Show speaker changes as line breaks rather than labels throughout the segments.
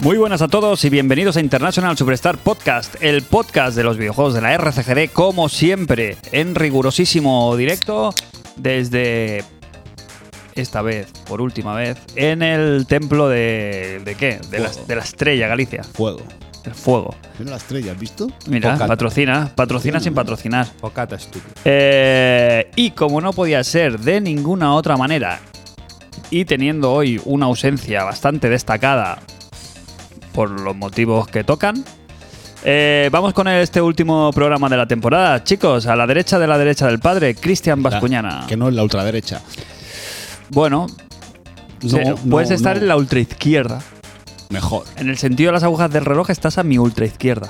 Muy buenas a todos y bienvenidos a International Superstar Podcast, el podcast de los videojuegos de la RCGD, como siempre, en rigurosísimo directo desde esta vez, por última vez, en el templo de. ¿De qué? De la,
Fuego.
de la estrella, Galicia.
Fuego.
El fuego.
Mira la estrella, ¿has visto?
Mira,
Poca-
patrocina, patrocina sin patrocinar.
Pocata estúpido.
Eh, y como no podía ser de ninguna otra manera, y teniendo hoy una ausencia bastante destacada por los motivos que tocan, eh, vamos con este último programa de la temporada. Chicos, a la derecha de la derecha del padre, Cristian Bascuñana.
Que no es la ultraderecha.
Bueno, se-
No,
puedes
no,
estar
no.
en la ultra izquierda.
Mejor.
En el sentido de las agujas del reloj, estás a mi ultra izquierda.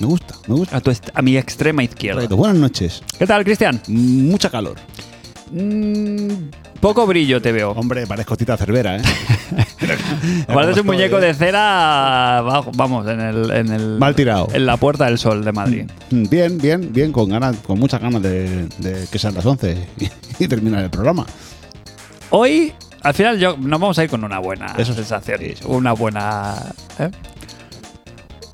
Me gusta, me gusta.
A, tu est- a mi extrema izquierda.
Correcto. Buenas noches.
¿Qué tal, Cristian?
Mm, Mucha calor.
Mm, poco brillo te veo.
Hombre, parezco Tita Cervera, ¿eh?
Pareces un
Como estoy,
muñeco
¿eh?
de cera, bajo- vamos, en el, en el-
Mal tirado.
En la Puerta del Sol de Madrid.
Mm, Bien, bien, bien, con ganas, con muchas ganas de, de que sean las 11 y, terminar el programa.
Hoy, al final, yo, nos vamos a ir con una buena
Eso sí,
sensación.
sí, sí.
una buena... ¿eh?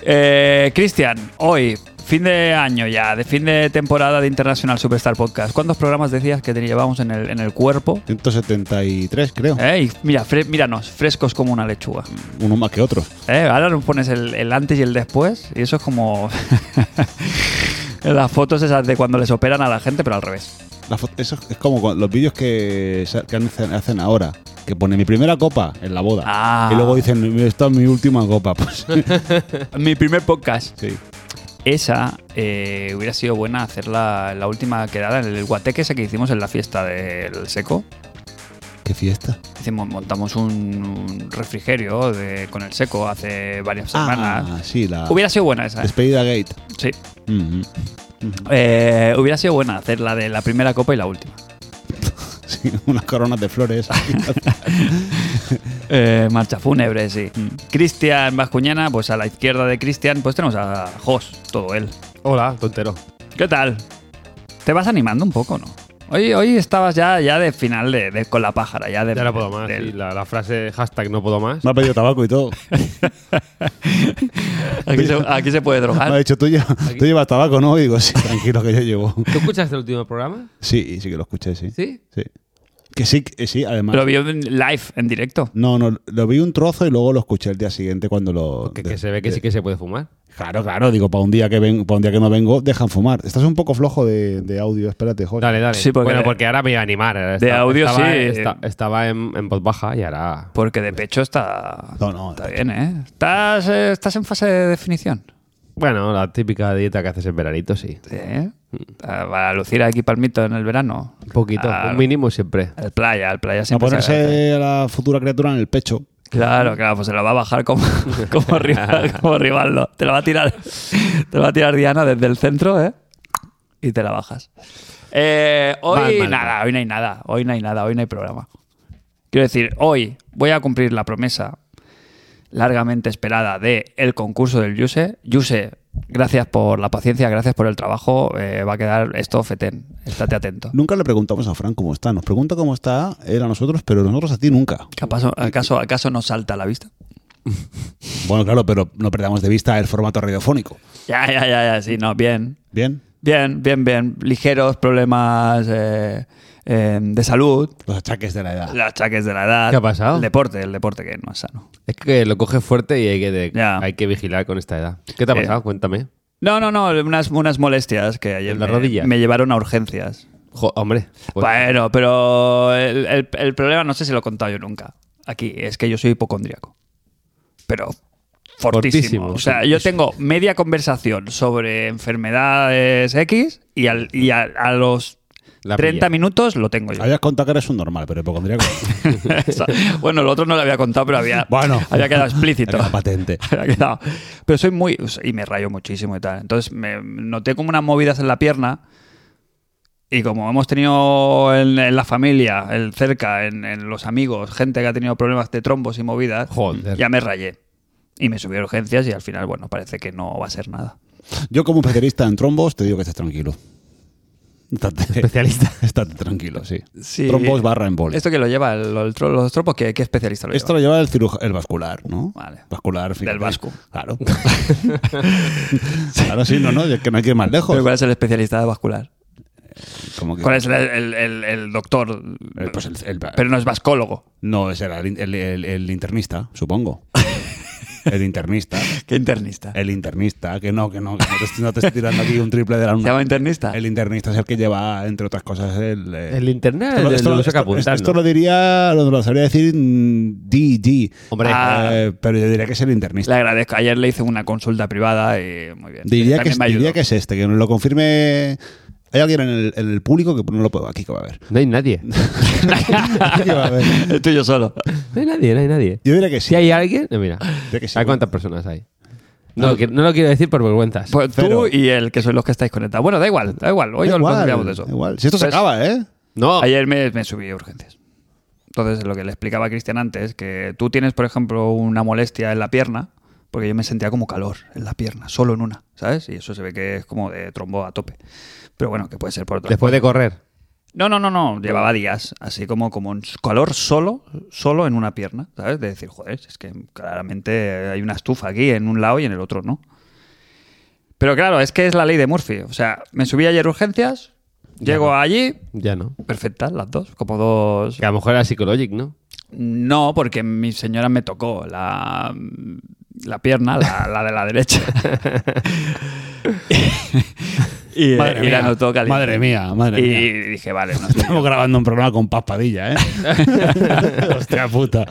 Eh, Cristian, hoy, fin de año ya, de fin de temporada de International Superstar Podcast. ¿Cuántos programas decías que te llevamos en el, en el cuerpo?
173, creo.
Eh, y mira, fre- míranos, frescos como una lechuga.
Uno más que otro.
Eh, ahora nos pones el, el antes y el después, y eso es como las fotos esas de cuando les operan a la gente, pero al revés.
La fo- eso es como con los vídeos que, sa- que hacen- hacen ahora. Que pone mi primera copa en la boda.
Ah.
Y luego dicen, esta es mi última copa. Pues,
Mi primer podcast.
sí.
Esa eh, hubiera sido buena hacerla la última quedada en el guateque ese que hicimos en la fiesta del seco.
Qué fiesta.
Hicimos, montamos un, un refrigerio de- con el seco hace varias semanas.
Ah, sí, la
Hubiera sido buena esa. eh.
despedida gate.
Sí.
Mhm.
Eh, hubiera sido buena hacer la de la primera copa y la última.
Sí, unas coronas de flores.
Eh, marcha fúnebre, sí.
Mm.
Cristian Bascuñana, pues a la izquierda de Cristian, pues tenemos a Jos, todo él.
Hola, tontero.
¿Qué tal? ¿Te vas animando un poco, no? Hoy, hoy estabas ya, ya de final de, de con la pájara, ya de.
Ya no puedo más.
del-
sí, la, la frase hashtag no puedo más.
Me ha pedido tabaco y todo.
aquí, se, aquí se puede
Me ha
drogar.
dicho, ¿tú, lle- tú llevas tabaco, ¿no? Y digo, sí, tranquilo, que yo llevo.
¿Tú escuchaste el último programa?
Sí, sí que lo escuché, sí.
¿Sí?
Sí. Que sí, que sí, además.
Lo vio en live, en directo.
No, no, lo vi un trozo y luego lo escuché el día siguente cuando lo.
Que,
de-
que se ve que
de-
sí que se puede fumar.
Claro, claro, digo, para un día que ven, para un día que no vengo, dejan fumar. Estás un poco flojo de, de audio, espérate, Jorge.
Dale, dale.
Sí, porque-
bueno, porque ahora me iba a animar. De
audio
estaba,
sí.
esta- estaba en, en voz baja y ahora.
Porque de pecho está.
No, no,
está bien, ¿eh? Estás, eh, estás en fase de definición.
Bueno, la típica dieta que haces en veranito, sí.
Sí, ¿eh?
Mm.
Ah, Va a lucir aquí palmito en el verano.
Un poquito,
Claro.
un mínimo siempre.
Al playa, al playa
A
siempre. se agradece.
ponerse a la futura criatura en el pecho.
Claro, claro, pues se la va a bajar como, como, rival, como Rivaldo. Te la va a tirar, te la va a tirar Diana desde el centro, ¿eh? Y te la bajas. Eh, hoy
Mal, mal,
nada, hoy no hay nada, hoy no hay nada, hoy no hay programa. Quiero decir, hoy voy a cumplir la promesa largamente esperada de el concurso del Yuse. Yuse, gracias por la paciencia, gracias por el trabajo. eh, va a quedar esto fetén. Estate atento.
Nunca le preguntamos a Fran cómo está. Nos pregunta cómo está él a nosotros, pero nosotros a ti nunca.
¿Acaso, acaso, acaso nos salta a la vista?
Bueno, claro, pero no perdamos de vista el formato radiofónico.
Ya, ya, ya, ya, sí, no, bien.
Bien,
Bien, bien, bien. Ligeros problemas eh, eh, de salud,
los achaques de la edad.
los achaques de la edad.
¿Qué ha pasado?
El deporte, el deporte que no es sano.
Es que lo coges fuerte y hay que, de-
Ya.
hay que vigilar con esta edad. ¿Qué te ha
Eh.
pasado? Cuéntame.
No, no, no, unas, unas molestias que ayer
¿En la
me,
rodilla?
me llevaron a urgencias.
Jo, hombre. pues-
Bueno, pero el, el- el problema no sé si lo he contado yo nunca. Aquí, es que yo soy hipocondríaco. Pero fortísimo.
Fortísimo,
O sea, yo tengo media conversación sobre enfermedades X y, al- y a, a los
La
30
pilla.
minutos lo tengo yo.
Habías contado que eres un normal, pero hipocondríaco.
Eso. bueno, lo otro no lo había contado, pero había,
Bueno.
había quedado explícito.
Era patente.
Había quedado. Pero soy muy. o sea, Y me rayo muchísimo y tal. Entonces me noté como unas movidas en la pierna. Y como hemos tenido en, en la familia, el cerca, en, en los amigos, gente que ha tenido problemas de trombos y movidas,
Joder.
ya me rayé. Y me subí a urgencias y al final, bueno, parece que no va a ser nada.
Yo como especialista en trombos te digo que estés tranquilo. Estate,
Especialista.
estate tranquilo, sí.
Sí.
Trombos barra embolia.
¿Esto que lo lleva? el- el tro- ¿Los tropos? ¿Qué, qué especialista lo lleva?
Esto lo lleva el ciruja- el vascular, ¿no?
Vale.
Vascular, fíjate.
Del vasco.
Claro. claro, sí, no, no, es que no hay que ir más lejos.
¿Pero ¿Cuál es el especialista vascular?
Como que-
¿Cuál es el, el- el- el doctor?
Eh, pues el- el-
Pero no es vascólogo.
No, ese era el, el- el- el internista, supongo. el internista.
¿Qué internista?
El internista, que no, que no, que no te, estoy- no te estoy tirando aquí un triple de la
¿Se llama
luna.
internista?
El internista es el que lleva, entre otras cosas, el... eh,
El internet
esto, lo-
el
esto lo-
lo saca
esto-
apuntando.
esto lo diría, lo, lo sabría decir mm, DG.
Hombre,
Eh, pero yo diría que es el internista.
Le agradezco. Ayer le hice una consulta privada y muy bien.
Diría que,
También
es,
me ayudó.
diría que es este, que nos lo confirme. Hay alguien en el, en el público que no lo puedo aquí que va a ver.
no hay nadie.
Que va a ver.
Estoy yo solo.
No hay nadie, no hay nadie.
Yo diría que
Si
sí.
hay alguien, eh, mira.
Diría que sí.
¿A cuántas personas hay? No, lo que- no lo quiero decir por vergüenzas.
Pues tú
Cero.
y el que sois los que estáis conectados. Bueno, da igual, da igual. Hoy
Da
os
igual,
olvidamos de eso.
da igual. Si esto se
Pues,
acaba, ¿eh?
no,
Ayer me, me subí a urgencias. Entonces, lo que le explicaba a Cristian antes, que tú tienes, por ejemplo, una molestia en la pierna, porque yo me sentía como calor en la pierna, solo en una, ¿sabes? Y eso se ve que es como de trombo a tope. Pero bueno, que puede ser por otra.
después de correr.
No, no, no, no. Llevaba días, así como, como un calor solo, solo en una pierna, ¿sabes? De decir, joder, es que claramente hay una estufa aquí en un lado y en el otro no. Pero claro, es que es la ley de Murphy. O sea, me subí ayer a urgencias, llego allí,
Ya no.
perfectas las dos, como dos...
Que a lo mejor era psicológico, ¿no?
No, porque mi señora me tocó la, la pierna, la, la de la derecha. y eh, y
Madre
la
mía,
notó caliente.
madre mía, madre
y
mía.
dije, vale, no estoy-
Estamos grabando un programa con paspadilla, ¿eh? Hostia puta.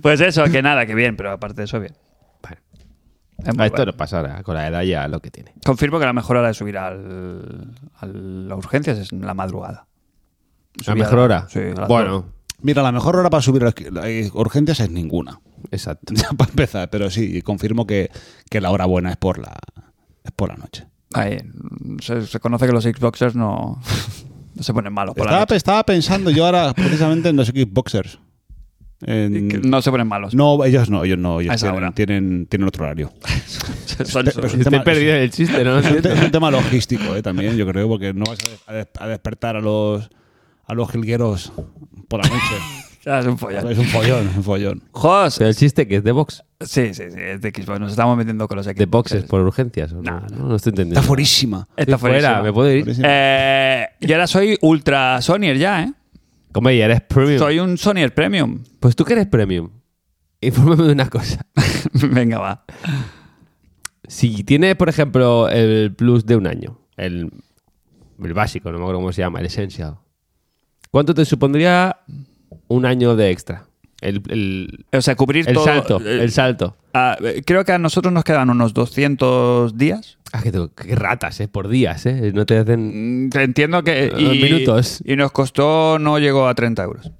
Pues eso, que nada, que bien, pero aparte de eso, bien.
Vale.
Es muy
A esto
Ah, bueno.
no pasa ahora. Con la edad ya lo que tiene.
Confirmo que la mejor hora de subir al, a la urgencias es en la madrugada.
La
Subí
mejor
a-
hora.
Sí, a las dos.
bueno,
Mira, la mejor hora para subir las- las urgencias es ninguna.
exacto.
Ya para empezar, pero sí, confirmo que, que la hora buena es por la, es por la noche.
Ahí, mm, se, se conoce que los Xboxers no, no se ponen malos por la
Estaba,
noche.
estaba pensando yo ahora precisamente en los Xboxers. En-
Que No se ponen malos.
Mm. no, ellos no, ellos no,
A
ellos
esa hora.
tienen, tienen, tienen otro horario.
Son-
Pero es un
Estoy
tema-
perdido en el chiste, ¿no?
Es un, te- es un tema logístico eh, también, yo creo, porque no vas a, des- a des- a despertar a los a los jilgueros por la noche.
es un follón.
es un follón, es un follón.
Jos,
Pero el chiste que es de box.
sí, sí, sí, es de Xbox. Nos estamos metiendo con los Xboxers.
De boxes por urgencias. ¿o No, no, no estoy entendiendo.
Está furísima.
Está
Estoy fuera,
fuera.
me puedo ir.
Furísima.
Eh, yo ahora soy ultra Sonyer ya, ¿eh?
Como ella, eres premium.
Soy un Sonyer Premium.
Pues tú que eres premium. Infórmame de una cosa.
Venga, va.
Si tienes, por ejemplo, el plus de un año, el, el básico, no me acuerdo cómo se llama, el essential, ¿cuánto te supondría un año de extra? El, el-
O sea, cubrir
el
todo.
salto,
eh,
el salto.
Ah, eh, creo que a nosotros nos quedan unos 200 días.
Ah, que, tengo- que ratas, ¿eh? Por días, ¿eh? No te hacen...
Mm, que Entiendo que...
Eh, minutos.
Y nos costó, no llegó a 30 euros.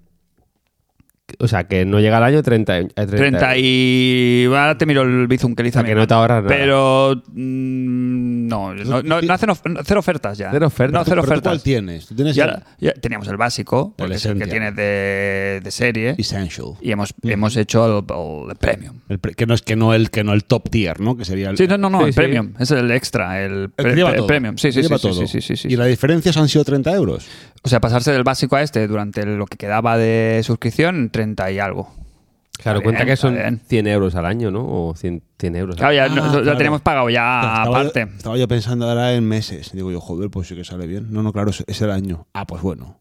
O sea, que no llega al año 30... eh, 30,
30 y... Ahora te miro el bizum que le
O
hice
Ah,
a
sea,
mi
que no te
hermano.
ahorras nada.
Pero... mm, no, no, no- no hacen of- cero ofertas ya.
Cero ofertas.
No, cero
¿Pero tú cuál
ofertas.
tienes? Tú tienes
Ya,
el
ya teníamos el básico, porque es el que
Essential.
tienes de, de serie.
Essential.
Y hemos, hemos hecho el, el premium.
El pre- que no es que no el que no el top tier, ¿no? Que sería el,
Sí, no, no, no,
Sí,
el
sí.
premium. Es el extra, el,
el
pre-
que lleva
el
todo.
premium. Sí,
El
sí,
que
sí,
lleva
sí,
todo.
sí, sí, sí,
Y la diferencia han sido 30 euros.
O sea, pasarse del básico a este durante lo que quedaba de suscripción, 30 y algo.
Claro,
Está
cuenta
bien,
que son
está bien.
100 euros al año, ¿no? O 100, 100 euros. al
Claro, ya
Ah,
no- lo
claro.
tenemos pagado ya
Estaba yo-
Ah, aparte.
Estaba yo pensando ahora en meses. Digo yo, joder, pues sí que sale bien. No, no, claro, es, es el año. Ah, pues bueno.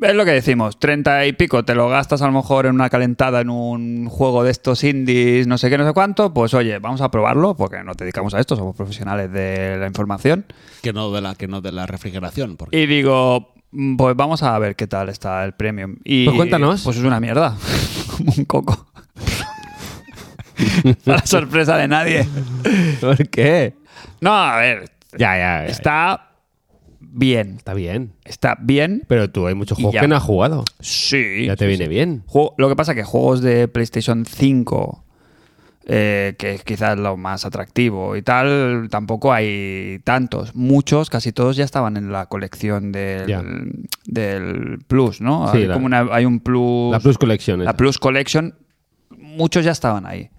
Es lo que decimos, 30 y pico te lo gastas a lo mejor en una calentada, en un juego de estos indies, no sé qué, no sé cuánto. Pues oye, vamos a probarlo porque nos dedicamos a esto, somos profesionales de la información.
Que no de la, que no de la refrigeración. Porque
Y digo, mm, pues vamos a ver qué tal está el premium. Y,
Pues cuéntanos.
Pues es una mierda, como un coco. Para sorpresa de nadie.
año. ¿Por qué?
No, a ver,
Ya, ya, ya.
está bien.
Está bien.
Está bien.
Pero tú, hay muchos
Y
juegos
ya.
que no has jugado.
Sí.
ya te viene bien.
Juego- lo que pasa que juegos de PlayStation 5, eh, que es quizás lo más atractivo y tal, tampoco hay tantos. Muchos, casi todos ya estaban en la colección del,
Ya.
del Plus, ¿no?
Sí,
hay,
la-
como una- hay un Plus.
La Plus Collection.
la
esa.
Plus Collection. Muchos ya estaban ahí.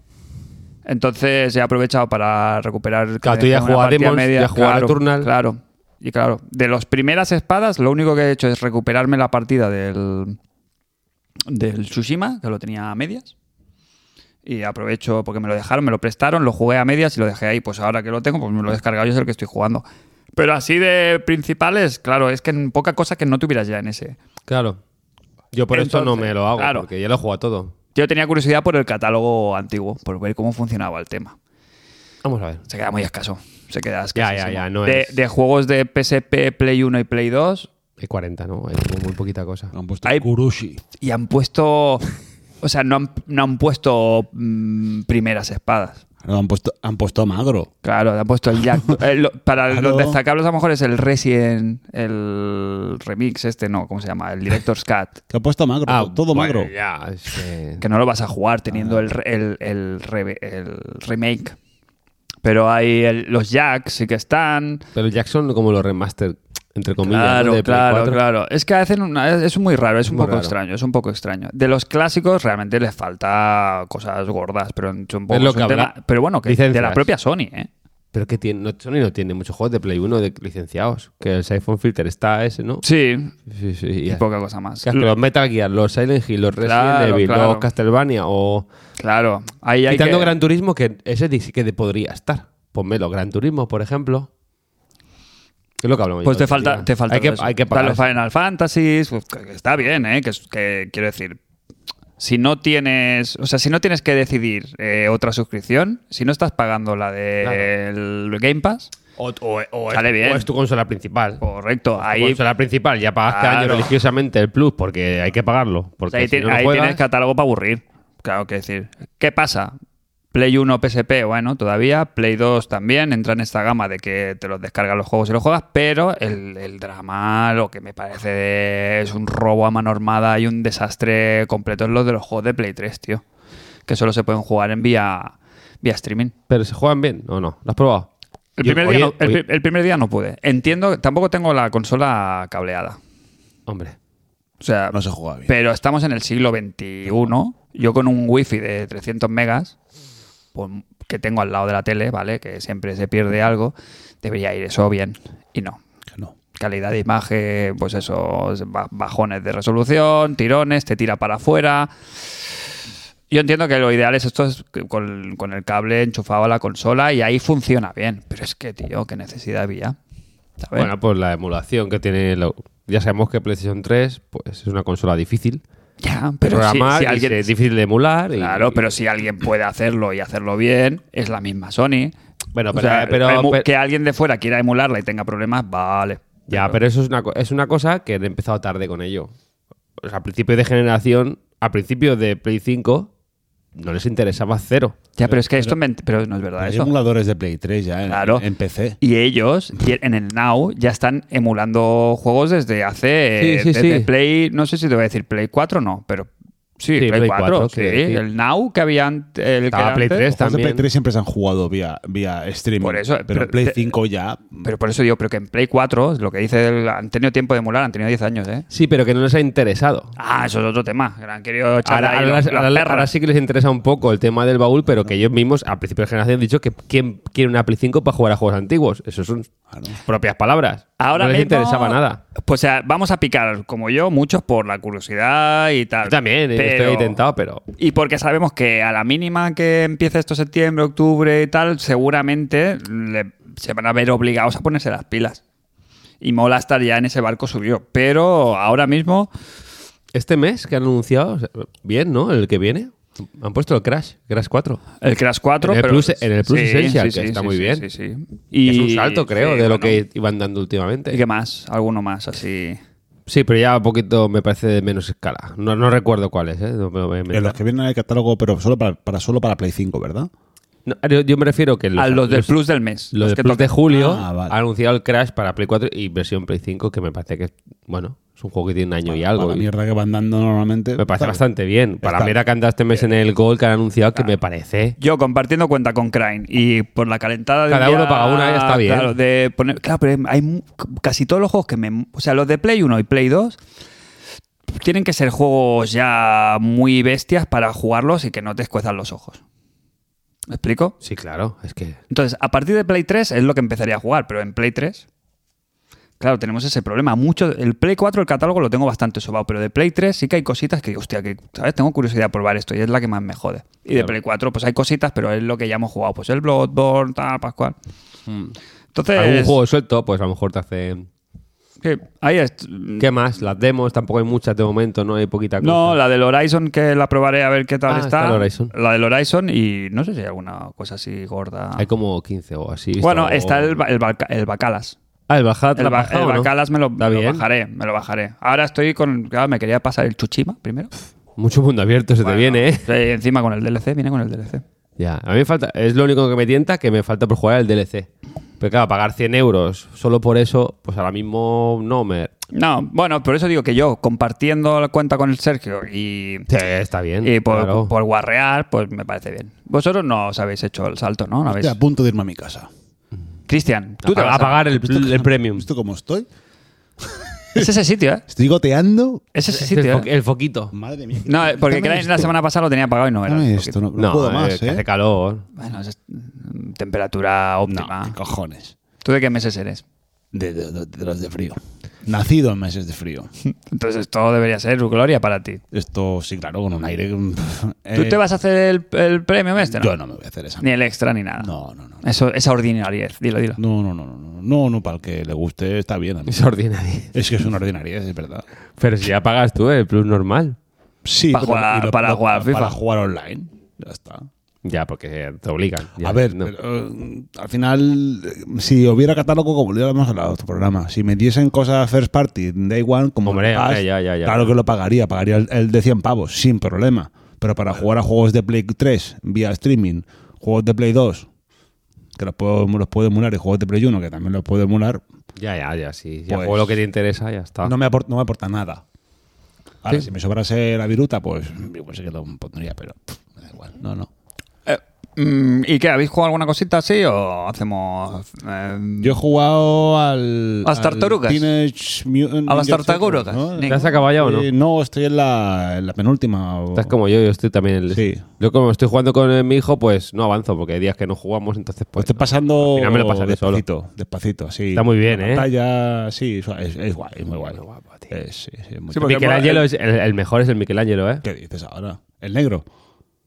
Entonces he aprovechado para recuperar.
Claro,
que
tú ya
una
jugabas
partida
Demons, ya jugabas
claro,
Returnal.
Claro. Y claro, de las primeras espadas, lo único que he hecho es recuperarme la partida del, del Tsushima, que lo tenía a medias. Y aprovecho porque me lo dejaron, me lo prestaron, lo jugué a medias y lo dejé ahí. Pues ahora que lo tengo, pues me lo he descargado, yo es el que estoy jugando. Pero así de principales, claro, es que en poca cosa que no tuvieras ya en ese.
Claro. Yo por esto no
Entonces,
me lo hago,
claro.
porque ya lo he jugado todo.
Yo tenía curiosidad por el catálogo antiguo, por ver cómo funcionaba el tema.
Vamos a ver.
Se queda muy escaso. Se queda
Ya, ya,
escasísimo.
ya, no
de,
es-
de juegos de PSP, Play 1 y Play 2,
Hay 40, ¿no? Hay muy poquita cosa.
Han puesto
Hay-
Kurushi.
y han puesto. O sea, no han, no han puesto mm, primeras espadas.
No, han puesto, han puesto a Magro.
Claro, han puesto el Jack. eh, lo- para
Claro.
los destacables, a lo mejor es el Resident. El remix, este no, ¿cómo se llama? El Director's Cut.
Que han puesto a Magro. todo Magro.
bueno, Ah, pues, Ya, es que-
Que no lo vas a jugar
Ah.
teniendo el, re- el, el reve- el remake. Pero hay el- los Jacks, sí que están.
Pero Jackson como lo remaster, entre comillas, ¿no?
Claro,
de Play
claro,
4.
claro. Es que hacen una, es, es muy raro, es un
Muy
poco
raro.
extraño, es un poco extraño. De los clásicos realmente les falta cosas gordas, pero en- son poco
lo
es un
que habrá.
tema- pero bueno, que de la
Licencias.
propia Sony, ¿eh?
Pero que tiene, no, Sony no tiene muchos juegos de Play 1 de licenciados. Que el Siphon Filter está ese, ¿no?
Sí,
sí, sí.
y
ya.
poca cosa más.
Que los Metal Gear, los Silent Hill, los Resident
Claro,
Evil,
claro.
los Castlevania o...
Claro, ahí hay
Quitando
que-
Gran Turismo, que ese sí que podría estar. Ponmelo, Gran Turismo, por ejemplo. Que es lo que hablamos.
pues
ya
te
otro
falta,
día.
te falta
Hay que,
todo eso.
hay que
Están
pagar.
los Final Fantasies, pues, que- que está bien, ¿eh? Que, es- que quiero decir, si no tienes, o sea, si no tienes que decidir eh, otra suscripción, si no estás pagando la del Game Pass,
O, o- o
Sale
es,
bien.
o es Pues, tu consola principal.
correcto,
Ahí,
ahí
consola principal, ya pagas cada año
Claro.
religiosamente el plus porque hay que pagarlo.
O
Porque
sea, ahí,
si
ti-
no lo
ahí
juegas-
tienes catálogo para aburrir. Claro que decir. ¿Qué pasa? Play 1, PSP, bueno, todavía. Play 2 también entra en esta gama de que te los descargas los juegos y los juegas, pero el, el drama, lo que me parece de- es un robo a mano armada y un desastre completo es lo de los juegos de Play 3, tío. Que solo se pueden jugar en vía, vía streaming.
Pero se juegan bien o no. ¿Lo has probado?
El
Yo-
primer,
oye,
día no, el
oye.
pri- el primer día no pude. Entiendo, tampoco tengo la consola cableada.
Hombre.
O sea,
No se juega bien.
Pero estamos en el siglo XXI. Yo con un wifi de 300 megas, pues, que tengo al lado de la tele, ¿vale? Que siempre se pierde algo, debería ir eso bien. Y no.
Que no.
Calidad de imagen, pues esos ba- bajones de resolución, tirones, te tira para afuera. Yo entiendo que lo ideal es esto es que con, con el cable enchufado a la consola y ahí funciona bien. Pero es que, tío, qué necesidad había. ¿Sabes?
Bueno, pues la emulación que tiene. la- Ya sabemos que PlayStation 3 pues, es una consola difícil.
ya,
de
pero si-
programar,
si
y
alguien,
es difícil de emular. y-
Claro, pero si alguien puede hacerlo y hacerlo bien, es la misma Sony.
Bueno,
O
pero- eh,
sea,
pero-
emu-
pero-
que alguien de fuera quiera emularla y tenga problemas, vale.
Ya, pero eso es una, co- es una cosa que he empezado tarde con ello. O sea, a principio de generación, a principio de Play 5, no les interesaba cero.
Ya, pero es que esto es ment- pero no es verdad
Hay
eso.
emuladores de Play 3 ya en,
Claro.
en PC.
Y ellos y en el Now ya están emulando juegos desde hace
Sí, sí,
desde
sí.
Play, no sé si te voy a decir Play 4 no, pero sí,
Sí,
Play,
Play
4,
4,
sí.
quiero decir.
el Now que había ante- el que
Estaba
era
Play
antes.
3.
Los juegos de Play
también.
3 siempre se han jugado vía, vía streaming.
Por eso,
pero,
pero
Play
te-
5 ya.
Pero por eso digo, pero que en Play 4, lo que dice el- han tenido tiempo de emular, han tenido 10 años, ¿eh?
Sí, pero que no les ha interesado.
Ah, eso es otro tema. que le han querido echar
Ahora,
ahí
ahora-
los- las
ahora-
perras.
ahora sí que les interesa un poco el tema del baúl, pero que ellos mismos, a principio de generación, han dicho que ¿quién quiere una Play 5 para jugar a juegos antiguos? Eso son
Claro.
propias palabras.
Ahora
no les
mismo,
interesaba nada.
Pues o sea, vamos a picar, como yo, muchos por la curiosidad y tal.
Yo también, eh,
Pero-
estoy intentado, pero...
Y porque sabemos que a la mínima que empiece esto septiembre, octubre y tal, seguramente le- se van a ver obligados a ponerse las pilas. Y mola estar ya en ese barco subió. Pero ahora mismo,
Este mes que han anunciado, o sea, bien, ¿no? El que viene. Han puesto el Crash, Crash 4.
el Crash 4.
En el
pero-
Plus- en el Plus Essential, que está muy
sí,
bien.
sí, sí.
Y
Y,
es un salto, creo,
sí,
de lo
bueno.
que iban dando
¿Y
últimamente.
qué más? ¿Alguno más así?
Sí, pero ya un poquito me parece de menos escala. No, no recuerdo cuáles, ¿eh? No me lo voy a
En los
inventar.
que vienen en el catálogo, pero solo para, para- solo para Play 5, ¿verdad?
No, yo, yo me refiero que los,
a Ah, los del
los-
Plus del mes.
los
los
del
que
Plus de
tocan.
julio
Ah, vale.
ha anunciado el Crash para Play 4 y versión Play 5, que me parece que, bueno, es un juego que tiene un año y algo.
Para la
y
mierda que van dando normalmente.
me parece
Está-
bastante bien. Para la
Está
mera que anda este mes en el Gold que han anunciado, que me parece...
Yo compartiendo cuenta con Crane y por la calentada de. un
Cada
día-
uno paga una, ya está bien.
Claro, de poner, claro, pero hay mu- casi todos los juegos que me. O sea, los de Play 1 y Play 2 tienen que ser juegos ya muy bestias para jugarlos y que no te escuezan los ojos. ¿Me explico?
Sí, claro, es que...
Entonces, a partir de Play 3 es lo que empezaría a jugar, pero en Play 3. Claro, tenemos ese problema. Mucho, el Play 4, el catálogo lo tengo bastante sobado, pero de Play 3 sí que hay cositas que, hostia, que, ¿sabes? Tengo curiosidad de probar esto y es la que más me jode. Y de
Claro.
Play 4, pues hay cositas, pero es lo que ya hemos jugado. Pues el Bloodborne, tal, Pascual. Entonces,
Hmm. Algún juego suelto, pues a lo mejor te hace.
sí, ahí es.
¿Qué más? Las demos, tampoco hay muchas de momento, ¿no? Hay poquita cosa.
Mm. No, la del Horizon que la probaré a ver qué tal
Ah,
está.
está el Horizon.
La del Horizon y no sé si hay alguna cosa así gorda.
Hay como 15 o así.
bueno,
o-
está el, ba- el, Balca- el Bacalas.
Ah, el bajada te
El,
la
ba-
has bajado,
el
¿no?
Bacalas me lo,
Está
me lo
bien.
bajaré, me lo bajaré. Ahora estoy con. Claro, me quería pasar el Chuchima primero.
Mucho mundo abierto se te viene, ¿eh?
Sí, encima con el DLC, viene con el DLC.
Ya, a mí me falta. Es lo único que me tienta que me falta por jugar el DLC. Pero claro, pagar 100 euros solo por eso, pues ahora mismo no me.
No, bueno, por eso digo que yo, compartiendo la cuenta con el Sergio y,
Sí, está bien.
y por,
claro.
por guarrear, pues me parece bien. Vosotros no os habéis hecho el salto, ¿no? ¿No habéis-
Estoy a punto de irme a mi casa.
Cristian, tú
a,
te vas
a pagar el,
¿Visto-
el premium.
¿Visto cómo estoy?
Es ese sitio, ¿eh?
Estoy goteando.
Es ese
el,
sitio,
fo-
¿eh?
el foquito.
Madre mía.
No, eh, porque
Dame
Crane la
esto.
semana pasada lo tenía pagado y no era.
Dame esto, no, no
No,
puedo
eh,
más,
que
¿eh?
hace calor.
Bueno, es mm, temperatura
No,
óptima.
¿qué cojones.
¿Tú de qué meses eres?
De, de- de- de los de frío. Nacido en meses de frío.
Entonces esto debería ser gloria para ti.
Esto, sí, claro, con un aire. ¿Tú
¿Tú te vas a hacer el, el premio este?
Eh, Yo no me voy a hacer esa.
Ni el extra ni nada.
No, no, no.
Eso, esa ordinariedad, dilo, dilo.
No, no, no, no, no, no, no, para el que le guste está bien. a mí.
Es ordinario.
Es que es una ordinariedad, es verdad.
Pero si ya pagas tú eh, el plus normal.
Sí,
Para
pero-
jugar-
y lo-
para
lo-
jugar FIFA.
Para jugar online, ya está.
Ya, porque te obligan. Ya,
a ver,
no.
pero, eh, al final, eh, si hubiera catálogo, como ya lo hemos hablado en otro programa, si me diesen cosas first party, day one, como
Hombre,
el Pass,
hombre, ya, ya, ya.
claro que lo pagaría, pagaría el, el de 100 pavos, sin problema. Pero para jugar a juegos de Play 3 vía streaming, juegos de Play 2, que los puedo, los puedo emular, y juegos de Play 1, que también los puedo emular,
Ya, ya, ya, sí. Ya
Pues-
juego lo que te interesa, ya está.
no me, aporta, no me aporta nada. Ahora,
Ah. Sí.
si me sobrase la viruta, pues igual sí que lo pondría, pero pff, me da igual. No, no.
Eh, mm, ¿Y qué? ¿Habéis jugado alguna cosita así o hacemos...? eh,
Yo he jugado al.
A las
al
tartarugas.
Teenage Mutant
A las
Ninja Turtles,
tartarugas,
¿no?
Nick.
¿Te has acabado ya o no?
Eh, no, estoy en la, en la penúltima. o-
Estás como yo, yo estoy también. en el-
Sí.
Yo, como estoy jugando con eh, mi hijo, pues no avanzo, porque hay días que no jugamos, entonces
Lo
pues.
estoy pasando.
Al final me lo pasaré
despacito, despacito, así.
Está muy bien,
La
¿eh?
Batalla, sí, es, es- es guay, es muy guay.
Qué guapo, tío.
Eh, sí, sí, es muy
Sí, porque-
guay.
Michelangelo es el, el mejor es el Michelangelo, ¿eh?
¿Qué dices ahora? El negro.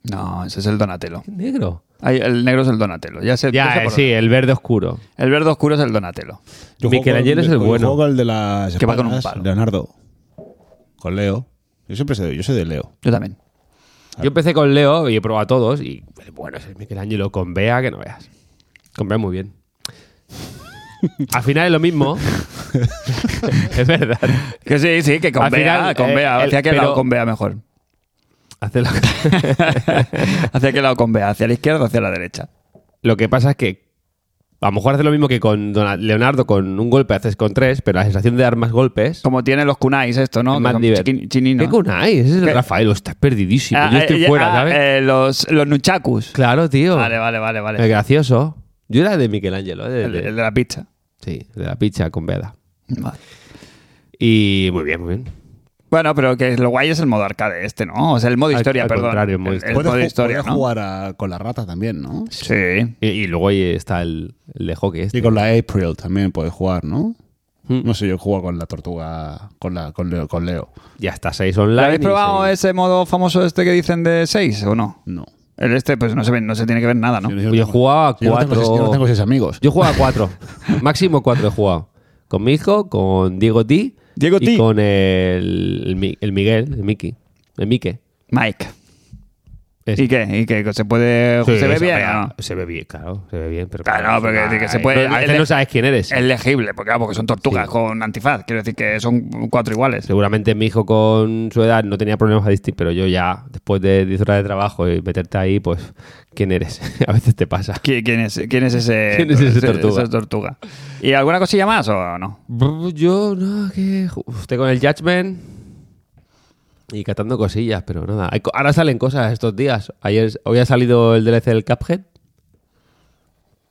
No, ese es el Donatello.
¿Qué negro?
Ay, el negro es el Donatello. Ya sé, ya sé
Ya, eh,
por
sí, el verde oscuro.
dónde. El verde oscuro es el Donatello.
Yo juego
Michelangelo
con-
es el
yo
bueno.
juego el de las.
Que va con un
espadas,
palo.
Leonardo. Con Leo. Yo siempre soy, yo soy de Leo.
Yo también.
Yo empecé con Leo y he probado a todos y el bueno es el Michelangelo con Bea que no veas. Con Bea muy bien. Al final es lo mismo. es verdad.
Que sí, sí, que con
Al
Bea,
final,
con
eh,
Bea.
el-
¿Hacia qué
pero-
lado con Bea mejor?
Hace lo,
¿Hacia qué lado con Bea? ¿Hacia la izquierda o hacia la derecha?
lo que pasa es que a lo mejor hace lo mismo que con Dona- Leonardo con un golpe haces con tres, pero la sensación de dar más golpes
Como tienen los kunais esto, ¿no?
es
Que
más
son
divertido.
chiqui- chininos.
¿Qué kunai? Ese es
¿Qué?
el Rafael, estás perdidísimo.
Ah,
Yo estoy
eh,
fuera,
ah,
¿sabes?
eh, los, los nunchakus.
Claro, tío.
Vale, vale, vale, vale.
Es gracioso. Yo era de Michelangelo, eh, de-
El,
de-
el de la pizza.
sí, de la pizza con veda.
Vale.
Y muy bien, muy bien.
Bueno, pero que lo guay es el modo arcade este, ¿no? O sea, el modo
Al-
historia,
al
perdón.
contrario, el modo
el,
historia.
modo
ju-
historia,
podrías
¿no?
jugar a- con la rata también, ¿no?
Sí.
Y, y luego ahí está el, el de hockey este.
Y con la April también puedes jugar, ¿no?
Mm.
No sé, yo juego con la tortuga, con, la, con, Leo, con Leo.
Y hasta 6 online.
¿Lo habéis
y
probado eh?
seis-
ese modo famoso este que dicen de 6 o no?
No.
El este, pues no se, ve, no se tiene que ver nada, ¿no?
Yo jugaba a
yo no tengo
cuatro-
seis- Yo no tengo seis amigos.
Yo jugaba a 4. Máximo 4 he jugado. Con mi hijo, con Diego T.
Diego
y
T.
con el, el, Mi- el Miguel, el Miki. El Mike.
Mike.
Ese.
¿Y qué? ¿Y qué? ¿Se puede.
Sí,
¿Se ve
esa-
bien?
pero-
o no?
Se ve bien, claro. Se ve bien. Pero
Claro, porque
es una-
dice que se puede-
No, a veces
el-
no sabes quién eres.
Es legible, porque, claro, porque son tortugas con antifaz. Quiero decir que son cuatro iguales.
Seguramente mi hijo con su edad no tenía problemas a distinguir, pero yo ya, después de 10 horas de trabajo y meterte ahí, pues, ¿quién eres? a veces te pasa.
¿Qui- ¿Quién es, quién es ese,
¿Quién es ese tortuga?
esa tortuga? ¿Y alguna cosilla más o no?
Brr, Yo, no, que. Usted con el Judgment. Y catando cosillas, pero nada. Hay co- Ahora salen cosas estos días. Ayer, hoy ha salido el DLC del Cuphead.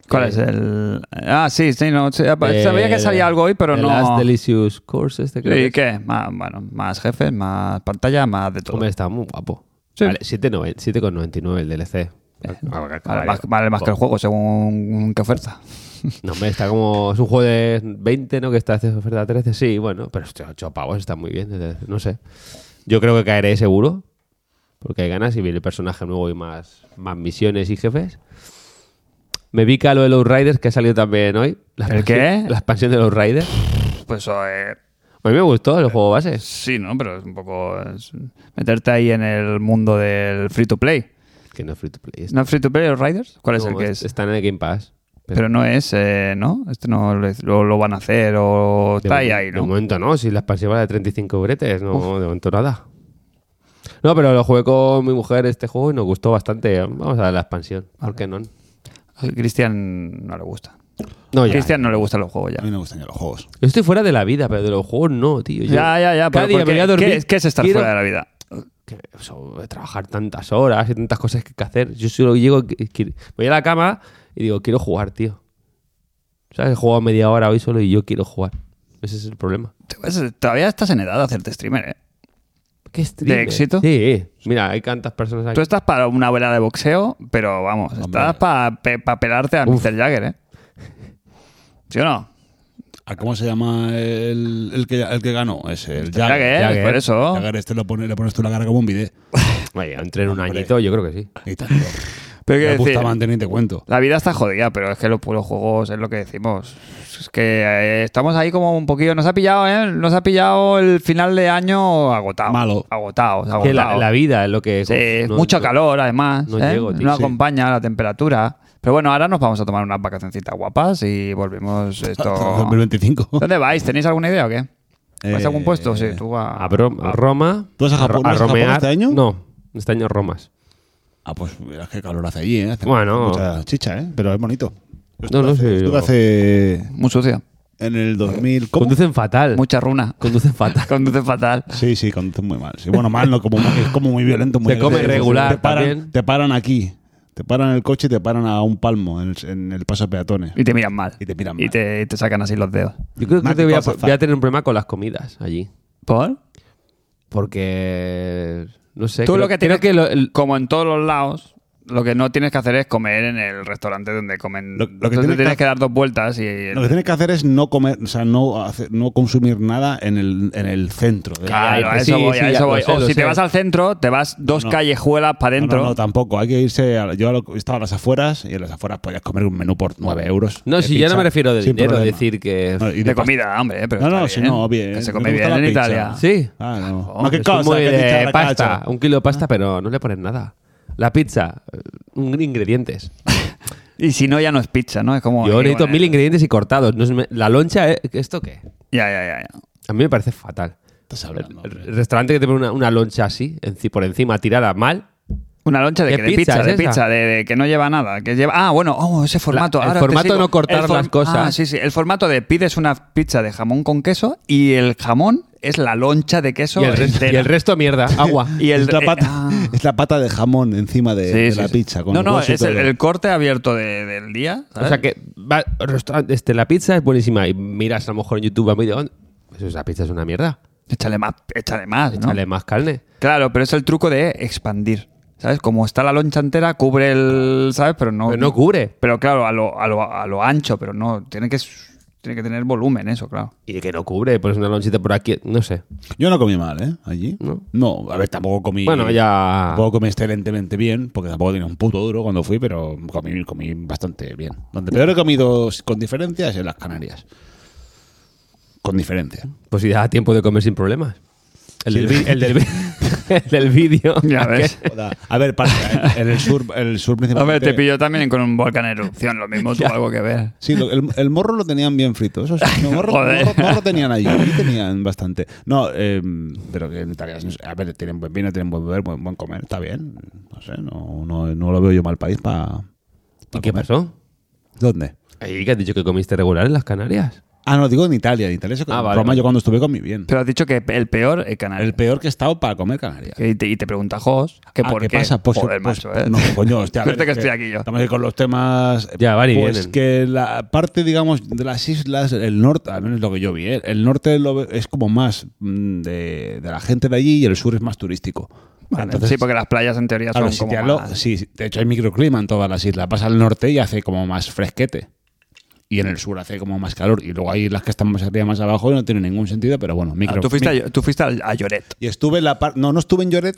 ¿Cuál
Eh,
es el...? Ah, sí, sí, no. sí, sabía que
El-
salía algo hoy, pero
el
no...
Eh, Last Delicious Course, este creo. que
¿Y
es.
qué? Más, bueno, más jefes, más pantalla, más de todo.
Hombre, está muy guapo.
Sí.
Vale, 7,9 7,99 el DLC. Ah,
Vale más, vale más que el juego, según qué oferta.
No, hombre, está como. Es un juego de 20, ¿no? Que está hace oferta 13. Sí, bueno, pero este 8 pavos está muy bien. desde- No sé. Yo creo que caeré seguro. Porque hay ganas y viene el personaje nuevo y más, más misiones y jefes. Me pica lo de los Riders que ha salido también hoy. La
¿El
expansión-
qué?
La expansión de los Riders.
Pues eso eh,
A mí me gustó el juego base.
sí, ¿no? Pero es un poco. es meterte ahí en el mundo del free to play.
Que no es free to play.
¿No es free to play los Riders? ¿Cuál es
No,
el que
es- este,
es?
Está en el Game Pass.
Pero no es, eh, ¿no? Este no lo, lo- lo van a hacer o
De
está ahí,
momen-
ahí,
De
¿no?
momento no, si las expansión vale 35 bretes, no, de momento nada. No, pero lo jugué con mi mujer este juego y nos gustó bastante. Vamos a dar la expansión, ¿por qué no?
A Cristian no le gusta.
No,
A
ya.
Cristian no le gustan los juegos
A mí
ya.
no me gustan ya los juegos.
Yo estoy fuera de la vida, pero de los juegos no, tío. Yo
Ya, ya, ya.
cada
pero
día
porque-
me voy a dormir,
¿qué, es- qué es estar
quiero-
fuera de la vida?
que, o sea, voy a trabajar tantas horas y tantas cosas que hay que hacer. Yo solo llego, que- que- voy a la cama y digo, quiero jugar, tío. ¿Sabes? He jugado media hora hoy solo y yo quiero jugar. Ese es el problema.
Te vas- Pues, eh, Todavía estás en edad de hacerte streamer, ¿eh?
¿Qué streamer?
éxito?
Sí, mira, hay tantas personas aquí.
Tú estás para una vela de boxeo, pero vamos, estás para pelarte a
Uf.
Mr. Jagger, ¿eh? ¿Sí o no?
¿A ¿Cómo se llama el, el que, el que ganó? Es el
Jagger,
Este Jagger.
pues por eso.
Jagger este lo pone, le pones tú la cara como un bidet.
Vaya, entre en un añito, yo creo que sí.
Y tanto.
Pero
Me
quiero decir,
gusta mantener, te cuento.
la vida está jodida, pero es que los puros juegos es lo que decimos. Es que eh, estamos ahí como un poquillo. Nos ha pillado, ¿eh? Nos ha pillado el final de año agotado.
Malo.
Agotados,
Que la,
agotados.
la vida es lo que.
Sí,
no-
mucho
no-
calor además.
no
¿eh?
llego, tío.
No
Sí.
acompaña la temperatura. Pero bueno, ahora nos vamos a tomar unas vacacioncitas guapas y volvemos esto.
2025.
¿Dónde vais? ¿Tenéis alguna idea o qué? ¿Vais
Eh,
a algún puesto? Sí, tú a...
A, Bro- a Roma.
¿Tú vas a Japón-
Ro-
vas a Japón este año?
No, este año Romas.
Ah, pues mira qué calor hace allí, ¿eh? Hace
Bueno.
Mucha chicha, ¿eh? Pero es bonito.
No, no sé.
Estuve
yo-
hace
Muy sucio.
en el 2000... ¿cómo?
Conducen fatal.
Mucha runa.
Conducen fatal.
Conduce fatal.
Sí, sí, conduce muy mal. Sí, bueno, mal, no, como, es como muy violento. Muy
Te come
agresivo.
regular
Te paran,
también.
te paran aquí. Te paran el coche y te paran a un palmo en el, en el paso de peatones.
Y te miran mal.
Y te miran mal.
Y te, y te sacan así los dedos.
Yo creo que
Mati
te voy, a,
Cosa
voy a tener un problema con las comidas allí.
¿Por?
Porque. No sé.
Tú
creo,
lo que tienes
creo que. lo- el-
Como en todos los lados, lo que no tienes que hacer es comer en el restaurante donde comen.
Lo- lo que
Entonces
tienes que
tienes que,
hacer-
dar dos vueltas y.
Lo que tienes que hacer es no comer, o sea, no, hacer- no consumir nada en el, en el centro. de-
Claro, a
Sí,
eso voy, a
sí,
eso
lo
voy.
sé,
o
lo
si te
sé.
vas al centro, te vas dos
pues, No, no.
callejuelas para
No,
adentro.
No, no, tampoco. Hay que irse. A, yo a lo- estaba a las afueras y en las afueras podías comer un menú por 9 euros.
No,
de
si yo no
pizza,
me refiero de
sin
dinero,
problema.
decir que.
No, y
de
pasta.
comida, hombre, eh, pero
No,
está
no, si no, bien.
Que se
Me
come
gusta
bien
la
en
pizza.
Italia.
Sí.
Ah, no.
Oh,
no, qué
Yo soy
cosa,
muy
qué
de
chicharra,
eh, pasta,
cacho.
un kilo de pasta, pero no le pones nada. La pizza, eh, un- ingredientes.
Y si no, ya no es pizza, ¿no? Es como. eh,
Yo necesito
bueno,
eh.
mil ingredientes y cortados. No es me- la loncha, eh, ¿esto qué?
Ya, ya, ya. ya.
A mí me parece fatal.
Estás hablando,
El
hombre.
restaurante que te pone una, una loncha así, enci- por encima tirada mal.
Una loncha de,
¿Qué
que- de
pizza
pizza,
es
de
esa?
pizza, de, de que no lleva nada. que lleva Ah, bueno, oh, ese formato.
La- el
ahora te
formato
sigo.
no cortar
El
las cosas.
Ah, sí, sí. El formato de pides una pizza de jamón con queso y el jamón es la loncha de queso.
Y el, res-
entera.
y el resto mierda, agua.
Y el-
es, la
eh,
pata,
ah.
es la pata de jamón encima de,
Sí,
de
sí,
la
sí.
pizza. Con
no, no,
hueso y
es el,
todo.
el corte abierto de- del día.
o sea que va- restaurante, este, la pizza es buenísima y miras a lo mejor en YouTube a medio... Pues esa pizza es una mierda.
Échale más, échale más, ¿no?
Échale más carne.
Claro, pero es el truco de expandir. ¿Sabes? Como está la loncha entera, cubre el. ¿Sabes? Pero no.
Pero no cubre.
Pero claro, a lo, a lo, a lo ancho, pero no. Tiene que, tiene que tener volumen eso, claro.
Y de que no cubre, pones una lonchita por aquí, no sé.
Yo no comí mal, ¿eh? Allí.
¿No?
No. a ver, tampoco comí.
Bueno, ya...
Tampoco comí excelentemente bien, porque tampoco tenía un puto duro cuando fui, pero comí, comí bastante bien. Donde peor he comido con diferencia es en las Canarias. Con diferencia.
Pues si da tiempo de comer sin problemas. El
Sí.
del vi- el del vi- el del vídeo.
Ya ves.
A ver, para, en el sur, el sur
A
principalmente.
ver, te pillo también con un volcán en erupción, lo mismo tuvo algo que ver.
Sí, lo- el, el morro lo tenían bien frito. Eso sí, no, morro,
Joder.
morro- morro tenían allí. allí tenían bastante. No, eh, pero que en Italia, a ver, tienen buen vino, tienen buen beber, buen, buen comer, está bien. No sé, no, no, no lo veo yo mal país para.
¿Y qué pasó?
¿Dónde?
Ahí que has dicho que comiste regular en las Canarias.
Ah, no, digo en Italia. En Italia, se come-
Ah, vale,
Roma,
vale.
yo cuando estuve comí bien.
Pero has dicho que el peor, el canal.
El peor que he estado para comer Canarias.
Y te, y te pregunta Jos, que
Ah,
por qué.
pasa? Pues,
Joder,
pues,
macho, ¿eh?
No, coño, hostia. a ver,
Suerte que
es
estoy aquí yo.
Estamos ahí con los temas.
Ya, van y
Pues
vienen.
que la parte, digamos, de las islas, el norte, al menos lo que yo vi, ¿eh? el norte lo ve- es como más mm, de, de la gente de allí y el sur es más turístico.
Vale,
Entonces,
sí, porque las playas en teoría
a
son
los
como
sitios lo-
más- Ah,
sí, sí. de hecho hay microclima en todas las islas. Vas al norte y hace como más fresquete. Y en el sur hace como más calor. Y luego hay las que están más arriba, más abajo y no tiene ningún sentido, pero bueno,
Ah,
micro.
tú, fuiste
mi-
a, tú fuiste al- a Lloret.
Y estuve en la parte. No, no estuve en Lloret,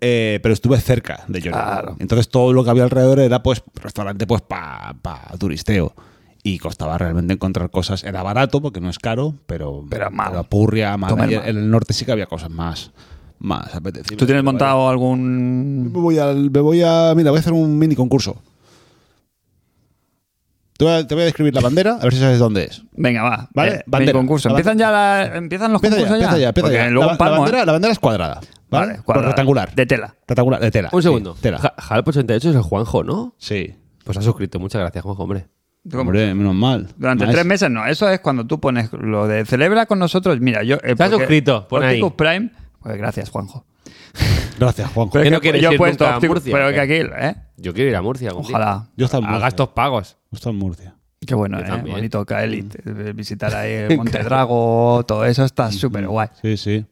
eh, pero estuve cerca de Lloret.
Claro.
Entonces todo lo que había alrededor era pues restaurante pues para pa turisteo. Y costaba realmente encontrar cosas. Era barato porque no es caro, pero.
Pero mal.
purria, mala.
Comer
Y
mal.
En el norte sí que había cosas más, más apetecibles.
¿Tú tienes
Pero bueno.
montado algún...?
Me voy, al- me voy a. Mira, voy a hacer un mini concurso. Te voy a, te voy a describir la bandera, a ver si sabes dónde es.
Venga, va.
Vale,
eh,
bandera.
mi concurso.
La
¿Empiezan, ya la- ¿Empiezan los
Empieza ya,
concursos
empieza ya, empieza
pues Porque
ya.
luego
La, la
empalmo, ¿eh?
bandera, la bandera es cuadrada. ¿vale?
Vale,
Pero
cuadrada.
rectangular.
De tela.
Rectangular, de tela.
Un
sí,
segundo.
tela.
Ja- Jalp88 es el Juanjo, ¿no?
sí.
Pues ha suscrito. Muchas gracias, Juanjo, hombre.
¿Cómo?
Hombre, menos mal.
Durante
Más.
tres meses no, eso es cuando tú pones lo de celebra con nosotros. Mira, yo. eh,
Está
porque
suscrito, pon ahí.
Opticus Prime. Pues gracias, Juanjo.
Gracias, Juanjo.
¿Qué
es
no quieres
yo he
ir
puesto
nunca a
Opticus,
Murcia,
Pero
o
que
qué?
aquí, ¿eh?
Yo quiero ir a Murcia. algún día.
Ojalá.
Yo estaba en
A
Murcia.
gastos pagos.
Yo estaba en Murcia.
Qué bueno,
Yo
¿eh?
también.
Bonito Caelit. eh, Visitar ahí Montedrago, todo eso está súper guay.
Sí, sí.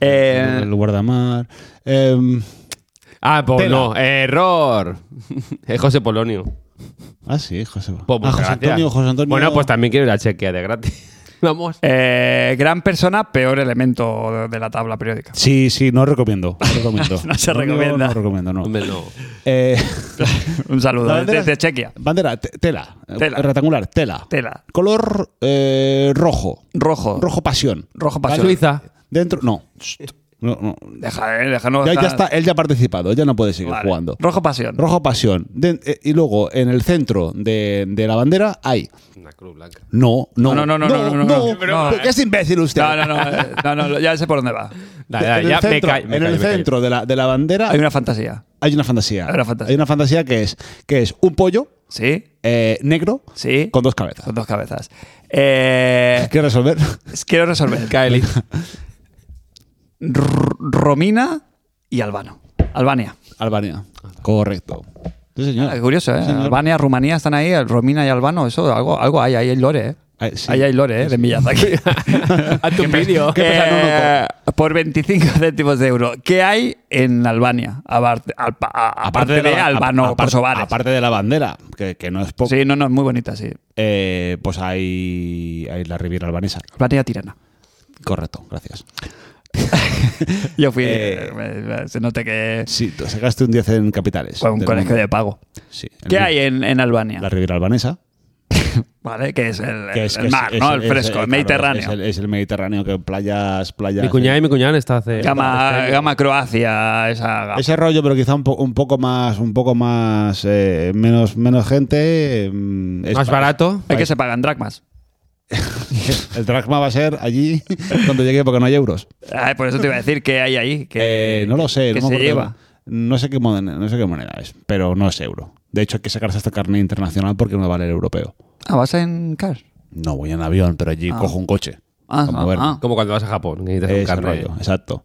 Eh,
El guardamar. Em,
Ah, pues
Tela.
no. Error. es José Polonio.
ah, sí, José.
Pues,
ah,
muchas
José
gracias.
Antonio, José Antonio.
Bueno, pues también quiero ir a Chequia de gratis. Vamos.
eh, gran persona, peor elemento de- de la tabla periódica.
Sí, sí, no recomiendo. No, recomiendo.
No se recomienda.
No, recomiendo, no.
Hombre, no.
Eh,
Un
La
saludo
bandera-
desde Chequia.
Bandera, te- tela.
Tela.
Eh, Rectangular, tela.
Tela.
Color eh, rojo.
Rojo.
Rojo pasión.
Rojo pasión.
Suiza.
Dentro. No. No, no.
Deja, eh, déjanos.
Ya, ya
estar-
está, él ya ha participado, ya no puede seguir
Vale.
jugando.
Rojo pasión.
Rojo pasión. De- eh, y luego, en el centro de, de la bandera hay.
Una cruz blanca.
No, no.
No, no, no, no, no, no, no.
¿Por qué es imbécil usted?
No, no, no, eh, no, no, ya sé por dónde va.
Dale,
En
dale,
el
ya me
centro,
callo, me
en el
callo, me callo.
centro de la, de la bandera
Hay una fantasía.
hay una fantasía.
Hay una fantasía.
Hay una fantasía que es, que es un pollo
¿Sí?
eh, negro
Sí.
con dos cabezas.
Con dos cabezas. Eh,
¿Qué resolver?
quiero resolver.
Kaeli.
R- Romina y Albano. Albania.
Albania. Correcto. Sí, señor.
Es curioso, ¿eh?
Sí, señor.
Albania, Rumanía están ahí, el Romina y Albano, eso, algo, algo hay, ahí hay lore, ¿eh?
Ah, sí.
Ahí hay lore, ¿eh? De Miyazaki.
Hazte un vídeo.
qué pesan uno
Eh, por 25 céntimos de euro. ¿Qué hay en Albania? Abar- al- pa- a- Aparte, de,
la-
Albano,
aparte-
Kosovares.
aparte de la bandera, que, que no es poco,
Sí, no, no, es muy bonita, sí.
eh, pues hay, hay la Riviera Albanesa.
Albania Tirana.
Correcto, gracias.
Yo fui.
Eh,
eh, se note que.
Sí, tú sacaste un 10 en capitales.
Fue un
del
colegio
mundo.
de pago.
Sí, el-
¿Qué hay en, en Albania?
La Riviera Albanesa.
¿Vale? Que es el,
que es-
el
que es-
mar,
es-
¿no?
es-
el fresco,
es-
el Mediterráneo.
claro, Es el, es el Mediterráneo, que playas, playas. eh,
Mi cuñada y mi cuñada está hace.
gama, gama Croacia, esa gama.
Ese rollo, pero quizá un, po- un poco más, un poco más, eh, menos, menos gente. mm, es
Más
pa-
barato.
Hay que se pagan dracmas.
El dragma va a ser allí cuando llegue porque no hay euros.
Ay, por eso te iba a decir qué hay ahí. Que,
Eh, no lo sé.
que
no me
se
acuerdo.
lleva.
No sé, qué moneda, no sé qué moneda es, pero no es euro. De hecho, hay que sacarse hasta carne internacional porque no vale el europeo.
Ah, vas en car.
No voy en avión, pero allí cojo un coche.
Ah,
para
ah,
moverme.
ah.
Como cuando vas a Japón. que necesitas un
Ese
carnet.
rollo, exacto.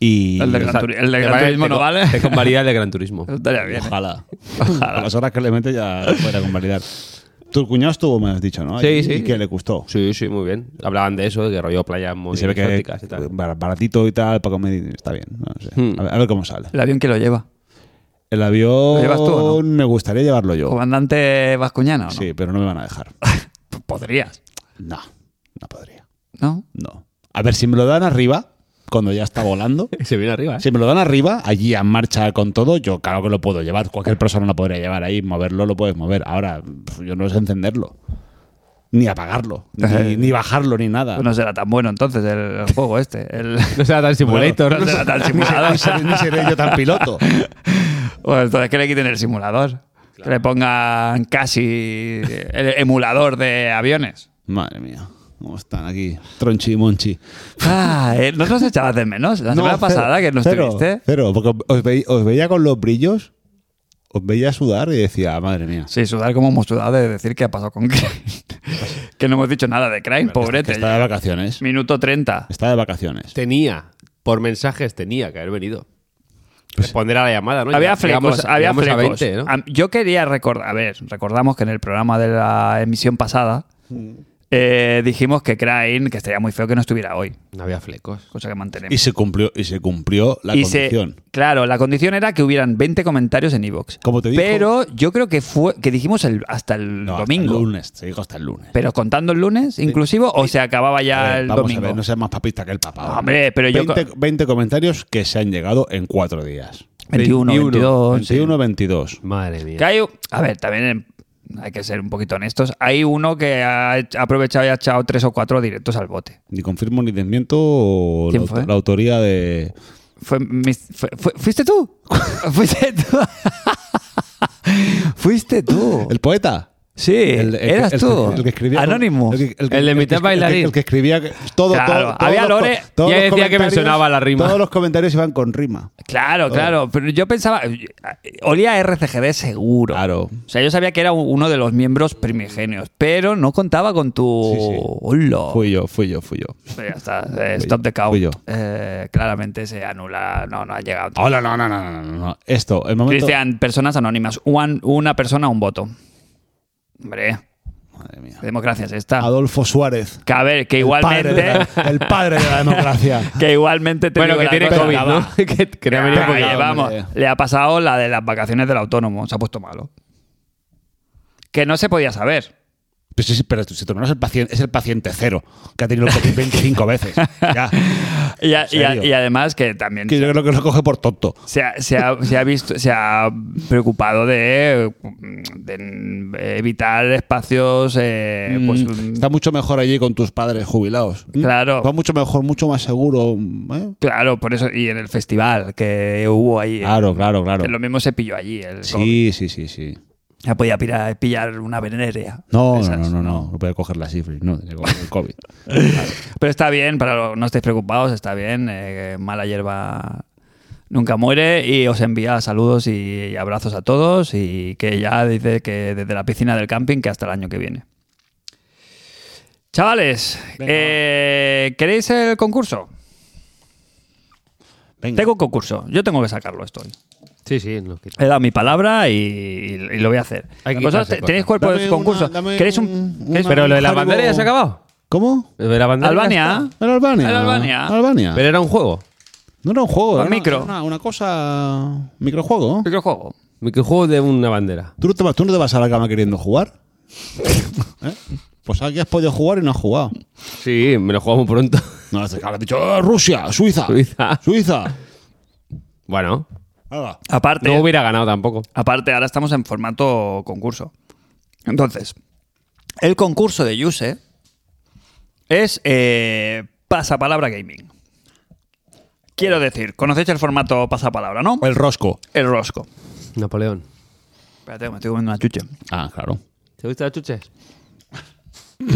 Y
El de Gran
Exacto.
Turi- el de
Te
Gran
vale-
Turismo
te
no
co-
vale.
Te convalida el de Gran Turismo.
Eso estaría bien. ¿eh?
ojalá. A las horas que le mete ya fuera con validar. Tu cuñado estuvo, me has dicho, ¿no?
Sí,
y,
sí.
Y que le gustó.
Sí, sí, muy bien. Hablaban de eso, de que rollo playas muy
y se ve que pues,
exóticas y tal.
bar- baratito y tal, para comer, está bien. no sé.
Hmm.
A, ver, a ver cómo sale.
El avión que lo lleva.
El avión
¿Lo llevas tú o no? Oh,
me gustaría llevarlo yo.
Comandante vascuñano. ¿no?
Sí, pero no me van a dejar.
P- Podrías,
No, no podría.
¿no?
No. A ver, si me lo dan arriba, cuando ya está volando,
Se viene arriba, ¿eh?
si me lo dan arriba, allí en marcha con todo, yo claro que lo puedo llevar. Cualquier persona lo podría llevar ahí. Moverlo lo puedes mover. Ahora, pf, yo no sé encenderlo. Ni apagarlo, ni, ni bajarlo, ni nada.
Pues No será tan bueno entonces el el juego este. El,
No será tan simulator.
no será tan
ni, seré,
simulador.
ni seré- ni seré yo tan piloto.
Bueno, entonces que le quiten el simulador. Que le pongan casi el emulador de aviones.
Madre mía, ¿cómo están aquí? Tronchi y Monchi.
Ah, eh, ¿No nos echabas de menos la semana
No,
pasada
cero,
que no
cero,
estuviste?
Cero, porque os, veí- os veía con los brillos, os veía sudar y decía, madre mía.
Sí, sudar como hemos sudado de decir qué ha pasado con Crane. que no hemos dicho nada de Crane,
que
pobrete.
está de vacaciones.
Minuto 30.
Está de vacaciones.
Tenía, por mensajes tenía que haber venido. Responder a la llamada, ¿no?
Había
Ya- llegamos
flecos,
a-
había
llegamos a
flecos.
20, ¿no?
Mm.
Am- Yo quería recordar, a ver, recordamos que en el programa de la emisión pasada eh, dijimos que Crane, que estaría muy feo que no estuviera hoy,
No había flecos.
cosa que mantenemos.
Y se cumplió, y se cumplió la
Y se-
condición.
claro, la condición era que hubieran 20 comentarios en Evox.
Como te dijo-
Pero yo creo que fue que dijimos el, hasta el
No, hasta el
domingo.
lunes, se dijo hasta el lunes.
Pero contando el lunes, inclusivo, o se acababa ya
A ver,
el
vamos
domingo.
a ver, no seas más papista que el papá.
Hombre, pero yo-
20, 20 comentarios que se han llegado en cuatro días.
21,
21,
22.
21, 22.
Madre mía.
Que hay- a ver, también hay que ser un poquito honestos. Hay uno que ha hecho- ha aprovechado y ha echado tres o cuatro directos al bote.
Ni confirmo ni desmiento
¿Quién
la,
fue?
la autoría de.
Fue mis- fue- fue- ¿Fuiste tú? ¿Fuiste tú? ¿Fuiste tú?
¿El poeta?
Sí, eras
el-
tú.
el que escribía-
Anónimo.
El, que- que-
El de
que-
mitad
el que-
bailarín.
El que escribía todo.
Claro,
todo- todos
había
los
Lore,
co- todos
ya
los
decía que
comentarios-
mencionaba la rima.
Todos los comentarios iban con rima. Oh.
Claro, claro. Pero yo pensaba. Olía a RCGD seguro.
Claro.
O sea, yo sabía que era uno de los miembros primigenios, pero no contaba con tu.
Sí, sí.
Hola.
Fui yo, fui yo, fui yo.
Ya está. eh, stop the count.
Fui yo.
Eh, claramente se anula. No, no ha llegado.
Hola, no, no, no, no, no, no. Esto, el momento.
Cristian, personas anónimas. One- una persona, un voto. Hombre,
Madre mía.
qué democracia es esta.
Adolfo Suárez.
Que a ver, que
Padre de
igualmente.
la- el padre de la democracia.
Que igualmente te
bueno,
digo
que
una
tiene
cosa,
COVID,
va.
¿no? que, que no ha venido
Ah,
porque-
oye,
hombre.
vamos, le ha pasado la de las vacaciones del autónomo, se ha puesto malo. Que no se podía saber.
Pero, Pues sí, sí, pero si tu hermano es el, paciente, es el paciente cero, que ha tenido el COVID 25 veces. Ya.
Y, a- y a-
serio?
y además que también
Que yo creo que lo coge por tonto.
se ha, se ha- se ha visto, se ha preocupado de, de evitar espacios eh,
Mm.
pues,
Está mucho mejor allí con tus padres jubilados. ¿Mm?
Claro.
Va mucho mejor, mucho más seguro. ¿eh?
Claro, por eso, y en el festival que hubo ahí.
Claro, claro, claro.
que Lo mismo se pilló allí. El COVID.
Sí, sí, sí, sí.
Ya podía pillar, pillar una venerea.
No, no,
Esas.
no, no, no. No puede coger la cifra. No, tiene que coger el COVID.
Pero está bien, para lo- no estéis preocupados, está bien. eh, mala hierba nunca muere y os envía saludos y abrazos a todos y que ya dice que desde la piscina del camping que hasta el año que viene. Chavales, eh, ¿queréis el concurso?
Venga.
Tengo un concurso, yo tengo que sacarlo estoy.
Sí, sí. no, que-
He dado mi palabra y, y lo voy a hacer.
Hay que
Vosotros
quitarse
te-
cosas.
tenéis cuerpo
Dame
de
una-
concurso.
dame
¿Queréis un,
un-
queréis-
una-
Pero lo de la
Haribo-
bandera ya se ha acabado.
¿Cómo?
Lo de la bandera. ya
Albania.
¿Era Albania?
Era Albania.
Albania.
está. Pero era un juego.
No era un juego.
Con
Era una-
micro.
era Una, una cosa. Microjuego.
Microjuego.
Microjuego de una bandera.
¿Tú no, te vas, tú no te vas a la cama queriendo jugar? ¿Eh? Pues aquí has podido jugar y no has jugado.
Sí, me lo jugamos pronto.
No, has has dicho "Ah, Rusia, Suiza.
Suiza.
Suiza.
Bueno,
Ahora,
Aparte,
no hubiera ganado tampoco.
Aparte, ahora estamos en formato concurso. Entonces, el concurso de Yuse es eh, Pasapalabra Gaming. Quiero decir, conocéis el formato Pasapalabra, ¿no?
el rosco.
El rosco.
Napoleón.
Espérate, que me estoy comiendo una chuche.
Ah, claro.
¿Te gusta la chuches?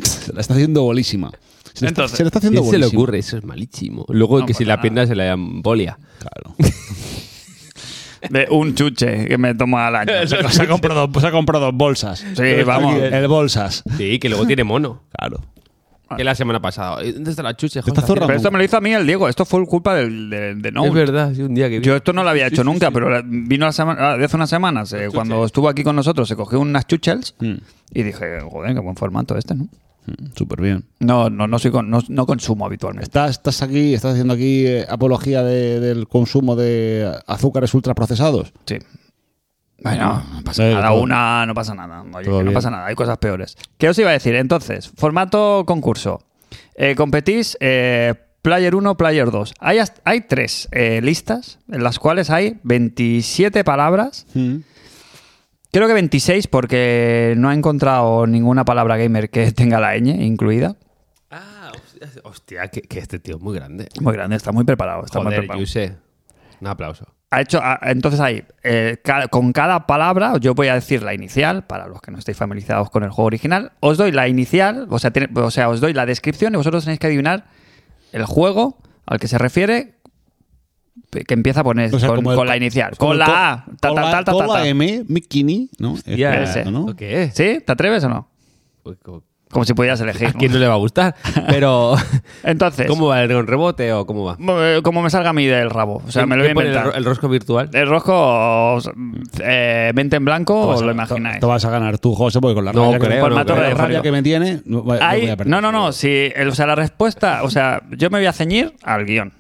Se la está haciendo bolísima. Se la está,
Entonces,
se la está
¿Qué
haciendo
se le
bolísima.
ocurre? Eso es malísimo. Luego
No pues
que si
pasa
la pierna se la embolia.
Claro.
De un chuche que me toma al año.
Se, ha comprado, se ha comprado dos bolsas.
Sí, vamos.
El bolsas.
Sí, que luego tiene mono.
Claro.
Que la semana pasada. "Eh, ¿Dónde está la chuche?
Está zorra.
Pero esto me lo hizo a mí el Diego. Esto fue culpa del, del- de No.
Es verdad, sí, un día que vi.
Yo esto no lo había hecho nunca, pero la- vino la semana, hace unas semanas, eh, cuando estuvo aquí con nosotros, se cogió unas chuchels y dije, joder, qué buen formato este, ¿no?
Mm, Súper bien.
No, no, no, soy con- no, no consumo habitualmente.
Estás, estás aquí, estás haciendo aquí eh, apología de- del consumo de azúcares ultraprocesados.
Sí. Bueno, no pasa
Eh,
nada.
todo-
Una, no pasa nada. Oye,
todo
que no
bien.
pasa nada. Hay cosas peores. ¿Qué os iba a decir? Entonces, formato concurso. Eh, competís eh, Player 1, Player 2. Hay, hasta- hay tres eh, listas en las cuales hay 27 palabras. Creo que 26 porque no he encontrado ninguna palabra gamer que tenga la ñ incluida.
Ah, hostia, hostia, que, que este tío es muy grande.
Muy grande, está muy preparado. Está muy
Joder,
preparado.
yo sé. Un aplauso.
Ha hecho, ha- entonces ahí, eh, ca- con cada palabra, yo voy a decir la inicial, para los que no estéis familiarizados con el juego original, os doy la inicial, o sea, tiene- o sea, os doy la descripción y vosotros tenéis que adivinar el juego al que se refiere, pe- que empieza a poner
O sea,
con,
como el-
con la inicial,
como
con
el
la
co-
A, ta,
con
ta,
la-
ta, ta,
con la
ta.
M, Mikini, ¿no?
Ya,
Espera,
ese.
¿no? Pues
¿Lo qué es?
¿Sí? ¿Te atreves o no?
Uy, co-
Como si pudieras elegir.
¿A
¿no?
quién no le va a gustar? Pero,
Entonces,
¿cómo va? ¿Con rebote o cómo va?
eh, como me salga a mí del rabo. O sea, me lo voy a
¿Quién pone el ro-
inventar. Eh,
El rosco virtual.
El rosco, o sea, eh, mente en blanco,
Vas
os
a-
lo
te-
imagináis.
Te vas a ganar tú, José, porque con la
No
rabia, que,
creo,
con
no
la
creo.
rabia
Fábrica.
que me tiene, no, va-
Hay-
no voy a perder.
no, no, no. Si, el- o sea, la respuesta, o sea, yo me voy a ceñir al guión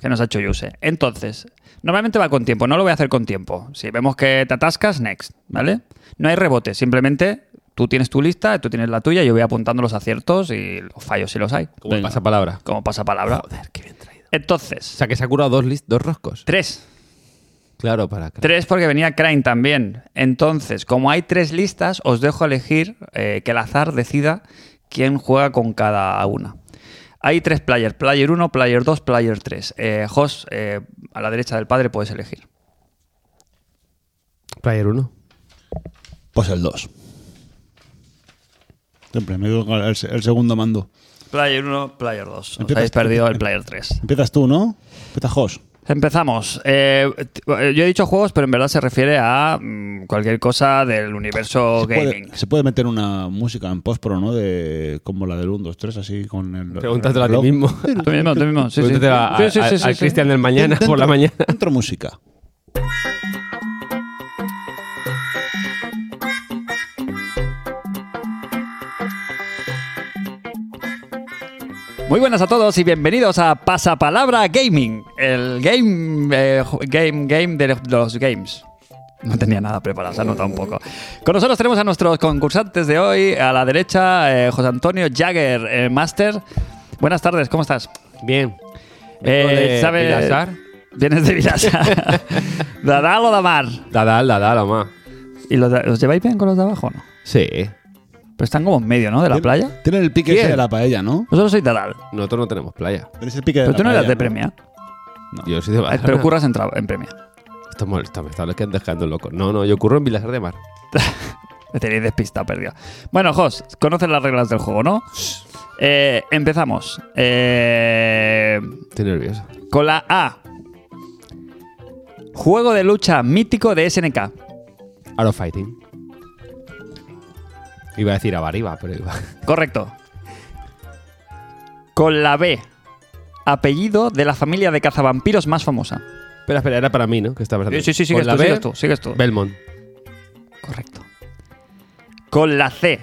que nos ha hecho Yuse. Entonces, normalmente va con tiempo, no lo voy a hacer con tiempo. Si vemos que te atascas, next, ¿vale? No hay rebote, simplemente tú tienes tu lista, tú tienes la tuya, yo voy apuntando los aciertos y los fallos si los hay.
¿Cómo
Venga.
pasa palabra?
Como pasa palabra.
Joder, qué bien traído. O
Entonces,
sea, que se ha curado dos, lis- dos roscos.
tres.
Claro, para acá.
Tres porque venía Crane también. Entonces, como hay tres listas, os dejo elegir eh, que el azar decida quién juega con cada una. Hay tres players, player 1, player 2, player 3. Eh, Jos, eh, a la derecha del padre puedes elegir.
Player 1.
Pues el 2. Siempre me quedo con el, se- el segundo mando.
Player 1, player 2. Os
Empiezas
habéis
este.
tú.
perdido el player 3.
Empiezas tú, ¿no? Empiezas Jos.
Empezamos. Eh, t- eh, yo he dicho juegos, pero en verdad se refiere a mm, cualquier cosa del universo gaming.
Puede- se puede meter una música en post pro, ¿no? De, como la del 1, 2, 3, así con el.
Pregúntatelo a
el
ti
reloj.
mismo.
Tú mismo, tú mismo. Sí, sí.
Pregúntatelo a,
Sí, sí, sí,
a-
sí,
a
sí.
Cristian del mañana, por la
Dentro-
mañana.
Dentro música.
Muy buenas a todos y bienvenidos a Pasapalabra Gaming, el game eh, ju- game game de los games. No tenía nada preparado, se ha notado un poco. Con nosotros tenemos a nuestros concursantes de hoy, a la derecha eh, José Antonio Jagger, eh, Master. Buenas tardes, ¿cómo estás?
Bien.
Eh,
de
¿sabe-
Vilasar.
Vienes de Vilasa. Dadal o Damar.
Dadal, dadal, mamá.
¿Y los, de- os lleváis bien con los de abajo no?
Sí.
Pero están como en medio, ¿no? De la playa.
Tienen el pique ese
¿Quién?
de la paella, ¿no?
Vosotros sois Dadal.
Nosotros no tenemos playa.
Tenéis el pique de
Pero
la
tú no eras
paella,
de premia.
Yo soy de
Eh,
Badalona.
Pero curras en, tra- en premia.
Esto molesta, me está dejando loco. No, no, yo curro en Vilasar de Mar.
Me tenéis despistado, perdido. Bueno, Jos, conoces las reglas del juego, ¿no? Eh, empezamos. Eh,
Estoy nervioso.
con la A. Juego de lucha mítico de SNK.
Out of Fighting. Iba a decir Abariba, pero iba.
Correcto. Con la B. Apellido de la familia de cazavampiros más famosa.
Espera, espera, era para mí, ¿no? Que estaba
Sí, sí, sí, sigues
Con la
tú,
B,
sigues tú, sigues tú.
Belmont.
Correcto. Con la C.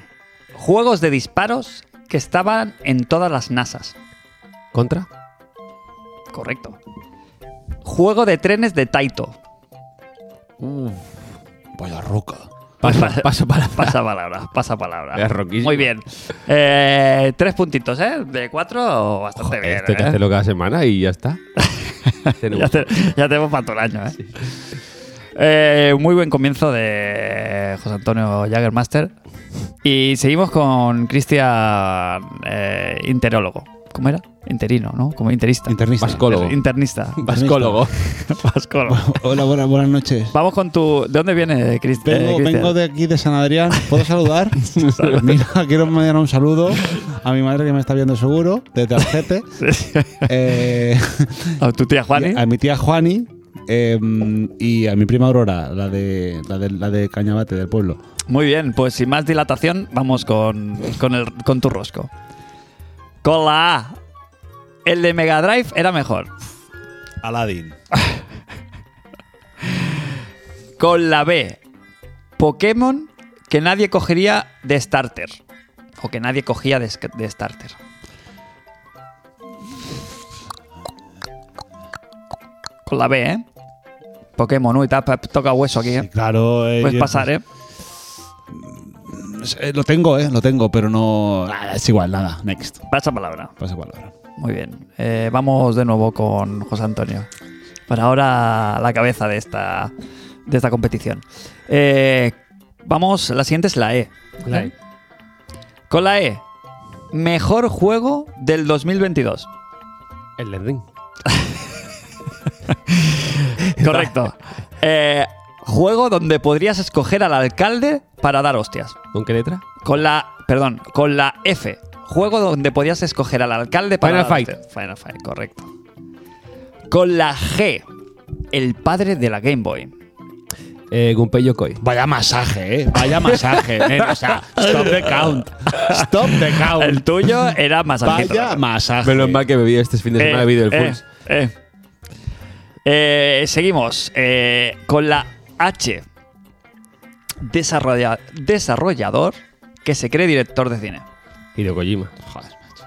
Juegos de disparos que estaban en todas las NASAs.
Contra.
Correcto. Juego de trenes de Taito.
Pues la roca.
Paso, paso para.
Pasa palabra, pasa palabra.
Es roquísimo.
Muy bien. Eh, tres puntitos, ¿eh? De cuatro, bastante
Joder, este
bien.
esto hay que
¿eh?
hacerlo cada semana y ya está. Tenemos-
ya, te- ya tenemos para todo el año, ¿eh? Eh, muy buen comienzo de José Antonio Jaggermaster. Y seguimos con Cristian eh, Interólogo. ¿Cómo era? Interino, ¿no? Como interista.
Internista.
Vascólogo.
Internista.
Vascólogo.
Vascolo.
Hola, buenas, buenas noches.
Vamos con tu. ¿De dónde viene Crist- eh,
Vengo,
Cristian?
vengo de aquí de San Adrián. ¿Puedo saludar? Mira, quiero mandar un saludo a mi madre que me está viendo seguro, desde Argete. Eh,
¿A tu tía Juani?
y a mi tía Juani eh, y a mi prima Aurora, la de, la de, la de Cañabate, del pueblo.
Muy bien, pues sin más dilatación, vamos con, con, el, con tu rosco. Con la A. El de Mega Drive era mejor.
Aladdin.
Con la B. Pokémon que nadie cogería de starter. O que nadie cogía de, sc- de starter. Con la B, ¿eh? Pokémon, uy, te has- toca hueso aquí, ¿eh?
Claro, eh,
Puedes
yo-
pasar, ¿eh?
eh, lo tengo, eh, lo tengo, pero no. nada, es igual, nada. Next.
Pasa palabra.
Pasa palabra.
Muy bien. Eh, vamos de nuevo con José Antonio. Para ahora la cabeza de esta, de esta competición. Eh, vamos, la siguiente es la E.
La E.
Con la E. Mejor juego del 2022.
El Lending.
Correcto. Eh, juego donde podrías escoger al alcalde para dar hostias.
¿Con qué letra?
Con la. Perdón, con la F. Juego donde podías escoger al alcalde para.
Final
dar
Fight.
hostias. Final Fight, correcto. Con la G. El padre de la Game Boy.
Eh, Gunpei Yokoi.
Vaya masaje, ¿eh? Vaya masaje, nena. O sea, stop the count. Stop the
Oh.
count.
El tuyo era más
Vaya masaje.
Menos mal que bebí este fin de semana, he bebido el
Ah, eh,
Fulls.
eh. Eh, seguimos eh, con la H. Desarrolla- desarrollador que se cree director de cine.
Hideo Kojima.
Joder, macho.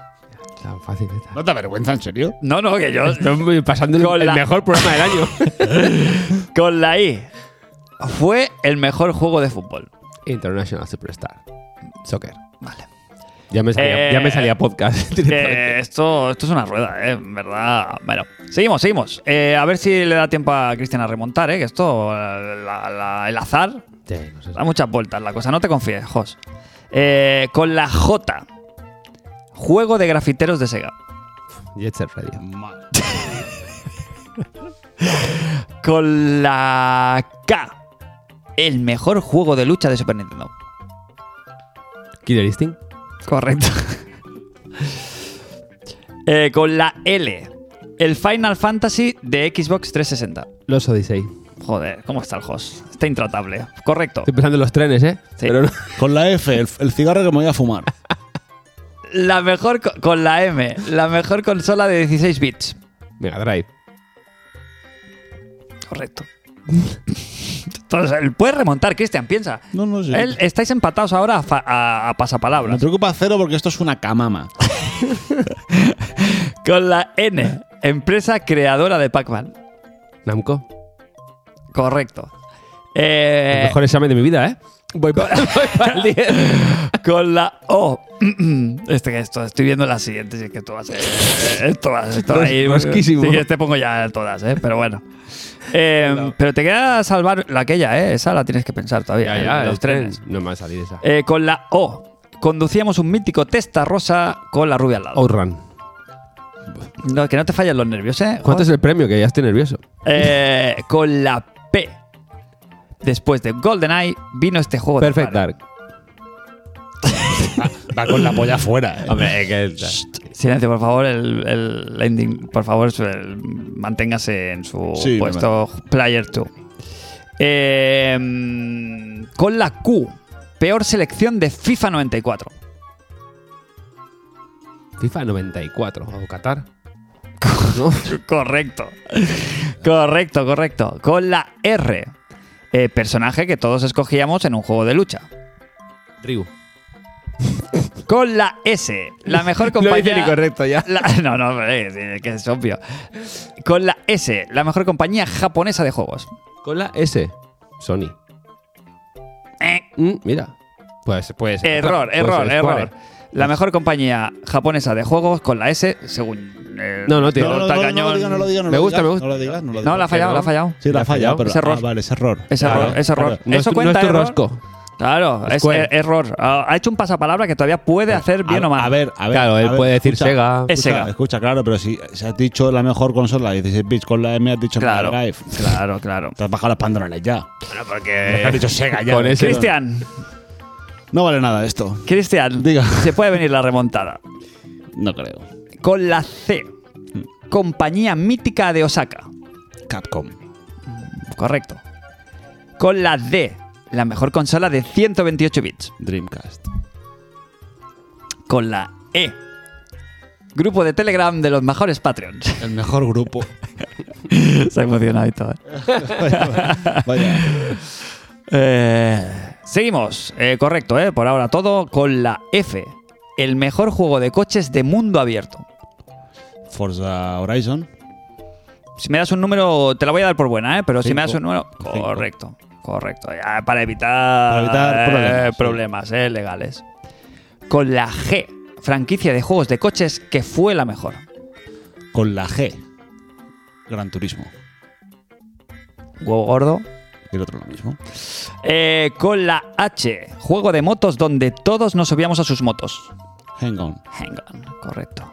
Tan fácil que está.
¿No te avergüenza, en serio?
No, no, que yo.
Estoy pasando el,
Con
el
la-
mejor programa del año.
Con la I. Fue el mejor juego de fútbol.
International Superstar. Soccer.
Vale.
Ya me salía,
Eh,
ya me salía podcast.
Eh, esto, esto es una rueda, ¿eh? En verdad. Bueno, seguimos, seguimos. Eh, a ver si le da tiempo a Cristian a remontar, ¿eh? Que esto, la- la- el azar,
Sí, no sé.
da muchas vueltas la cosa. No te confíes, Jos. Eh, con la J. Juego de grafiteros de Sega.
Jet Set
Mm.
Radio.
Con la K. El mejor juego de lucha de Super Nintendo.
Killer Instinct.
Correcto. Eh, con la L. El Final Fantasy de Xbox 360.
Los Odyssey.
Oh.
Estoy
Joder, ¿cómo está el host? Está intratable. Correcto.
pensando en los trenes, ¿eh?
Sí.
Pero no-
Con la F, el, el cigarro que me voy a fumar.
La mejor co- con la M, la mejor consola de 16 bits.
Mega Drive.
Correcto. Entonces, él puede remontar, Cristian, piensa.
No, no sé.
Él- estáis empatados ahora a, fa- a- a
Me
pasapalabras.
preocupa cero porque esto es una camama.
Con la N, empresa creadora de Pac-Man.
Namco.
Correcto.
El
Eh,
mejor examen de mi vida, ¿eh? Voy para, voy para el 10.
Con la O. este que esto, estoy viendo las siguientes y es que tú vas a Esto va, esto va a ir-
Rosquísimo.
Si quieres te este pongo ya todas, ¿eh? pero bueno. Eh, Pero te queda salvar la aquella, ¿eh? Esa la tienes que pensar todavía.
Ya,
¿eh?
ya, este.
los trenes.
No me va a salir esa.
Eh, con la O. Conducíamos un mítico testa rosa con la rubia al lado.
Outrun.
No, que no te fallan los nervios, ¿eh?
¿Cuánto es el premio? Que ya estoy nervioso.
Eh, con la P. Después de GoldenEye vino este juego. de
Perfect
raro.
Dark.
Va con la polla afuera.
Hombre, que
Silencio, por favor, el, el ending, por favor, su- el- manténgase en su
Sí,
puesto player 2. con la Q, peor selección de FIFA 94.
FIFA 94 o Qatar. ¿No?
Correcto. correcto, correcto. Con la R, eh, personaje que todos escogíamos en un juego de lucha.
Ryu.
Con la S, la mejor
Lo hice
compañía...
incorrecto ya.
La- no, no, es, es que es obvio. Con la S, la mejor compañía japonesa de juegos.
Con la S. Sony.
Eh.
Mm, mira. Pues, pues.
Error,
pues,
error,
Square.
error. La mejor compañía japonesa de juegos con la S, según. eh,
No, no, tío.
Doctor
No, no, no, no lo
Cañón.
digas, no lo digas. no
Me
lo
gusta,
digas,
me gusta.
No lo digas, no lo digas.
No, la ha fallado,
¿no?
la ha fallado.
Sí, la ha fallado, pero.
Es error.
Ah, vale, es error.
Es
Vale,
error,
vale.
es error.
No es
Eso
tu-
cuenta
no es tu
error.
rosco.
Claro, es
Square.
er- error. Ha ha hecho un pasapalabra que todavía puede hacer bien
a,
o mal.
A ver, a ver.
Claro, él
a ver,
puede decir
escucha,
Sega.
Es
Escucha,
Sega.
escucha, claro, pero si se has dicho la mejor consola, 16 bits con la M, has dicho
Claro,
Mega Drive.
claro, claro.
Te has bajado los pantalones ya.
Bueno,
Te has
porque.
dicho Sega ya.
Con ese-
Cristian,
No vale nada esto.
Cristian,
Diga.
se puede venir la remontada.
No creo.
Con la C,
Mm.
compañía mítica de Osaka.
Capcom.
Correcto. Con la D, la mejor consola de 128 bits.
Dreamcast.
con la E. Grupo de Telegram de los mejores Patreons.
El mejor grupo.
Se ha emocionado y todo. ¿eh?
Vaya.
Eh, seguimos. Eh, correcto, ¿eh? Por ahora todo. Con la F. El mejor juego de coches de mundo abierto.
Forza Horizon.
Si me das un número, te la voy a dar por buena, ¿eh? Pero si me das un
Cinco.
número...
Cinco.
Correcto. Correcto. Ya, para evitar,
Para evitar problemas,
eh,
sí.
problemas, eh, legales. Con la G. Franquicia de juegos de coches que fue la mejor.
Con la G. Gran Turismo.
Huevo gordo.
Y el otro lo mismo.
Eh, con la H, juego de motos donde todos nos subíamos a sus motos.
Hang on.
Hang on, correcto.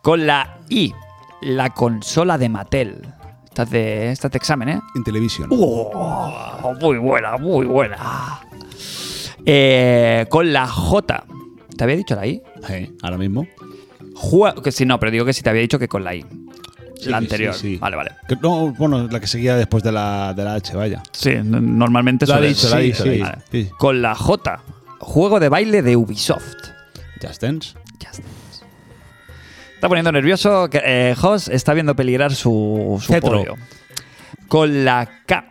Con la I, la consola de Mattel. Estás de, estás de examen, ¿eh?
En televisión.
Oh, muy buena, muy buena. Eh, con la J, ¿te había dicho la I?
Sí, ahora mismo.
Jue- que sí, no, pero digo que sí te había dicho que con la I. la anterior.
sí, sí.
Vale, vale.
Que no, bueno, la que seguía después de la, de la H, vaya.
Sí, n- normalmente
Lo ha
suele-
dicho, lo ha
sí,
dicho,
sí,
lo ha
vale.
dicho. Sí.
Con la J, juego de baile de Ubisoft.
Just Dance.
Ya está. Está poniendo nervioso. que, eh, Hoss está viendo peligrar su, su
Cetro.
podio. Con la K,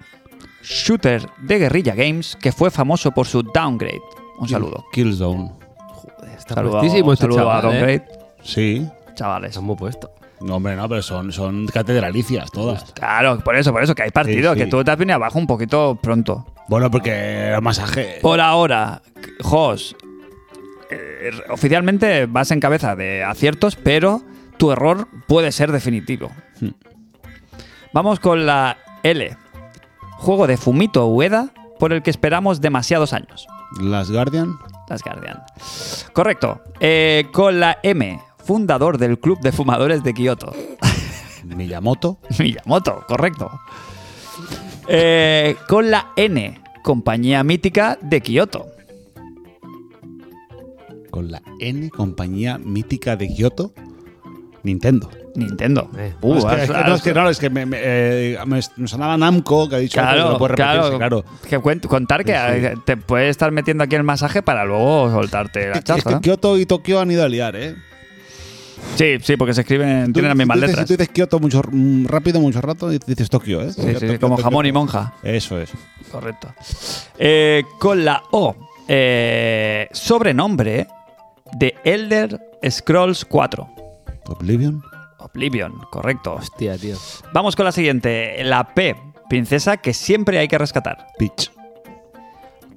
shooter de Guerrilla Games, que fue famoso por su downgrade. Un saludo.
Killzone.
Está
Saludo,
puestísimo este
saludo a
chaval, ¿eh?
downgrade.
Sí.
Chavales.
Está muy puesto.
No, hombre, no, pero son, son catedralicias todas.
Claro, por eso, por eso, que hay partido,
Sí, sí.
que tú te has venido abajo un poquito pronto.
Bueno, porque el masaje.
Por ahora, Jos, eh, oficialmente vas en cabeza de aciertos, pero tu error puede ser definitivo. Vamos con la L. Juego de Fumito Ueda por el que esperamos demasiados años.
Las Guardian.
Las Guardian. Correcto. Eh, con la M. Fundador del Club de Fumadores de Kioto.
Miyamoto.
Miyamoto, correcto. Eh, con la N. Compañía mítica de Kioto.
Con la N, compañía mítica de Kyoto. Nintendo.
Nintendo.
Eh,
Uh,
No, es que-
has-
es que-
has-
no, es que, claro, es que me, me, eh, me- me sonaba Namco, que ha dicho
claro,
que lo puede repetir, sí, claro.
Que cuen- contar que eh, te puedes estar metiendo aquí el masaje para luego soltarte la
Es que
chaza.
Kyoto y Tokio han ido a liar, ¿eh?
Sí, sí, porque se escriben,
Tú-
tienen las
tú
mismas
dices-
letras.
Si tú dices Kyoto mucho, mm, rápido, mucho rato, y dices Tokio, ¿eh?
Sí, sí, como jamón y monja.
Eso es.
Correcto. Eh, con la O, eh, sobrenombre de Elder Scrolls 4.
Oblivion.
Oblivion, correcto.
Tía, tío.
Vamos con la siguiente, la P, princesa que siempre hay que rescatar.
Peach.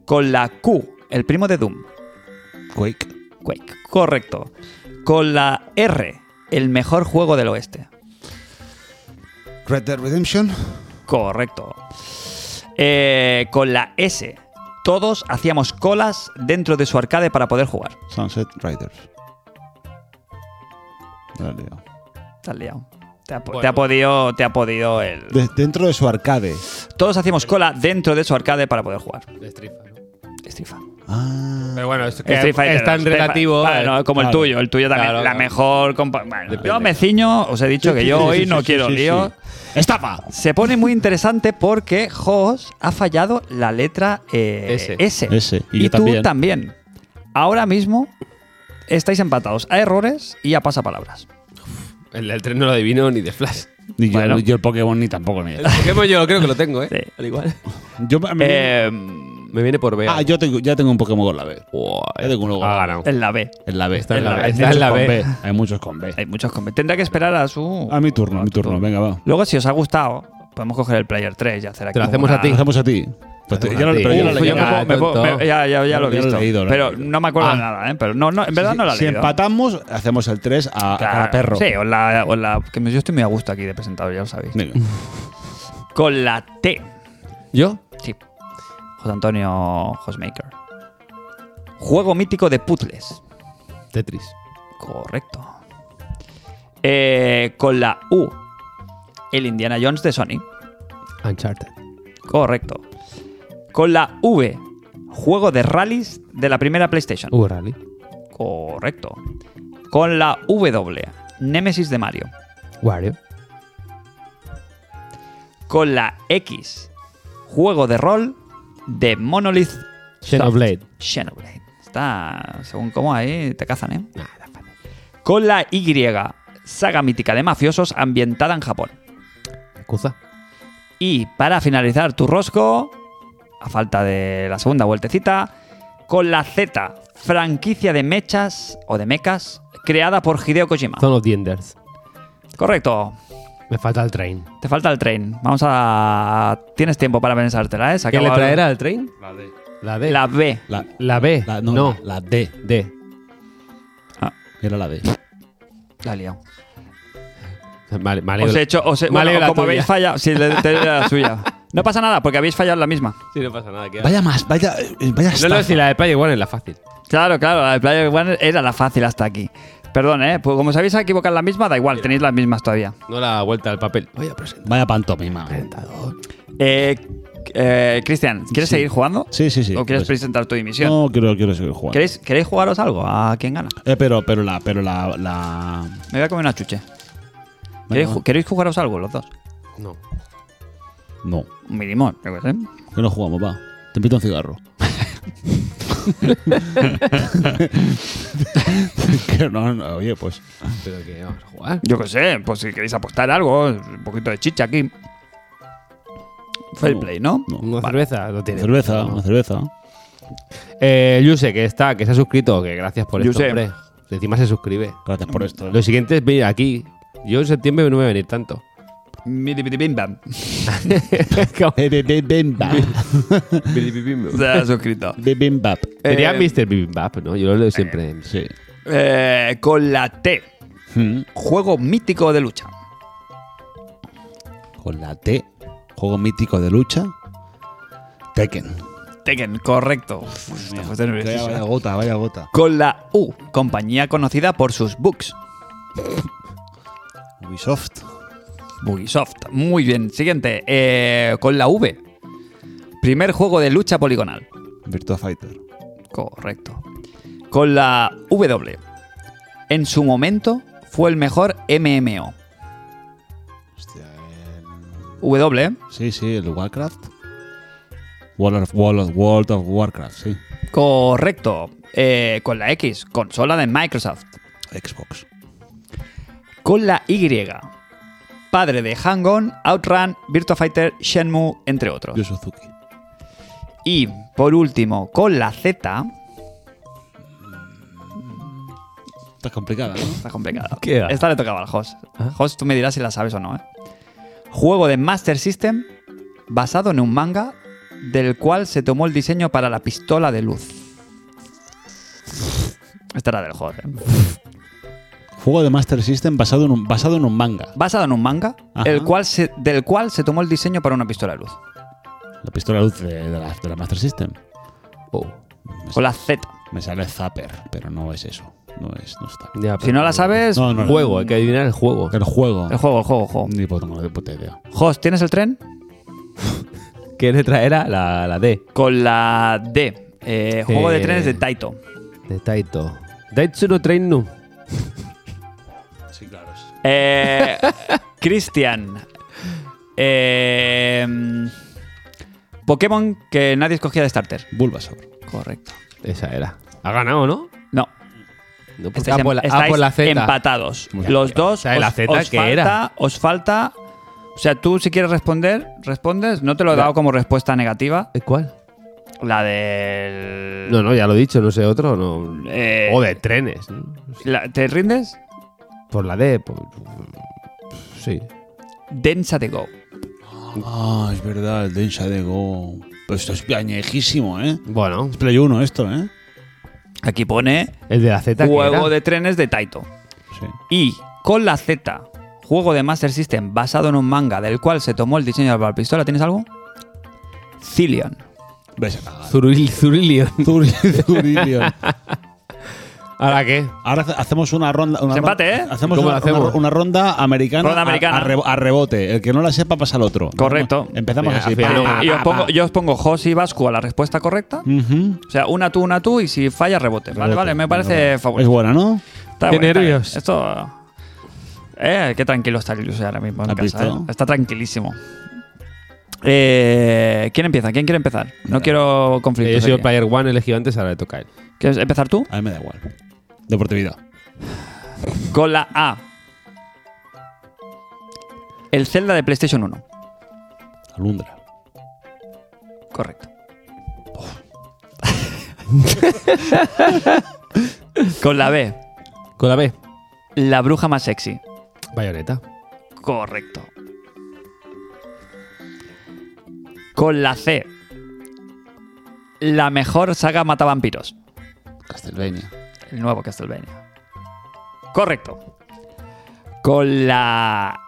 Con la Q, el primo de Doom.
Quake.
Quake, correcto. Con la R, el mejor juego del oeste.
Red Dead Redemption.
Correcto. Eh, con la S, todos hacíamos colas dentro de su arcade para poder jugar.
Sunset Riders. La he liado.
Te has liado. Te ha, po-
Bueno.
te ha podido, te ha podido el.
De- dentro de su arcade.
Todos hacíamos cola dentro de su arcade para poder jugar.
De estrifa, ¿no?
Estrifa.
Ah,
Pero bueno, esto que
Street Fighter,
es tan
Street Fi-
relativo.
Vale,
eh,
no, como
claro.
el tuyo, el tuyo también.
Claro,
la
claro.
mejor. compa- bueno, yo
Depende.
me ciño, os he dicho que yo
Sí, sí,
hoy
sí,
no
sí,
quiero
sí, sí.
lío.
¡Estafa!
Se pone muy interesante porque Jos ha fallado la letra eh, S.
S.
S, y
Y,
yo
tú también.
también.
Ahora mismo estáis empatados a errores y a pasapalabras.
El del tren no lo adivino ni de Flash.
Ni yo,
Bueno.
yo el Pokémon ni tampoco ni.
El Pokémon yo creo que lo tengo, ¿eh?
Sí.
Al igual.
Yo, a mí-
Eh,
Me viene por B. Ah,
ah, yo tengo, ya tengo un Pokémon con la B.
Buah,
Ya tengo uno.
ha ganado.
en la B.
En la B.
Está en
la B,
Hay
está
muchos
en la
con
B.
Hay muchos con B.
Hay muchos com- Tendrá que esperar a su.
A mi turno, a mi turno. Venga, va.
Luego, si os ha gustado, podemos coger el Player 3 y hacer aquí.
Te lo hacemos
una-
a ti.
Hacemos a ti. Pues te-
Hacemos
ya
a
lo-
ti.
pero yo lo
Uf,
Uf,
leí.
yo me
Ah,
puedo- me puedo-
tonto.
me- ya, ya- ya lo he
Ya lo
visto.
he leído, lo he
pero
leído.
no me acuerdo
Ah.
de nada, ¿eh? Pero no, no, en verdad no la he
Si
leído.
empatamos, hacemos el 3 a, a
Claro,
cada perro.
Sí, o la, o la- que me- yo estoy muy a gusto aquí de presentador, ya lo sabéis.
Venga.
Con la T.
¿Yo?
Sí. José Antonio Hosmaker. Juego mítico de puzzles.
Tetris.
Correcto. Eh, con la U. El Indiana Jones de Sony.
Uncharted.
Correcto. Con la V. Juego de rallies de la primera PlayStation.
Uh, Rally.
Correcto. Con la W. Nemesis de Mario.
Wario.
Con la X. Juego de rol de Monolith
Xenoblade.
Xenoblade. Está, según cómo ahí te cazan, ¿eh? Con la Y, saga mítica de mafiosos ambientada en Japón.
Yakuza.
Y para finalizar tu rosco, a falta de la segunda vueltecita, con la Z, franquicia de mechas o de mechas creada por Hideo Kojima.
Zone of the Enders.
Correcto.
Me falta el train.
Te falta el tren. Vamos a... Tienes tiempo para pensártela, ¿eh? Se
¿Qué
acaba
letra
ahora.
era el train? La D. La D.
La B.
La,
La B.
la- no,
no.
La, la D.
D.
Era la D.
La he liado.
Vale, vale.
Os he hecho... Os he-
Me
bueno,
alegro la
como
tuya.
habéis fallado... Sí, le- te- la suya. No pasa nada, porque habéis fallado en la misma.
Sí, no pasa nada. queda-
Vaya más, vaya, eh, vaya
No,
estafa.
no, si la de Player One es la fácil.
Claro, claro, la de Player One era la fácil hasta aquí. Perdón, ¿eh? Pues como os habéis equivocado en la misma, da igual, tenéis las mismas todavía.
No la vuelta al papel. Vaya presentador.
Vaya pantomima.
Eh, eh, Cristian, ¿quieres seguir jugando?
Sí, sí, sí.
¿O quieres
Pues-
presentar tu dimisión?
No, quiero, quiero seguir jugando.
¿Queréis, ¿Queréis jugaros algo? ¿A quién gana?
Eh, pero, pero la, pero la, la-
Me voy a comer una chuche. ¿Queréis, ju- queréis jugaros algo los dos?
No.
No.
Un minimón, yo qué sé.
Que no jugamos, va. Te invito a un cigarro. que no, no, oye, pues.
¿Pero qué? ¿Vamos a jugar?
Yo qué sé, pues si queréis apostar algo, un poquito de chicha aquí. Fair
No,
play, ¿no?
no.
¿Una cerveza? Lo tiene.
Cerveza, una cerveza.
Eh, Yuse, que está, que se ha suscrito, que gracias por
Yuse.
esto, hombre. Encima se suscribe.
Gracias por esto.
Lo siguiente es venir aquí. Yo en septiembre no voy a venir tanto.
Midi, midi, bim, bam.
Diría
Se ha suscrito.
Bibimbap.
Eh,
Mr. Bibimbap, ¿no? Yo lo leo siempre.
Sí.
Eh, con la T. Hmm.
Mm.
Juego mítico de lucha.
Con la T. Juego mítico de lucha. Tekken.
Tekken, correcto. Uf, te fuiste nervioso.
Vaya gota, vaya gota.
Con la U. Compañía conocida por sus books.
Ubisoft.
Ubisoft. Muy bien. Siguiente. eh, con la V. Primer juego de lucha poligonal.
Virtua Fighter.
Correcto. Con la W. En su momento fue el mejor MMO.
Hostia,
W.
Sí, sí, el Warcraft. World of, World of, World of Warcraft, sí.
Correcto. Eh, con la X. Consola de Microsoft.
Xbox.
Con la Y. Padre de Hang-On, Outrun, Virtua Fighter, Shenmue, entre otros.
Yo Suzuki.
Y por último, con la Z.
Está complicada, ¿no?
Está complicado.
¿Qué va?
Esta le tocaba al host.
¿Ah?
Host, tú me dirás si la sabes o no. ¿eh? Juego de Master System basado en un manga del cual se tomó el diseño para la pistola de luz. Esta era del host. ¿eh?
Juego de Master System basado en un, basado en un manga.
Basado en un manga
Ajá.
el cual se- del cual se tomó el diseño para una pistola de luz.
La pistola luz de, de la, de la Master System.
Con la Z.
Me sale Zapper, pero no es eso. No es, no está.
Ya,
Si no la sabes,
No, no, no.
Juego, hay que adivinar el juego.
El juego.
el juego, el juego, el juego.
Ni puta, no, de puta idea.
Host, ¿tienes el tren?
¿Qué letra era? La, la D.
Con la D. Eh, juego de
Eh.
trenes de Taito.
De Taito. Daitsu no Trainu.
Sí, claro.
Eh, Cristian. Eh, Pokémon que nadie escogía de starter.
Bulbasaur.
Correcto.
Esa era. Ha ganado, ¿no?
No.
No, porque
Estáis,
ah, por la,
em-
ah, por la
estáis
Z.
empatados.
Muy
Los dos.
sea, la
os-
Z
os
que
falta,
era.
Os falta. O sea, tú si quieres responder, respondes. No te lo he
La-
dado como respuesta negativa.
¿Eh, ¿Cuál?
La del.
No, no, ya lo he dicho, no sé otro. No.
Eh,
o de trenes. ¿no?
la- ¿Te rindes?
Por la D. por- Sí.
Densa de Go.
Ah, es verdad, el Densha de Go. Pero esto es añejísimo, ¿eh?
Bueno,
Es Play 1 esto, ¿eh?
Aquí pone
el de la Z. ¿qué
juego
era?
de trenes de Taito.
Sí.
Y con la Z, juego de Master System basado en un manga del cual se tomó el diseño de la pistola, ¿tienes algo? Cillion.
Ves a cagar.
Zuril, Zurilio.
Zuri- Zurilio.
¿Ahora qué?
Ahora hace- hacemos una ronda. Una
Se
ronda-
empate, ¿eh?
Hacemos,
¿Cómo
una,
lo hacemos?
una- una ronda americana,
Ronda
a-
americana.
A, re- a rebote. El que no la sepa pasa al otro.
Correcto.
Empezamos
Venga,
así.
al final
pa,
luego-
pa,
Y os
pa,
pongo,
pa. Mm.
yo os pongo Jos y Vasco a la respuesta correcta.
Ujú.
O sea, una tú, una tú, y si falla, rebote. Vale, vale, me parece
Es
fabuloso.
buena, ¿no?
Está
Qué
bueno, está
nervios.
bien. Esto. Eh, qué tranquilo está el Ilusio ahora mismo en
¿Has
casa.
visto?
eh. Está tranquilísimo. Eh, ¿Quién empieza? ¿Quién quiere empezar? No quiero
Eh,
conflictos.
Yo soy el
pues aquí.
player one elegido antes, ahora le toca a él.
¿Quieres empezar tú?
A mí me da igual. Deportividad.
Con la A. El Zelda de PlayStation 1.
Alundra.
Correcto. Con la B.
Con la B.
La bruja más sexy.
Bayoneta.
Correcto. Con la C. La mejor saga matavampiros.
Castlevania.
El nuevo Castlevania. Correcto. Con la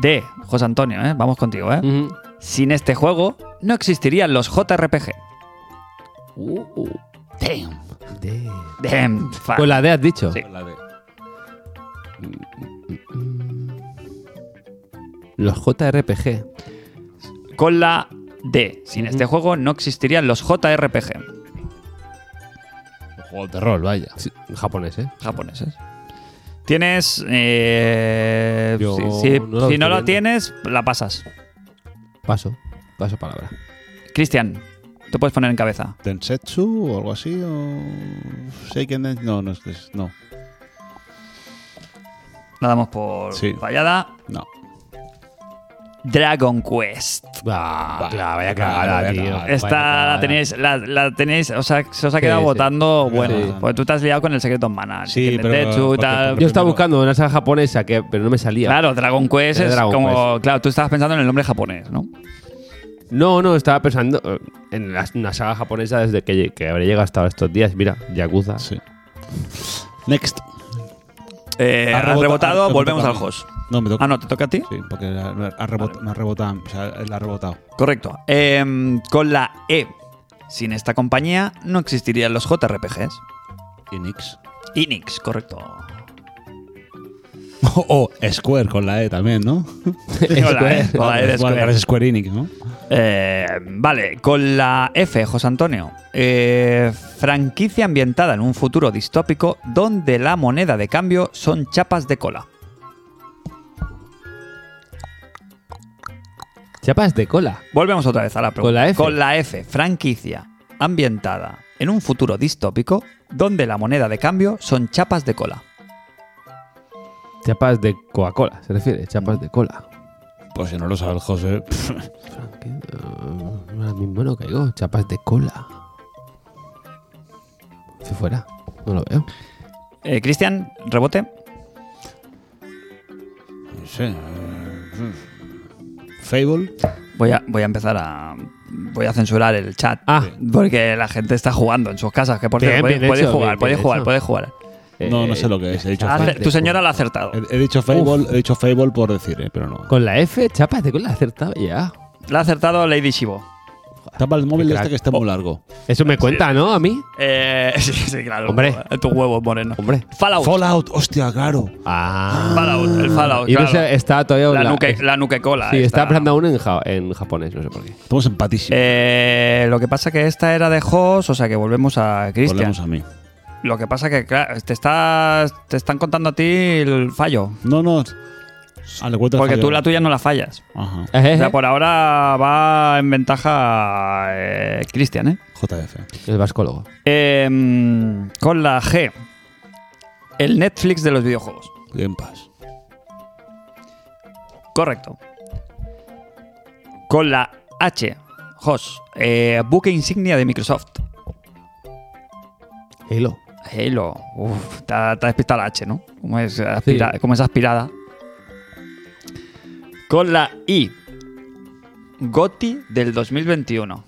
D. José Antonio, ¿eh? vamos contigo. ¿eh?
Ujú.
Sin este juego no existirían los JRPG.
Damn.
Damn, fuck.
Con Pues la D has dicho.
Sí.
La de.
Los JRPG.
Con la D. Sin este juego no existirían los JRPG
Juego de rol, vaya.
Sí, Japonés, ¿eh?
japoneses. Tienes. eh,
Yo
si si- si
no
no,
lo estoy
lo
viendo.
tienes, la pasas.
Paso. Paso palabra.
Cristian, te puedes poner en cabeza.
Densetsu o algo así, o. Seiken Dens- No, no es que es- No,
La damos por
Sí.
fallada.
no.
Dragon Quest.
Ah, claro, vaya
claro,
cagada,
vaya
tío.
cagada.
Vaya
Esta
cagada.
la tenéis, la, la tenéis, o sea, se os ha
Sí,
quedado
sí.
votando, bueno,
Sí.
porque tú te has liado con el Secreto of Mana, el
Sí,
Tekken
pero-
Tetsu y
porque-
tal.
porque-
Yo
primero.
estaba buscando una saga japonesa, que, pero no me salía.
Claro, Dragon Quest
El
es
Dragon
como, claro, tú estabas pensando en el nombre japonés, ¿no?
No, no, estaba pensando eh, en la- una saga japonesa desde que, lle- que habré llegado hasta estos días. Mira, Yakuza.
Sí. Next.
Eh,
Ha
has rebotado,
rebotado- ha rebotado
volvemos
a
al
mí.
host.
No, me toca.
Ah, no, ¿te toca a ti?
Sí, porque la- la- ha rebot- me ha rebotado. O sea, la ha rebotado.
Correcto. Em, con la E. Sin esta compañía no existirían los JRPGs.
Y Nix.
Inix, correcto.
O Square con la E también, ¿no?
Con la E, con la E de
Igual,
Square.
ahora es Square Enix, ¿no?
Eh, vale, con la F, José Antonio. Eh, franquicia ambientada en un futuro distópico donde la moneda de cambio son chapas de cola.
Chapas de cola.
Volvemos otra vez a la pregunta.
¿Con la F?
Con la F, franquicia ambientada en un futuro distópico donde la moneda de cambio son chapas de cola.
Chapas de Coca-Cola, se refiere. Chapas de cola.
Pues si no lo sabe el José.
Frankie, eh, ahora mismo no caigo. Chapas de cola. Si fuera, no lo veo.
Eh, Cristian, rebote.
No sé.
Eh,
Fable.
Voy a, voy a empezar a. Voy a censurar el chat.
Ah.
Porque la gente está jugando en sus casas. Que por cierto,
Bien,
puedes,
bien
puedes
hecho,
jugar,
bien,
puedes
bien
jugar,
hecho.
puedes jugar.
No,
Eh,
no sé lo que es. He dicho,
Hace-
Fable.
de
tu señora
cola.
lo ha acertado.
Eh,
He, he dicho Fable, he dicho Fable por decir, eh, pero no.
Con la F, chapas de cola, acertaba ya.
La ha acertado Lady Shivo.
Tapa el móvil
Qué
este
crack.
que está muy largo.
Eso me cuenta, ¿no? A mí.
Eh, sí, sí, claro.
Hombre.
Tu huevo moreno.
Hombre.
Fallout.
Fallout, hostia, claro.
Ah.
Fallout, el Fallout.
Y no
claro.
sé, está todavía.
la,
la-
nuque, la nuque cola.
Sí,
esta.
está hablando aún en, ja- en japonés, no sé por qué.
Estamos empatísimos.
Eh, lo que pasa que esta era de Hoss, o sea que volvemos a Cristian.
Volvemos a mí.
Lo que pasa que, claro, te, estás, te están contando a ti el fallo.
No, no. Ah, le cuento el
Porque
fallo.
tú la tuya no la fallas.
Ajá.
Eh,
O sea, por ahora va en ventaja eh, Cristian, ¿eh?
JF.
El vascólogo.
Em, Con la G. El Netflix de los videojuegos.
Game Pass.
Correcto. Con la H. HOS. Eh, buque insignia de Microsoft.
Halo.
Halo. Uf, te ha, te ha despistado la H, ¿no? Como es, aspira- como es aspirada. Con la I. Goti del 2021.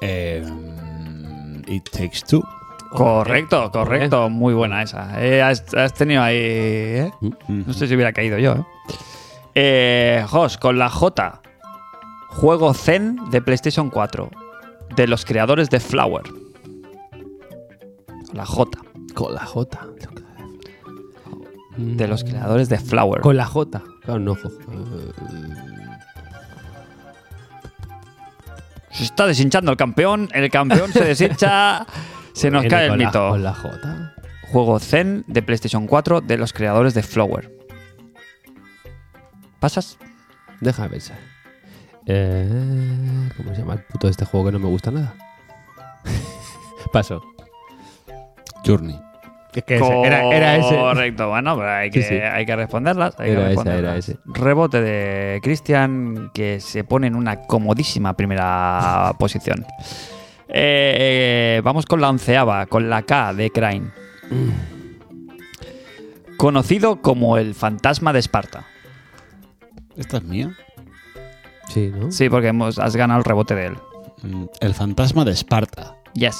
Eh, mm, it Takes Two.
Correcto, correcto. Muy buena esa. Eh, has, has tenido ahí. ¿eh? No sé si hubiera caído yo. ¿eh? Eh, Jos, con la J. Juego Zen de PlayStation 4. De los creadores de Flower. Con la J.
Con la J.
De los creadores de Flower.
Con la J. Claro, no. jo- eh,
Se está deshinchando el campeón. El campeón se deshincha. se nos
Viene
cae el
con la-
mito.
Con la J.
Juego Zen de PlayStation 4 de los creadores de Flower. ¿Pasas?
Déjame pensar. Eh, ¿Cómo se llama el puto de este juego que no me gusta nada? Paso.
Journey.
Es que ese- era, era ese.
Correcto, bueno, pero hay que,
Sí, sí.
hay que responderlas. hay que
Era esa,
responderlas.
era ese.
Rebote de Cristian que se pone en una comodísima primera posición. Eh, eh, vamos con la onceava, con la K de Crane.
Mm.
Conocido como el fantasma de Esparta.
¿Esta es mía?
Sí, ¿no?
Sí, porque hemos, has ganado el rebote de él.
Mm, El fantasma de Esparta.
Yes.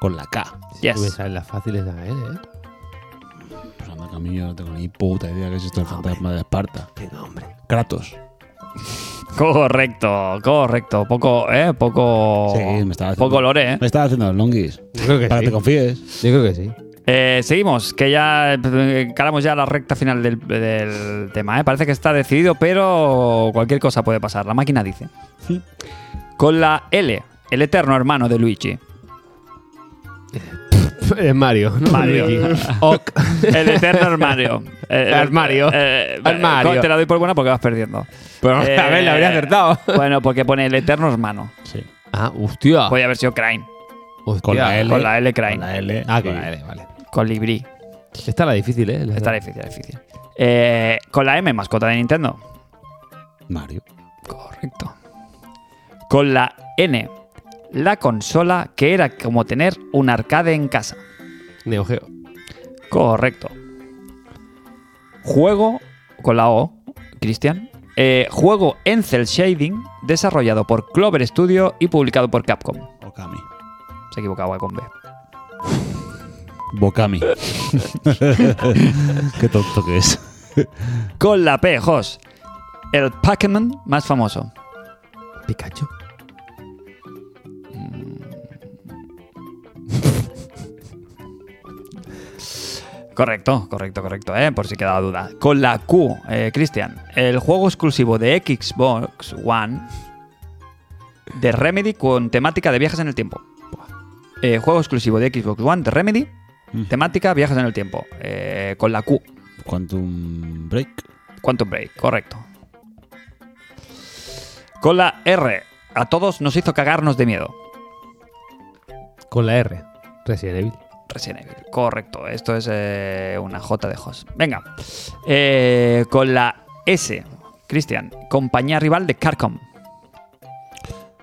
Con la K.
Sí,
Yes.
Me salen las fáciles a él, ¿eh?
Pues anda que a mí yo no tengo ni puta idea que es esto el fantasma de Esparta.
Qué nombre.
Kratos.
Correcto, correcto. Poco, eh, poco.
Sí, me estaba haciendo-
Poco lore, eh.
Me estaba haciendo el longuis.
Yo creo que
Para que
sí.
te confíes.
Yo creo que sí.
Eh, seguimos, que ya eh, encaramos ya la recta final del, del tema. ¿eh? Parece que está decidido, pero cualquier cosa puede pasar. La máquina dice. Con la L, el eterno hermano de Luigi.
Es Mario. ¿no?
Mario.
Ricky.
Ok. El eterno armario. Eh, eh,
Armario.
eh, eh,
Armario.
Te la doy por buena porque vas perdiendo. Eh,
Pero, a ver, la habría acertado.
Bueno, porque pone el eterno hermano.
Sí.
Ah, hostia.
Podría haber sido Crane.
Hostia.
Con la L.
Pues, Con la L Crane.
Con la L.
Ah, con
sí.
la L, vale.
Colibrí.
Esta la difícil, ¿eh? La-
Está difícil, difícil. Eh, con la M, mascota de Nintendo.
Mario.
Correcto. Con la N, la consola que era como tener un arcade en casa.
Neo Geo.
Correcto. Juego, con la O, Cristian. eh, juego en cel shading desarrollado por Clover Studio y publicado por Capcom.
Okami.
Se equivocaba con B.
Bokami. Qué tonto que es.
Con la P, Jos. El Pac-Man más famoso.
Pikachu.
Correcto, correcto, correcto, eh, por si quedaba duda. Con la Q, eh, Cristian, el juego exclusivo de Xbox One de Remedy con temática de viajes en el tiempo. Eh, juego exclusivo de Xbox One de Remedy, temática viajes en el tiempo, eh, con la Q,
Quantum Break.
Quantum Break, correcto. Con la R, a todos nos hizo cagarnos de miedo.
Con la R. Resident Evil.
Resident Evil. Correcto, esto es eh, una J de Jos. Venga, Eh, con la S, Cristian, compañía rival de Carcom.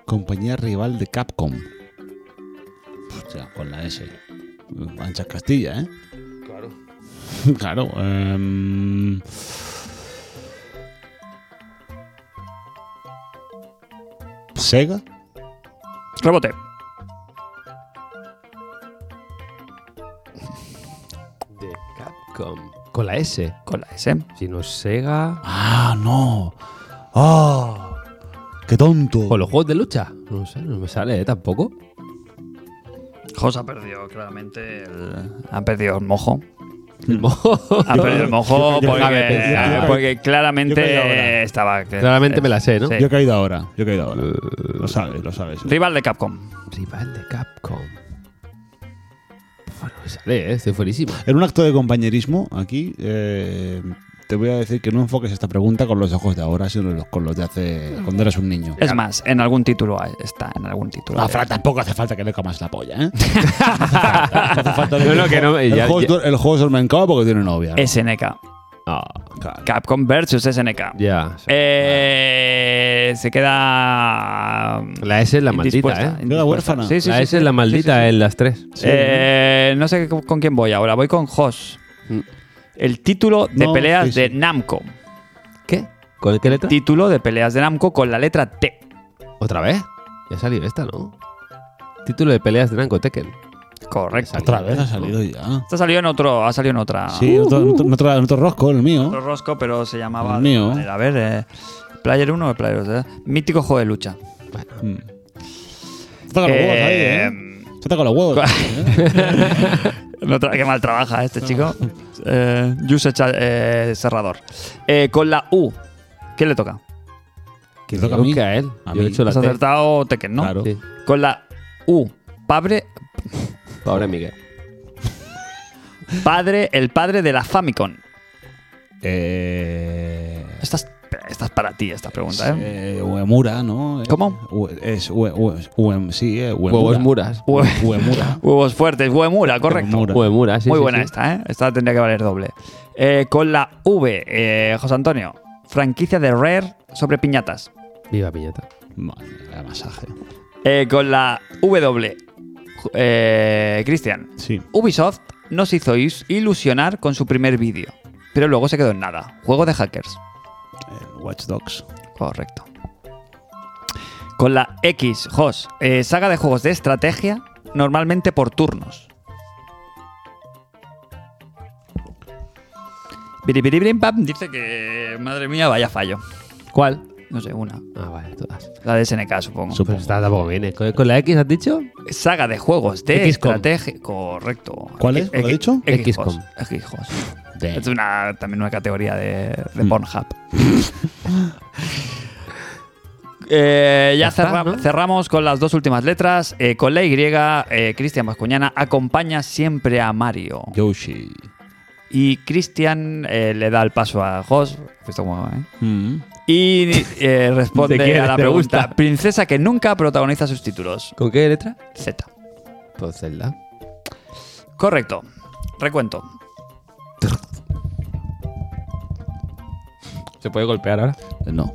Compañía rival de Capcom. Hostia, con la S. Manchas Castilla, ¿eh? Claro. claro. em, Sega.
Rebote.
De Capcom. Con la S.
Con la S.
Si no es Sega.
Ah, no. Ah, qué tonto.
¿O los juegos de lucha? No sé, no me sale ¿eh? tampoco.
Jos ha perdido claramente el... Ha perdido el mojo. Ha
Claramente
perdido el mojo
yo- yo-
porque, ah,
yo-
yo-
porque claramente
yo- yo- yo-
estaba... eh,
me la sé, ¿no?
Sí.
Yo he caído ahora. Yo he caído ahora. Lo sabes, lo sabes.
Rival de Capcom.
Rival de Capcom. Bueno, me sale, ¿eh? Estoy fuerísimo.
En un acto de compañerismo, aquí eh, te voy a decir que no enfoques esta pregunta con los ojos de ahora, sino los- con los de hace. cuando eras un niño.
Es más, en algún título está, en algún título.
A Fran tampoco hace falta que le comas la polla, ¿eh? No hace falta, no hace falta
No, no, que no,
El,
ya-
host, el host duerme en cama porque tiene novia. ¿no?
SNK.
Ah,
Claro.
Capcom versus SNK.
ya.
Eh, se queda. mm,
La S es la maldita,
indispuesta,
¿eh?
indispuesta.
Era huérfana.
Sí, sí,
la
sí,
S
sí.
es la maldita
Sí, sí, sí.
en las tres.
Eh, no sé con quién voy ahora. Voy con Jos.
Mm.
El título de
No,
peleas
sí, sí.
de Namco.
¿Qué? ¿Con qué letra?
Título de peleas de Namco con la letra T.
¿Otra vez? Ya ha salido esta, ¿no? Título de peleas de Namco Tekken.
Correcto.
Otra vez ha salido ya.
Esta salió en otro. Ha salido en otra.
Sí, en otro,
uh,
en otro- en otro- en otro rosco, el
Otro
mío.
rosco, pero se llamaba.
El
de
mío.
otra manera. A ver, eh, Player 1 o Player 2. Mítico juego de lucha.
Mm. Se toca los huevos ahí, ¿eh?
Eh,
Se toca los huevos. ¿eh?
No tra- qué mal trabaja este chico. Eh, Yuse Cha- eh, Serrador. Eh, con la U. ¿Quién le toca?
Que toca a mí.
Busca a él.
A
Yo he
mí.
hecho la
Has
T.
acertado Tekken, ¿no?
Claro.
Sí.
Con la U. Padre,
Ahora Miguel.
padre, el padre de la Famicom.
Eh,
Esta es, esta es para ti, esta pregunta, ¿eh?
eh, Uemura, ¿no?
¿Cómo?
Ue- Es Ue- Ue- Uem, sí, eh, Uemura.
Huevos muras.
Hue-
Uemura.
Huevos fuertes, Huemura, correcto.
Uemura.
Huevos muras, sí.
Muy
sí,
buena
sí.
esta, ¿eh? Esta tendría que valer doble. Eh, con la V, eh, José Antonio. Franquicia de Rare sobre piñatas.
Viva Piñata.
Madre mía, vaya masaje.
Eh, con la W, ju- eh, Cristian.
Sí.
Ubisoft nos hizo is- ilusionar con su primer vídeo, pero luego se quedó en nada. Juego de hackers.
el Watch Dogs.
Correcto. Con la X, Jos, eh, saga de juegos de estrategia, normalmente por turnos. Biribiribrim pam, dice que, madre mía, vaya fallo.
¿Cuál?
No sé, una.
Ah, vale, todas.
La de SNK, supongo.
Supongo.
Pues esta tampoco viene. ¿Con, con la X has dicho?
Saga de juegos de
XCOM.
estrategia. Correcto.
¿Cuál es?
X-
¿Lo ha dicho?
X-
XCOM.
XCOM.
Damn.
Es una, Mm. también una categoría de, de Pornhub. Eh, ya
Ya está,
cerra-
¿no?
cerramos con las dos últimas letras. Eh, con la Y, eh, Cristian Vascuñana acompaña siempre a Mario.
Yoshi.
Y Cristian eh, le da el paso a Jos. esto como, ¿eh?
Mm.
Y eh, responde
¿De qué
a la
te
pregunta:
gusta?
Princesa que nunca protagoniza sus títulos.
¿Con qué letra?
Z.
Pues Zelda.
Correcto. Recuento.
¿Se puede golpear ahora?
Eh, No.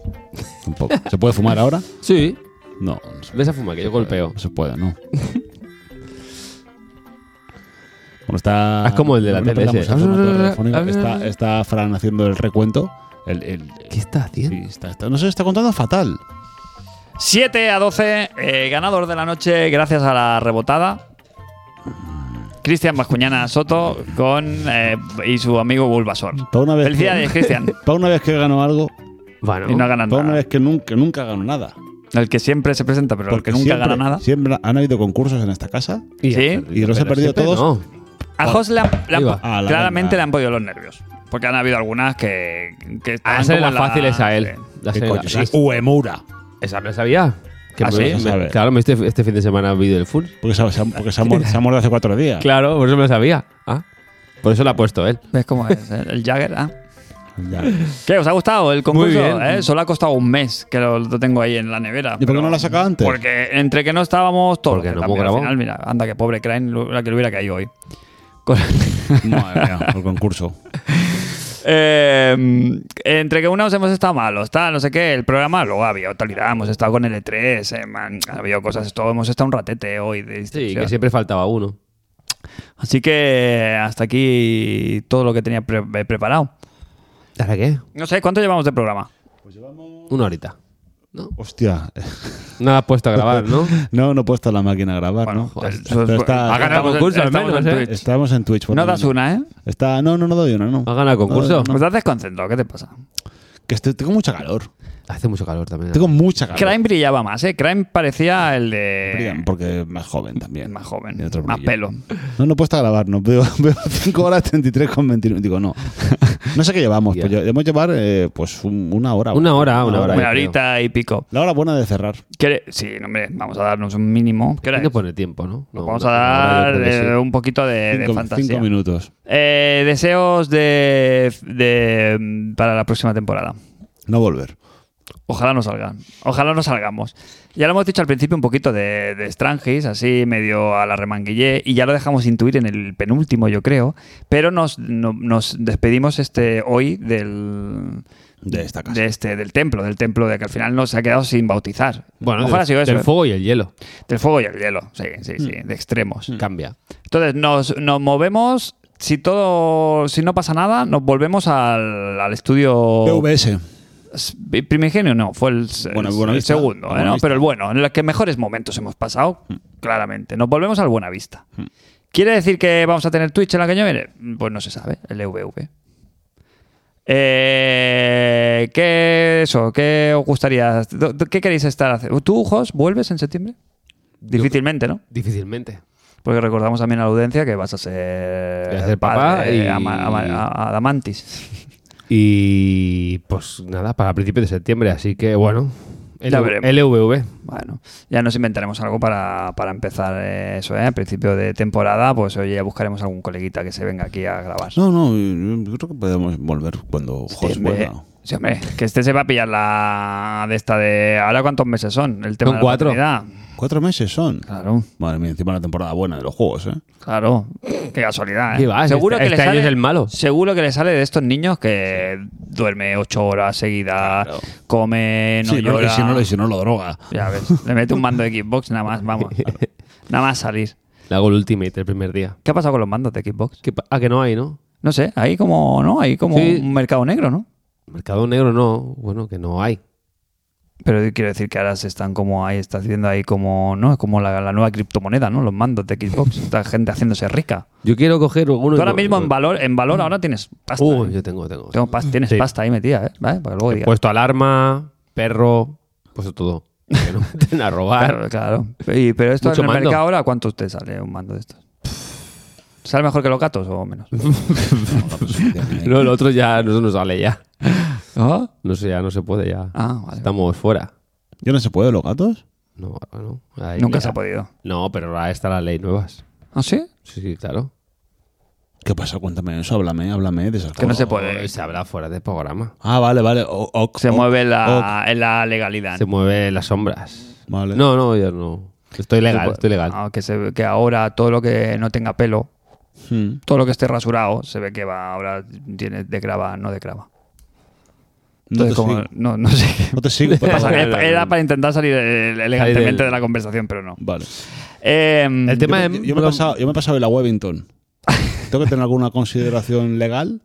Tampoco. ¿Se puede fumar ahora?
Sí.
No. no se-
Ves a fumar, que yo golpeo.
No se puede, no. Bueno, está.
Haz como el de la
no
tele
perdamos
ese.
el formato radiofónico.
Habla-
Está, está Fran haciendo el recuento. El, el-
¿Qué está haciendo?
sí, está- está- no se está contando fatal.
7 a 12, eh, ganador de la noche gracias a la rebotada. Cristian Bascuñana Soto con eh, y su amigo Bulbasor.
Para una vez que-
Felicidades, Cristian.
Para una vez que gano algo,
Bueno,
Y no ganan
para una
nada.
vez que nunca, nunca gano nada.
El que siempre se presenta, pero el que nunca
siempre-
gana nada.
Siempre han habido concursos en esta casa.
¿Sí?
Y los he
Pero
perdido
siempre
todos.
no.
A Jos le han- le han-
Ahí va.
A la
claramente
venga.
le han podido los nervios. Porque han habido algunas que. que
Ah,
estaban
esa era
como
la fácil es a él.
sí.
La
¿Qué
serie-
coño?
la-
Sí, Uemura.
Esa me la sabía. Que
¿Ah,
me-
sí?
me-
Sabe.
claro, me este, este fin de semana vi el full.
Porque se, se- porque se ha, muer- se ha muerto hace cuatro días.
Claro, por eso me la sabía. Ah, por eso la ha puesto él.
¿Ves cómo es? El el Jagger, ¿ah?
Ya. ¿Y
¿Qué? ¿Os ha gustado el concurso?
Muy bien.
¿eh? Solo ha costado un mes que lo, lo tengo ahí en la nevera.
por qué
pero-
no la sacaba antes?
Porque entre que no estábamos todos.
Porque
que
no
también
hemos
al
grabado.
final, mira, anda, que pobre Crane, lo- la que le hubiera caído hoy. Con-
Madre mía, el concurso.
Eh, entre que unos hemos estado malos, tal, no sé qué, el programa, luego ha habido totalidad, hemos estado con L3, eh, man, ha habido cosas, todo, hemos estado un ratete hoy. de
Sí,
distracción.
que siempre faltaba uno.
Así que hasta aquí todo lo que tenía pre- eh, preparado.
¿Ahora qué?
No sé, ¿cuánto llevamos de programa?
Una horita.
Hostia.
Nada puesto a grabar, ¿no?
No, no he puesto la máquina a grabar, ¿no?
joder, eso
Pero
es-
está-
Pues, ha ganado el
estamos en-
concurso, al
estamos
menos,
en
¿eh?
Twitch.
Estábamos en Twitch. por
No
lo
das
menos.
una, ¿eh?
Está, no, no, no doy una, no.
Ha ganado concurso.
Me estás desconcentrado, ¿qué te pasa?
Que estoy- tengo mucha calor.
Hace mucho calor también.
Tengo mucha calor.
Crime brillaba más, ¿eh? Crime parecía el de.
Brian, Porque es más joven también.
el más joven,
Tiene otro
más
brillo.
pelo.
No, no he puesto a grabar, no. Veo, 5 horas 33 con 29. Digo, no. No sé qué llevamos.
Ya.
Pues lle- debemos llevar eh, pues un- una hora.
Una hora, una hora.
Una
creo.
horita y pico.
La hora buena de cerrar.
¿Quiere- Sí, no, hombre, vamos a darnos un mínimo. ¿Qué hora
Hay que
es?
poner tiempo, ¿no? No,
Vamos a
una- una hora
dar
yo creo que
eh,
sí.
un poquito de, de
Cinco,
fantasía.
cinco minutos.
Eh, deseos de, de- para la próxima temporada.
No volver.
Ojalá no salgan. Ojalá no salgamos. Ya lo hemos dicho al principio un poquito de, de Strangis, así medio a la remanguillé, y ya lo dejamos intuir en el penúltimo, yo creo. Pero nos, no- nos despedimos este hoy del
De esta casa.
de este, del templo, del templo de que al final nos ha quedado sin bautizar.
Bueno,
ojalá
del-
ha sido eso.
del
¿eh?
fuego Mm. y el hielo.
Del fuego y el hielo. Sí, sí, sí, de extremos.
Cambia.
Entonces nos, nos movemos. Si todo, si no pasa nada, nos volvemos al, al estudio
PVS.
S- primigenio. No, fue el, s-
Bueno,
el
Buenavista.
segundo, ¿eh?
Buenavista.
No, pero el bueno, en los que mejores momentos hemos pasado, claramente. Nos volvemos al Buenavista. ¿Quiere decir que vamos a tener Twitch en la que viene? Pues no se sabe, el EVV. Eh, ¿Qué eso? ¿Qué os gustaría? do- do- ¿Qué queréis estar haciendo? ¿Tú, Jos, vuelves en septiembre? Difícilmente, ¿no?
Difícilmente.
Porque recordamos también a la audiencia que vas a ser,
Voy a ser papá
padre,
y-
ama- ama- a- Adamantis.
Y pues nada, para principios de septiembre, así que bueno.
Ya
LV-
veremos.
LVV.
Bueno, ya nos inventaremos algo para, para empezar eh, eso, ¿eh? Al principio de temporada, pues oye, ya buscaremos algún coleguita que se venga aquí a grabar.
No, no, yo creo que podemos volver cuando
Este
Jos
Septiembre.
vuelva.
Sí, hombre, que este se va a pillar la de esta de... ¿Ahora cuántos meses son? El tema
Son
de la
cuatro.
paternidad.
Cuatro meses son.
Claro,
Madre mía, encima la temporada buena de los juegos, ¿eh?
claro. Qué casualidad, ¿eh?
¿Qué va?
Seguro
Este-
que le
este año
sale,
es el malo.
Seguro que le sale de estos niños que duerme ocho horas seguidas,
Claro.
come, no
Sí, no,
llora.
y si no, y si no lo droga.
Ya ves, le mete un mando de Xbox nada más, vamos. Nada más salir.
Le hago el Ultimate el primer día.
¿Qué ha pasado con los mandos de Xbox?
¿Qué pa- ah, que no hay, ¿no?
No sé, ahí como, ¿no? Ahí como
Sí.
un mercado negro, ¿no?
Mercado Negro no. Bueno, que no hay.
Pero quiero decir que ahora se están como ahí, está haciendo ahí como, ¿no? Es como la, la nueva criptomoneda, ¿no? Los mandos de Xbox. Esta gente haciéndose rica.
Yo quiero coger uno.
Tú
y-
ahora mismo en valor, en valor ahora tienes pasta.
Uy,
¿eh?
yo tengo, tengo.
Tengo pas- tienes
Sí.
pasta ahí metida, ¿eh? ¿Vale? Para que luego
He
digas.
puesto alarma, perro, he puesto todo. Que no me estén a robar.
Claro, claro. Y- pero esto
Mucho
en el
mando.
mercado ahora, ¿cuánto te sale un mando de estos? ¿Sale mejor que los gatos o menos?
No, el otro ya no nos sale ya.
¿Ah?
No sé, ya no se puede ya.
Ah, vale.
Estamos fuera.
¿Ya no se puede los gatos?
No, no. Ahí
Nunca
le-
se ha podido.
No, pero ahora está la ley nuevas.
¿Ah, sí?
Sí, sí, claro.
¿Qué pasa? Cuéntame eso, háblame, háblame de esas
Que no
cosas.
se puede.
Oh, Se habla fuera de programa.
Ah, vale, vale. o- ok,
Se
ok,
mueve
ok.
la, en la legalidad.
Se mueve las sombras.
Vale.
No, no, yo no. Estoy legal,
Se-
estoy legal.
Ah, que, se- que ahora todo lo que no tenga pelo,
Hmm.
todo lo que esté rasurado, se ve que va ahora tiene de crava, no de crava.
No te
Entonces, como-
sigo.
no, no sé qué
No te sigo. por
pasa.
favor.
Era era para intentar salir eh, elegantemente de la conversación, pero no.
Vale.
Eh,
El tema es.
Yo, yo me he pasado, yo me he pasado de la Webington. ¿Tengo que tener alguna consideración legal?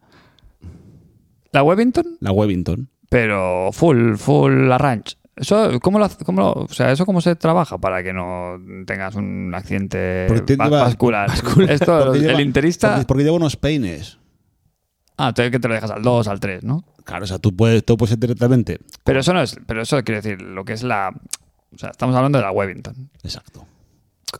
La Webington,
La Webington.
pero full, full arrange. Eso, ¿cómo lo, hace- cómo lo- o sea, ¿Eso cómo se trabaja para que no tengas un accidente
Porque te
va-
lleva-
vascular? Esto,
Porque
el
lleva-
interista...
Porque, porque lleva unos peines.
Ah, te- que te lo dejas al 2, al 3, ¿no?
Claro, o sea, tú puedes, tú puedes ir directamente.
Pero eso no es... Pero eso quiere decir, lo que es la... O sea, estamos hablando de la Webington.
Exacto.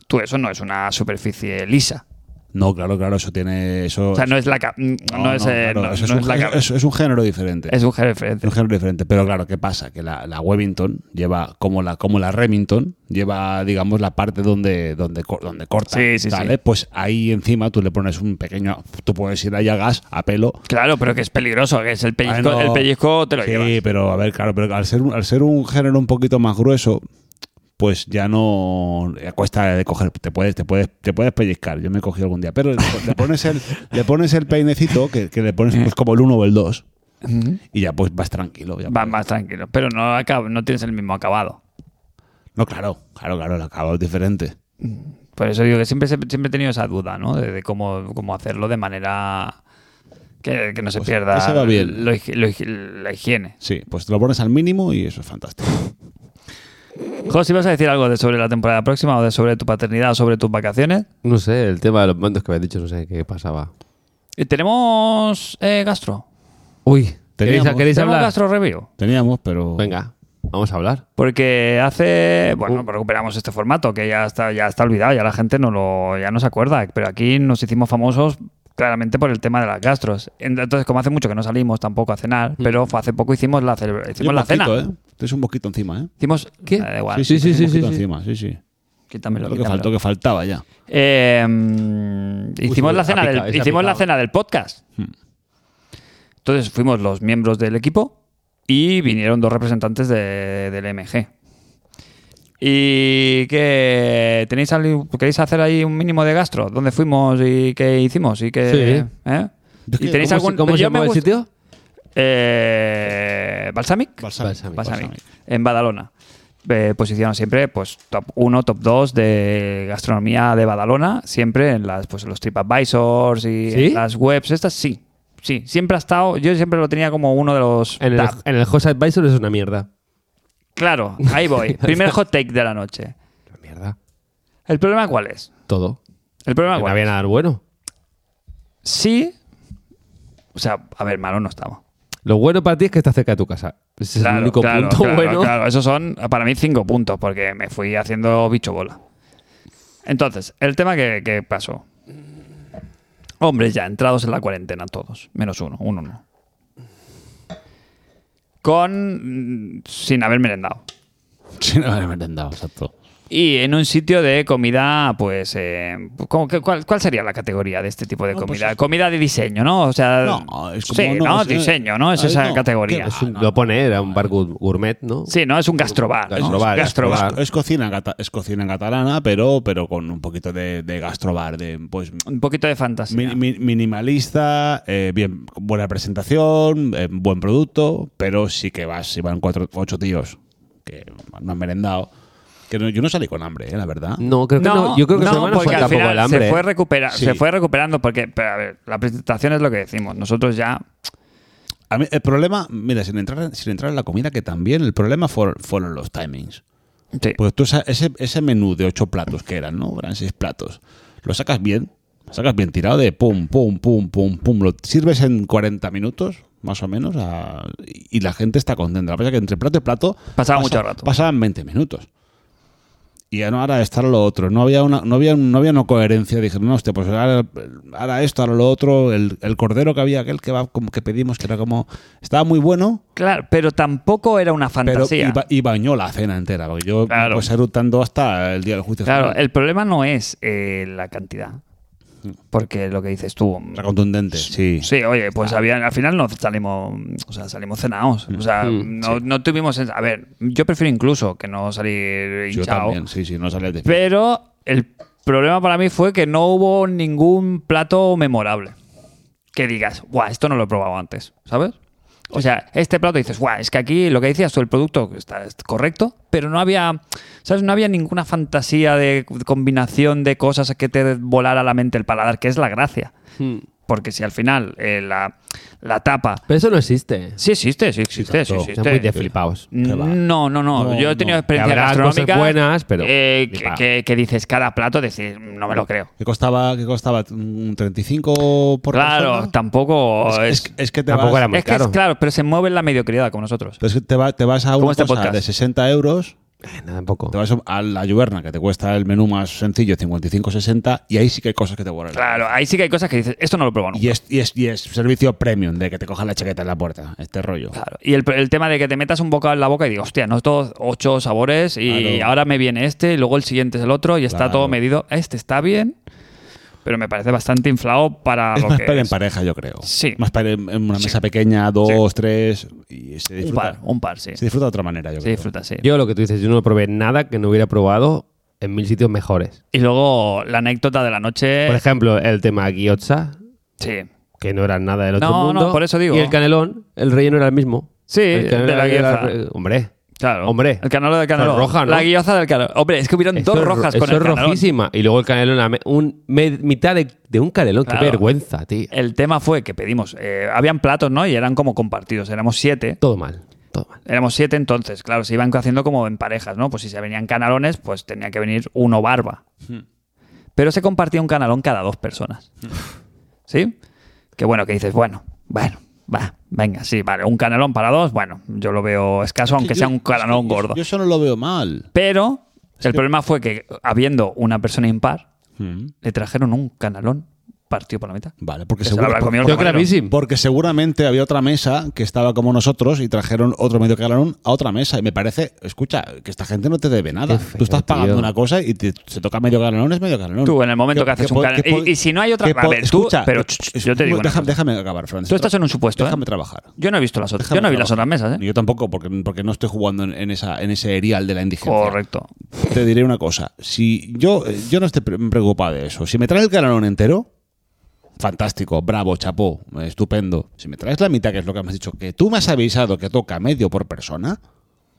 Tú, eso no es una superficie lisa.
No, claro, claro, eso tiene. Eso,
O sea, no es la... ca- No, es, eh,
claro,
no-
eso es
no
un
es la...
gen-
ca-
eso es un género diferente.
Es un jefe.
un género diferente. Pero claro, ¿qué pasa? Que la, la Webington lleva, como la, como la Remington, lleva, digamos, la parte donde, donde, co- donde corta.
Sí, sí,
¿vale?
sí.
Pues ahí encima tú le pones un pequeño. Tú puedes ir ahí a gas, a pelo.
Claro, pero que es peligroso, que es el pellizco,
Bueno,
el pellizco te lo
Ah, sí,
llevas.
pero a ver, claro, pero al ser, un- al ser un género un poquito más grueso, pues ya no ya cuesta de coger, te puedes, te puedes, te puedes pellizcar. Yo me he cogido algún día, pero le, le pones el, le pones el peinecito que, que le pones pues como el 1 o el 2 y ya pues vas tranquilo. ya
Vas
puedes.
más tranquilo, pero no, acab- no tienes el mismo acabado.
No, claro, claro, claro, el acabado es diferente.
Por eso digo que siempre, se- siempre he tenido esa duda, ¿no? De, de cómo, cómo hacerlo de manera que, que no se
Pues
pierda
ese va bien.
lo hig- lo hig- la higiene.
Sí, pues te lo pones al mínimo y eso es fantástico.
José, ¿vas a decir algo de sobre la temporada próxima o de sobre tu paternidad o sobre tus vacaciones?
No sé, el tema de los mandos que me has dicho, no sé qué pasaba.
Y tenemos eh, gastro.
Uy, ¿queréis,
Teníamos-
queréis
Tenemos
hablar?
gastro review.
Teníamos, pero
Venga, vamos a hablar.
Porque hace. Bueno,
Uh.
recuperamos este formato que ya está, ya está olvidado, ya la gente no lo, ya no se acuerda. Pero aquí nos hicimos famosos claramente por el tema de las gastros. Entonces, como hace mucho que no salimos tampoco a cenar, pero fue hace poco hicimos la, celebra-
Mm. Yo
hicimos
un
la
poquito,
cena.
¿eh? Tienes un poquito encima, ¿eh?
Hicimos.
¿Qué?
Ah, da igual.
sí, sí, sí, sí,
sí,
sí,
sí.
encima, sí, sí.
Quítamelo,
Lo que
quítamelo.
faltó, que faltaba ya.
Eh, mm, hicimos
Uy,
la
ha
cena
picado,
del,
se ha
hicimos la
picado. Hmm.
cena del podcast. Entonces fuimos los miembros del equipo y vinieron dos representantes de- del MG. ¿Y que tenéis algo- queréis hacer ahí un mínimo de gastro? ¿Dónde fuimos y qué hicimos? ¿Y qué,
Sí.
¿eh?
Yo
¿Y
que-
tenéis
¿Cómo,
algún
se- cómo se
yo me
llama el
gust-
sitio?
Eh, ¿Balsamic?
Balsamic.
Balsamic, en Badalona. Eh, posiciona siempre pues top 1, top 2 de gastronomía de Badalona, siempre en las pues en los TripAdvisors y
¿Sí?
en las webs estas sí. Sí, siempre ha estado, yo siempre lo tenía como uno de los
En el,
top.
en el Host Advisor es una mierda.
Claro, ahí voy. Primer hot take de la noche.
Una mierda.
¿El problema cuál es?
Todo.
El problema
no
cuál
había
es?
nada bueno.
Sí. O sea, a ver, malo no estaba.
Lo bueno para ti es que está cerca de tu casa. Pues Ese es el único
claro,
punto
claro,
bueno.
claro. Esos son para mí cinco puntos porque me fui haciendo bicho bola. Entonces, el tema que, que pasó. Hombres ya entrados en la cuarentena todos, menos uno, uno no. Con mm, sin haber merendado.
Sí, no me he merendado, exacto.
Y en un sitio de comida, pues, eh, ¿cómo que- cuál, cuál sería la categoría de este tipo de
No, pues
comida?
es-
comida de diseño, ¿no? O sea,
No, es como-
sí,
no,
¿no?
es-
diseño, ¿no? Es
Ay,
esa
no,
categoría.
¿qué
Es un- Lo pone, era un bar gu- gourmet, ¿no?
Sí, ¿no? Es un gastrobar, ¿no?
Gastrobar,
Gastrobar.
gastrobar.
Es, es cocina, gata- es cocina catalana, pero, pero con un poquito de, de gastrobar, de pues
Un poquito de fantasía.
mi- mi- minimalista, eh, bien, con buena presentación, eh, buen producto, pero sí que vas, si van cuatro, ocho tíos que no han merendado. Que no- yo no salí con hambre, eh, la verdad.
No, creo que no. Yo creo que su hermano
porque
fue
al
tampoco
final
el hambre.
Se fue,
¿eh?
recupera-
Sí.
se fue recuperando porque, pero a ver, la presentación es lo que decimos. Nosotros ya.
A mí, el problema, mira, sin entrar, sin entrar en la comida, que también el problema for- fueron los timings.
Sí.
Pues tú esa- ese, ese menú de ocho platos que eran, ¿no? Eran seis platos. Lo sacas bien, lo sacas bien tirado de pum, pum, pum, pum, pum. Lo sirves en 40 minutos, más o menos, a- y y la gente está contenta. La verdad es que entre plato y plato...
Pasaba mucho rato.
Pasaban 20 minutos. y ya no, ahora estar lo otro. No había una, no había, no había una coherencia. Dijeron, no, hostia, pues ahora, ahora esto, ahora lo otro. El, el cordero que había, aquel que, va, como que pedimos, que era como. Estaba muy bueno,
Claro, pero tampoco era una
pero.
fantasía.
Y, ba- y bañó la cena entera. Porque yo,
Claro.
pues, eructando hasta el día del juicio.
Claro,
final.
el problema no es eh, la cantidad.
Mm.
Porque lo que dices tú.
Era contundente, sí.
Sí, oye, pues había, al final no salimos, o sea, salimos cenados. O sea,
Mm,
no, no tuvimos. A ver, yo prefiero incluso que no salir
Yo
hinchado.
también, sí, sí, no salía de
Pero el problema para mí fue que no hubo ningún plato memorable. Que digas, guau, esto no lo he probado antes, ¿sabes? O sea, este plato dices, guau, es que aquí lo que decías tú, el producto está es correcto, pero no había, ¿sabes? No había ninguna fantasía de combinación de cosas que te volara la mente el paladar, que es la gracia.
Hmm.
Porque si al final eh, la, la tapa...
Pero eso no existe.
Sí existe, sí existe, sí
Exacto.
existe.
Son muy de flipados.
Qué va.
No, no, no,
No,
Yo he tenido
no.
experiencias
Habrá cosas
gastronómicas
buenas, pero
eh, que,
flipa.
que- que dices cada plato, decís, no me lo creo.
Que costaba, que costaba un 35 por
claro,
persona.
tampoco es,
Es, es- es que te
Tampoco
vas,
era muy
es que es
caro.
claro, pero se mueve en la mediocridad como nosotros.
es que te, va- te vas a
¿Cómo
una
este
cosa
podcast?
de 60 euros,
Nada, tampoco.
te vas a la Juverna, que te cuesta el menú más sencillo, 55-60, y ahí sí que hay cosas que te vuelan.
Claro, ahí sí que hay cosas que dices, esto no lo probaron.
Y es, y, es, y es servicio premium, de que te cojan la chaqueta en la puerta, este rollo.
Claro. Y el, el tema de que te metas un bocado en la boca y digo, hostia, no estos ocho sabores y
Claro.
ahora me viene este, y luego el siguiente es el otro y está
Claro.
todo medido. Este está bien, pero me parece bastante inflado para
es
lo
más
que
para en
es.
pareja, yo creo.
Sí.
Más para en, en una mesa pequeña, dos, tres, y se
Un
disfruta.
par, un par, sí.
Se disfruta de otra manera, yo
Se
creo.
disfruta, sí.
Yo lo que tú dices, yo no probé nada que no hubiera probado en mil sitios mejores.
Y luego la anécdota de la noche.
Por ejemplo, el tema gyoza,
sí.
que no era nada del otro
No,
mundo.
no, por eso digo.
Y el canelón, el relleno era el mismo.
Sí,
El canelón
de la
era-
guioza.
Hombre,
Claro.
Hombre.
El canelo del canelo.
Esa es roja, ¿no?
La guioza del canelo. Hombre, es que hubieron
Eso
dos
es ro-
rojas con
eso
el
es
canelón.
rojísima. Y luego el canelón, a me- un, me- mitad de, de un canelón.
Claro.
Qué vergüenza, tío.
El tema fue que pedimos. eh, habían platos, ¿no? Y eran como compartidos. Éramos siete.
Todo mal, todo mal.
Éramos siete entonces, claro, se iban haciendo como en parejas, ¿no? Pues si se venían canalones, pues tenía que venir uno barba.
Hmm.
Pero se compartía un canalón cada dos personas. ¿Sí? Que bueno, que dices, bueno, bueno, va, venga, sí, vale, un canalón para dos, bueno, yo lo veo escaso, aunque
Yo-
sea un
es que
canalón
yo-
gordo.
Yo eso no lo veo mal.
Pero el problema fue que habiendo una persona impar,
Mm.
le trajeron un canalón partido por la mitad.
Vale, porque
Que se lo
seguro,
habrá comido el
Yo
camarero.
gravísimo.
Porque seguramente había otra mesa que estaba como nosotros y trajeron otro medio canalón a otra mesa. Y me parece, escucha, que esta gente no te debe nada.
Qué feo,
Tú estás pagando
tío.
una cosa y te- se toca medio canalón, es medio canalón.
Tú, en el momento
¿Qué-
que haces
qué
un
po-
canal-
qué po-
y- y si no hay otra-
qué
a
po-
ver, tú- pero,
ch-
ch- yo te digo una
deja-
cosa.
Déjame acabar, Fran.
Tú estás en un supuesto,
Déjame
¿eh?
trabajar.
Yo no he visto las otras,
Déjame
yo no vi las otras
trabajar.
mesas,
Ni
¿eh?
Yo tampoco, porque, porque no estoy jugando en, en esa, en ese erial de la indigencia.
Correcto.
Te diré una cosa. Si yo, yo no estoy pre- preocupado de eso. Si me traes el canalón entero, fantástico, bravo, chapó, estupendo. Si me traes la mitad, que es lo que me has dicho, que tú me has avisado que toca medio por persona,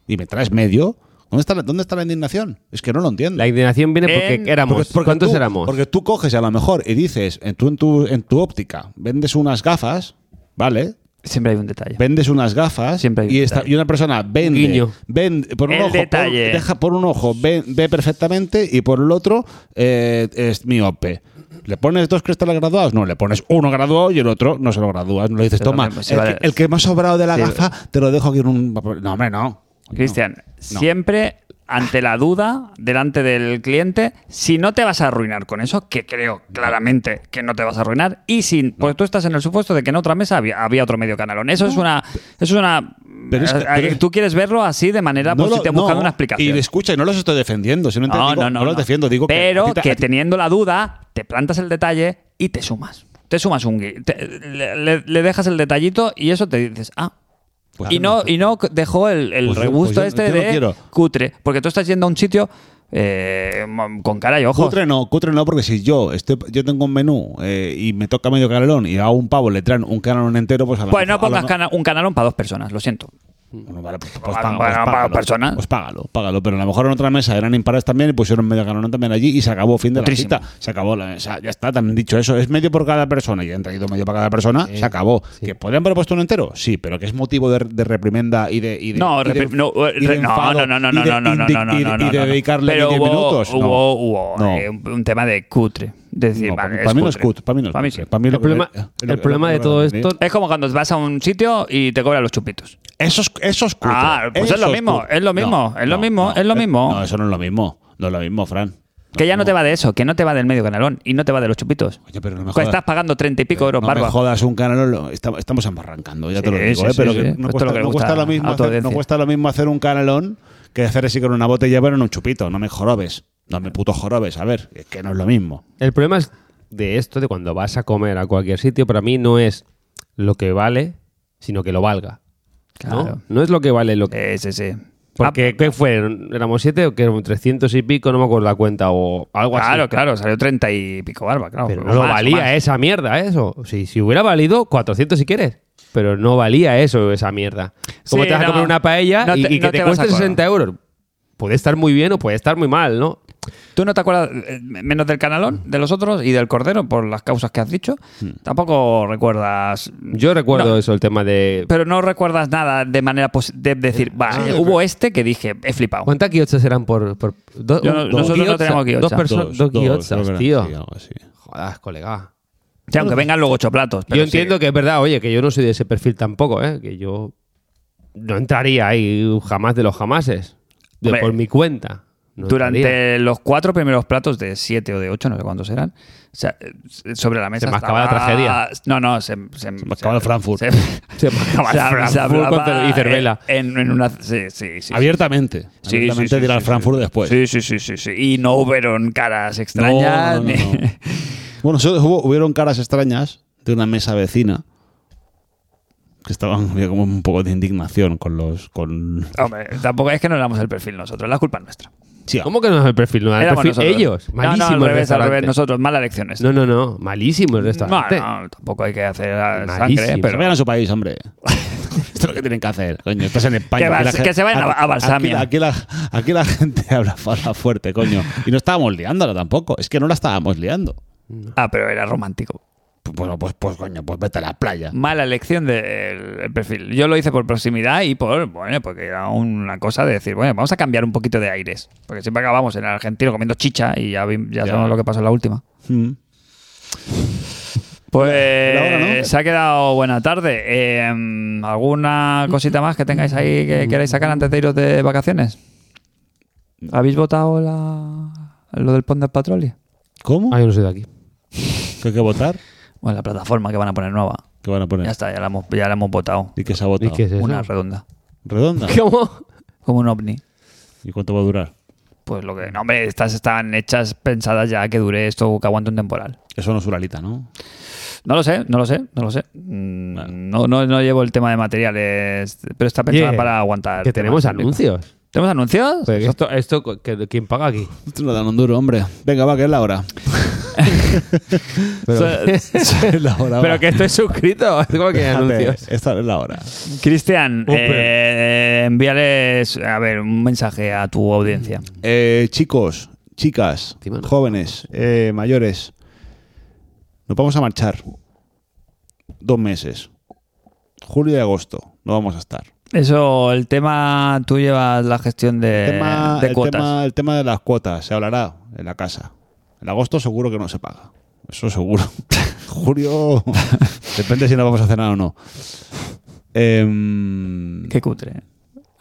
y me traes medio, ¿dónde está la, dónde está la indignación? Es que no lo entiendo.
La indignación viene porque
En-
éramos.
Porque- porque
¿Cuántos
tú-
éramos?
Porque tú coges a lo mejor y dices, en tu, en tu, en tu óptica, vendes unas gafas, ¿vale?
Siempre hay un detalle.
vendes unas gafas
Siempre hay un
y, esta-
detalle.
y una persona vende,
Guiño.
vende- por un
El
ojo,
detalle.
por- deja por un ojo, ve, ve perfectamente y por el otro eh, es miope. ¿Le pones dos cristales graduados? No, le pones uno graduado y el otro no se lo gradúas. No le dices,
Pero
toma,
me- se
el,
va
que,
de-
el que me ha sobrado de la
Sí.
gafa te lo dejo aquí en un... papel". No, hombre, no.
Cristian, siempre ante la duda, delante del cliente, si no te vas a arruinar con eso, que creo claramente que no te vas a arruinar, y si, pues tú estás en el supuesto de que en otra mesa había, había otro medio canalón. Eso es una. Eso es una.
Pero es que-
eh,
pero-
tú quieres verlo así de manera
No
pues,
lo-
si te
no,
buscando una explicación.
Y escucha, y no los estoy defendiendo. Si no, entiendo, digo, no los defiendo. Digo que
Pero
a
que,
ti te- a ti-
teniendo la duda, te plantas el detalle y te sumas. Te sumas un gui- te- le, le- le dejas el detallito y eso te dices, ah.
Pues
y,
yo
no, y no dejó el, el
Pues yo-
regusto
pues yo-
este
yo no
de
quiero.
cutre. Porque tú estás yendo a un sitio eh, mo- con cara y ojos.
Cutre no, cutre no, porque si yo estoy, yo tengo un menú eh, y me toca medio canalón y a un pavo le traen un canalón entero, pues a lo
Pues no
mejor- a
pongas
lo
cana- un canalón para dos personas, lo siento.
me- Bueno, vale, pues, pues
Bueno,
paga-
bueno,
pues
para
págalo,
persona.
Pues págalo, págalo. Pero a lo mejor en otra mesa eran impares también y pusieron medio canalón también allí y se acabó fin de
Cutrísimo.
la cita. Se acabó la mesa, ya está, también dicho eso. Es medio por cada persona y han traído medio para cada persona, se acabó. ¿Que podrían haber puesto un entero? Sí, pero que es motivo de, de reprimenda y de. y de-
No,
y de-
repri- no, eh,
y de
re- no, no,
enfado,
no, no,
y
no,
de
no, no, no,
indi-
no, no,
y de-
no, no.
Y de dedicarle
Pero
10
hubo-
minutos. no.
Hubo, hubo,
No.
eh, un, un tema de cutre. De decir,
No,
vale,
para, para mí no es
cutre.
cut, para mí no es
Para mí
cutre.
sí.
Para mí lo
el
que-
problema,
eh, lo
el
que-
problema
lo
de
que-
todo
lo que-
esto.
Es como cuando vas a un sitio y te cobran los chupitos.
Eso es, eso es cutre.
Ah, pues es
Eso
lo mismo,
cutre.
es lo mismo, es lo mismo, es lo mismo.
eh, No, eso no es lo mismo. No es lo mismo, Fran.
Que ya no te va de eso, que no te va del medio canalón y no te va de los chupitos.
Oye, pero no me
Que
jodas.
Pues
Eh,
Estás pagando treinta y pico euros,
no
barba.
me jodas un canal, lo- esta- estamos amarrancando, ya te
Sí,
lo digo,
sí,
¿eh?
sí,
pero
sí.
que
Esto
no,
es
cuesta,
lo que le
no
gusta
cuesta lo
a
mismo
tu
hacer, no
audiencia.
cuesta lo mismo hacer un canalón que hacer así con una botella pero en un chupito, no me jorobes, no me puto jorobes, a ver, es que no es lo mismo.
El problema es de esto, de cuando vas a comer a cualquier sitio, para mí no es lo que vale, sino que lo valga. ¿no?
Claro.
No es lo que vale lo que.
Sí, sí, sí.
Porque,
Ah,
¿qué fue? ¿Éramos siete o que eran 300 y pico? No me acuerdo la cuenta o algo así.
Ah, Claro, claro, salió treinta y pico barba, claro.
Pero
o
no lo
más, o
valía eh.
más.
esa mierda, eso. Si, si hubiera valido, 400 si quieres. Pero no valía eso, esa mierda. Como
Sí,
te vas
no.
a comer una paella
No
y,
te-
y que
no
te,
te vas a
cueste
acordar.
60 euros. Puede estar muy bien o puede estar muy mal, ¿no?
Tú no te acuerdas eh, menos del canalón, de los otros y del cordero, por las causas que has dicho. Tampoco recuerdas.
Yo recuerdo
No.
eso, el tema de...
Pero no recuerdas nada de manera posi- de decir, va,
Sí,
eh, hubo este que dije, he flipado.
¿Cuántas guiochas eran por...? por do-
Yo no-
un-
nosotros no
guiochas?
tenemos guiochas.
Dos personas, dos, guiochas,
creo que eran
tío.
así, algo así.
Jodas, colega.
Sí, aunque vengan luego ocho platos. pero
yo
sí.
entiendo que es verdad, oye, que yo no soy de ese perfil tampoco, ¿eh? Que yo no entraría ahí jamás de los jamases. De
Hombre,
por mi cuenta. No
Durante
entraría.
los cuatro primeros platos de siete o de ocho, no sé cuántos eran, o sea, eh, sobre la mesa.
Se me acaba la
estaba-
tragedia.
No, no, se, se-
me acaba el Frankfurt.
se-
Se me acaba el
se- se
Frankfurt
hablaba eh,
con cer- y cerveza.
En, en una. Sí, sí, sí.
Abiertamente,
Sí,
abiertamente
sí, sí,
dirá al
sí,
Frankfurt después.
pues.
Sí, sí, sí, sí, sí. Y no hubieron caras extrañas.
No, no, no,
ni-
no. Bueno, so- hubo- hubieron caras extrañas de una mesa vecina que estaban había como un poco de indignación con los con
Hombre, tampoco es que no éramos el perfil nosotros, la culpa es nuestra.
Sí,
¿Cómo que no es el perfil? No, Ah, el
eh, Éramos
perfil
nosotros.
ellos.
No, no,
Malísimo
al
el
revés, al
restaurante.
revés, nosotros, malas elecciones.
No, no, no. Malísimo el restaurante.
No, no, tampoco hay que hacer eh,
Malísimo.
sangre, eh,
Se
pero
vayan a su país, hombre. Esto es lo que tienen que hacer. Coño, estás en España.
Que va-
Aquí la
que
gente-
se vayan a- a Balsamia.
Aquí, la, aquí la- aquí la gente habla, habla fuerte, coño. Y no estábamos liándola tampoco. Es que no la estábamos liando.
Ah, pero era romántico.
Pues, Bueno, pues, pues coño, pues vete a la playa.
Mala elección del el perfil. Yo lo hice por proximidad y por, bueno, porque era una cosa de decir, bueno, vamos a cambiar un poquito de aires. Porque siempre acabamos en el argentino comiendo chicha y ya, vi- ya
Ya.
sabemos lo que pasó en la última.
Mm.
Pues
La hora, ¿no?
se ha quedado buena tarde. Eh, ¿Alguna cosita más que tengáis ahí que queráis sacar antes de iros de vacaciones? ¿Habéis votado la, lo del Ponder Patrolli?
¿Cómo?
Ah, yo no soy de aquí.
¿Que hay que votar?
Bueno, la plataforma que van a poner nueva.
¿Qué van a poner?
Ya está, ya la hemos, ya la hemos votado.
¿Y qué se ha votado?
¿Y qué es eso?
Una redonda.
¿Redonda?
¿Cómo?
Como un ovni.
¿Y cuánto va a durar?
Pues lo que. No, hombre, estas están hechas pensadas ya que dure esto, que aguante un temporal.
Eso no es Uralita, ¿no?
No lo sé, no lo sé, no lo sé. Mm, No, no, no llevo el tema de materiales, pero está pensada
Yeah.
para aguantar.
Que tenemos
temas.
anuncios.
¿Tenemos anuncios?
Pues,
Pero que esto, esto que- ¿quién paga aquí?
Esto no dan un duro, hombre. Venga, va, que es la hora.
O sea,
es la hora.
Pero
va.
que estoy suscrito. Es como que
Fíjate,
anuncios.
Esta es la hora. Uh,
Cristian,
pero-
eh, envíales, a ver, un mensaje a tu audiencia.
Eh, chicos, chicas,
Encima no.
jóvenes, eh, mayores, nos vamos a marchar. Dos meses. Julio y agosto. No vamos a estar.
Eso, el tema, tú llevas la gestión de,
Tema-
Eh, de
el,
cuotas.
tema, el tema de las cuotas se hablará en la casa. En agosto seguro que no se paga. Eso seguro. Julio. Depende si nos vamos a cenar o no. Em,
Qué cutre.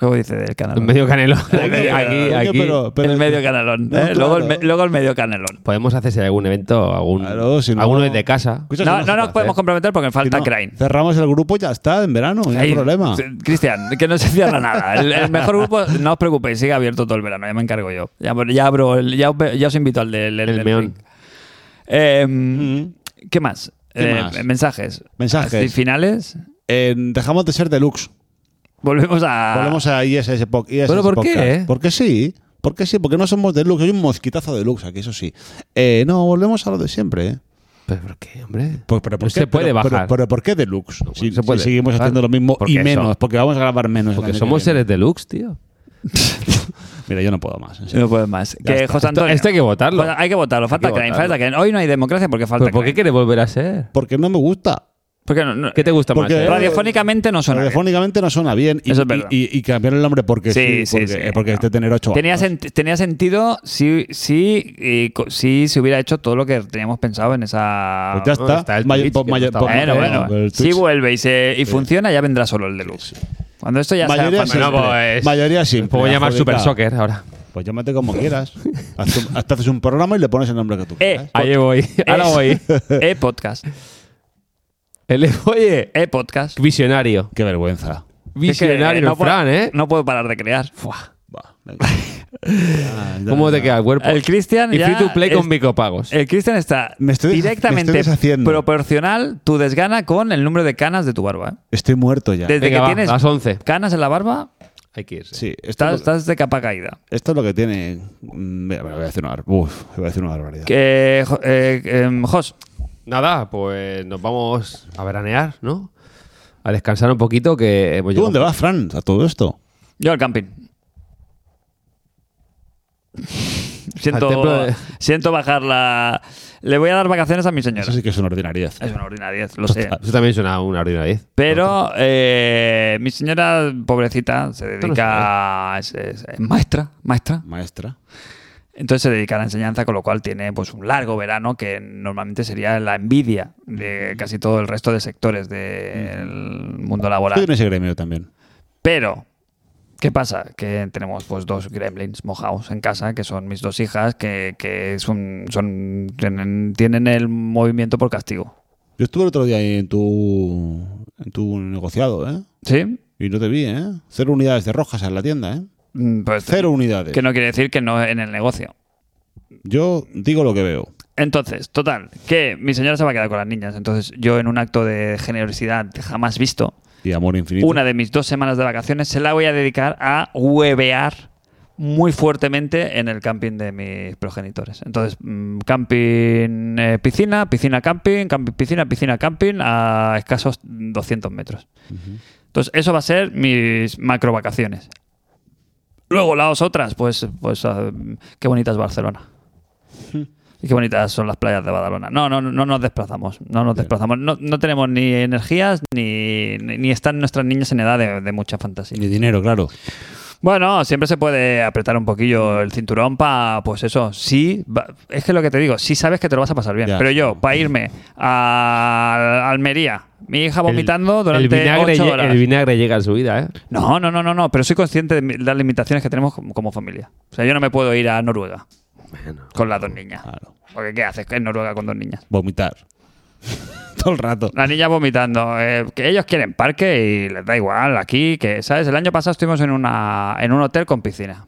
Luego dice del
En
canalón.
medio canelo.
Aquí,
Aquí, aquí,
Coño,
aquí.
pero-
el medio canalón.
No,
¿eh?
claro.
luego, el me- luego el medio canalón.
Podemos hacerse algún evento, algún,
Claro, si no-
alguno desde casa.
Escucha,
No,
si
no nos
se puede
podemos
hacer.
comprometer porque falta
Si no,
Crane.
Cerramos el grupo y ya está, en verano, no hay
Ahí,
problema.
eh, Cristian, que no se cierra nada. El, el mejor grupo, no os preocupéis, sigue abierto todo el verano, ya me encargo yo. Ya, ya abro, el- ya, os ve- ya os invito al del del-
El
del
meón.
ring. Eh,
Mm.
¿Qué más?
¿Qué
Eh,
más?
Mensajes.
Mensajes.
Así, Finales.
En- Eh, dejamos de ser deluxe.
Volvemos a.
Volvemos a ISS, po- ISS
¿Pero por
Podcast.
qué?
Porque sí. Porque sí, porque no somos deluxe. Hay un mosquitazo deluxe aquí, eso sí. Eh, no, volvemos a lo de siempre. ¿eh?
¿Pero por qué, hombre?
Pues, pero, ¿por
Se
qué?
puede
pero,
bajar.
Pero, pero ¿por qué deluxe?
pues
si,
se puede
si seguimos
bajar.
haciendo lo mismo
Porque
y
eso-
menos, porque vamos a grabar menos. el
Porque
año
somos
que viene.
seres deluxe, tío.
Mira, yo no puedo más. en serio.
No puedes más.
Ya
que
está.
José Antonio.
esto este hay que votarlo.
Bueno, Hay que votarlo. Falta
que
Crane,
votarlo.
falta Crane. Hoy no hay democracia porque falta
¿Pero por qué
Crane.
quiere volver a ser?
Porque no me gusta.
Porque no- no-
¿Qué te gusta más?
Porque-
eh?
Radiofónicamente no suena. bien.
Radiofónicamente no suena bien. Y,
Eso es verdad.
y- y- y cambiar el nombre porque
Sí,
sí.
sí,
porque
sí.
eh, porque
No.
este tener ocho
Tenía,
años.
sent- tenía sentido si, si, eh, co- si se hubiera hecho todo lo que teníamos pensado en esa.
Pues ya
Bueno,
está.
está el
Mayor-
Twitch,
po-
que no
mayor-
está
po-
Bueno,
eh,
bueno.
el
Si
Twitch.
vuelve y, se- y funciona, ya vendrá solo el deluxe. Cuando eh, esto ya sea
mayoría
fan-
simple.
pues,
mayoría simple.
Puedo llamar
Adjudica.
Super Soccer ahora.
Pues llámate como quieras. Haz tu- Hasta haces un programa y le pones el nombre que tú quieras.
Eh,
Ahí voy, ahora voy.
E-podcast.
El- oye,
E-podcast.
visionario.
Qué vergüenza.
Visionario,
Eh, Es que, eh,
el Fran, ¿eh?
No puedo parar de crear.
Buah, venga. Ah, ya,
¿Cómo te
ya.
queda el cuerpo?
El Cristian
y
ya
free to play
es-
con micropagos.
El Eh, Cristian está
Me estoy desha-
directamente
me estoy deshaciendo.
proporcional tu desgana con el número de canas de tu barba. ¿eh?
Estoy muerto ya.
Desde
Venga,
que
va,
tienes
las 11.
canas en la barba,
Hay que irse.
Sí, esto,
estás,
es lo,
estás de capa caída.
esto es lo que tiene. mm, Mira, mira, voy a decir una, bar- uf, voy a decir una barbaridad.
Que, jo- eh, em, Jos,
Nada, pues nos vamos a veranear, ¿no? A descansar un poquito que hemos
¿Tú
llegado-
dónde vas, Fran, a todo esto?
yo al camping. Siento,
Al templo de-
siento bajar la... Le voy a dar vacaciones a mi señora.
Eso sí que es una ordinariedad.
Es una ordinariedad, lo sé.
Eso también suena una ordinariedad.
Pero eh, mi señora, pobrecita, se
no
dedica... Es, es- es maestra, maestra.
Maestra.
Entonces se dedica a la enseñanza, con lo cual tiene pues un largo verano que normalmente sería la envidia de casi todo el resto de sectores del mundo
Yo en
laboral.
ese gremio también.
Pero, ¿qué pasa? Que tenemos pues dos gremlins mojados en casa, que son mis dos hijas, que, que son, son, tienen, tienen el movimiento por castigo.
Yo estuve el otro día ahí en tu, en tu negociado, ¿eh?
¿Sí?
Y no te vi, ¿eh? Cero unidades de rojas en la tienda, ¿eh?
Mm, Pues,
Cero unidades.
Que no quiere decir que no en el negocio.
Yo digo lo que veo.
Entonces, total, que mi señora se va a quedar con las niñas. Entonces, yo en un acto de generosidad jamás visto,
Y amor infinito.
una de mis dos semanas de vacaciones se la voy a dedicar a huevear muy fuertemente en el camping de mis progenitores. Entonces, mm, camping eh, piscina, piscina camping, camping piscina, piscina camping a escasos 200 metros. Entonces, eso va a ser mis macro vacaciones. Luego las otras, pues, pues ah, qué bonita es Barcelona. Y qué bonitas son las playas de Badalona. No, no, no nos desplazamos. No nos desplazamos. No, no tenemos ni energías ni, ni, ni están nuestras niñas en edad de, de mucha fantasía.
Ni dinero, claro.
Bueno, siempre se puede apretar un poquillo el cinturón para, pues eso, sí. va- Es que lo que te digo, sí sabes que te lo vas a pasar bien.
Ya.
Pero yo, para irme a Almería, mi hija vomitando
el
durante
vinagre,
ocho
lle-
horas.
el vinagre llega en su vida, ¿eh?
No, no, no, no, no, pero soy consciente de mi- las limitaciones que tenemos como, como familia. O sea, yo no me puedo ir a Noruega
Bueno.
con las dos niñas.
Claro.
Porque ¿qué haces en Noruega con dos niñas?
Vomitar. Todo el rato.
La niña vomitando. eh, que ellos quieren parque y les da igual aquí, que, ¿sabes? El año pasado estuvimos en, una, en un hotel con piscina.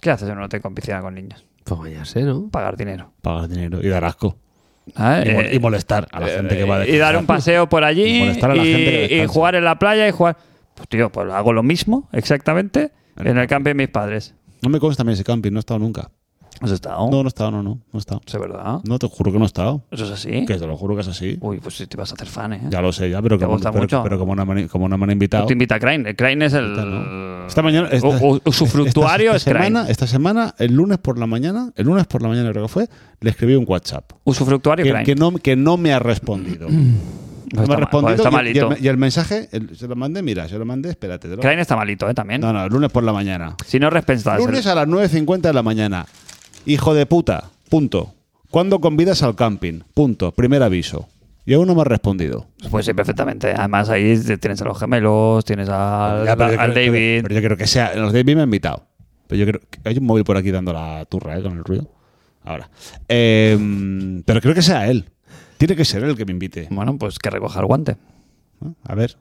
¿Qué haces en un hotel con piscina con niños?
Pues bañarse, ¿no?
Pagar dinero.
Pagar dinero y dar asco.
¿sabes?
Y, mol-
Eh,
y molestar a la gente que va a
y dar un paseo por allí
Y molestar a la
y-
gente que
y
descansa.
jugar en la playa y jugar. Pues tío, pues hago lo mismo exactamente en el campo de mis padres.
No me consta a mí ese camping, no he estado nunca.
¿Has estado?
No, no he estado, no, no, no he estado.
Eso es verdad.
No, te juro que no he estado.
Eso es así.
Que te lo juro que es así.
Uy, pues sí, te vas a hacer fan, ¿eh?
Ya lo sé, ya, pero,
Te
como,
gusta
pero-
mucho.
pero como, no me, han- como no me han invitado.
Te invita a Crane. Crane es el.
¿no? Esta mañana. Esta,
U- u- usufructuario
esta- esta
es Crane.
semana, esta semana, el lunes por la mañana, el lunes por la mañana creo que fue, le escribí un WhatsApp.
Usufructuario
Que,
Crane.
que no, que no me ha respondido. No
Pues está
me ha
mal- pues está
respondido. y- y, el,
malito.
me- y el mensaje, el- se lo mandé, mira, se lo mandé, espérate. te lo-
Crane está malito, ¿eh? También.
No, no, el lunes por la mañana.
Si no respensas.
Lunes a las 9.50 de la mañana. Hijo de puta. Punto. ¿Cuándo convidas al camping? Punto. Primer aviso. Y aún no me ha respondido.
Pues sí, perfectamente. Además, ahí tienes a los gemelos, tienes al,
Ya, pero yo
al
creo-
David.
Pero yo creo que sea. Los David me han invitado. Pero yo creo que hay un móvil por aquí dando la turra, ¿eh? Con el ruido. Ahora. Eh, pero creo que sea él. Tiene que ser él el que me invite.
Bueno, pues que recoja el guante.
¿no? A ver.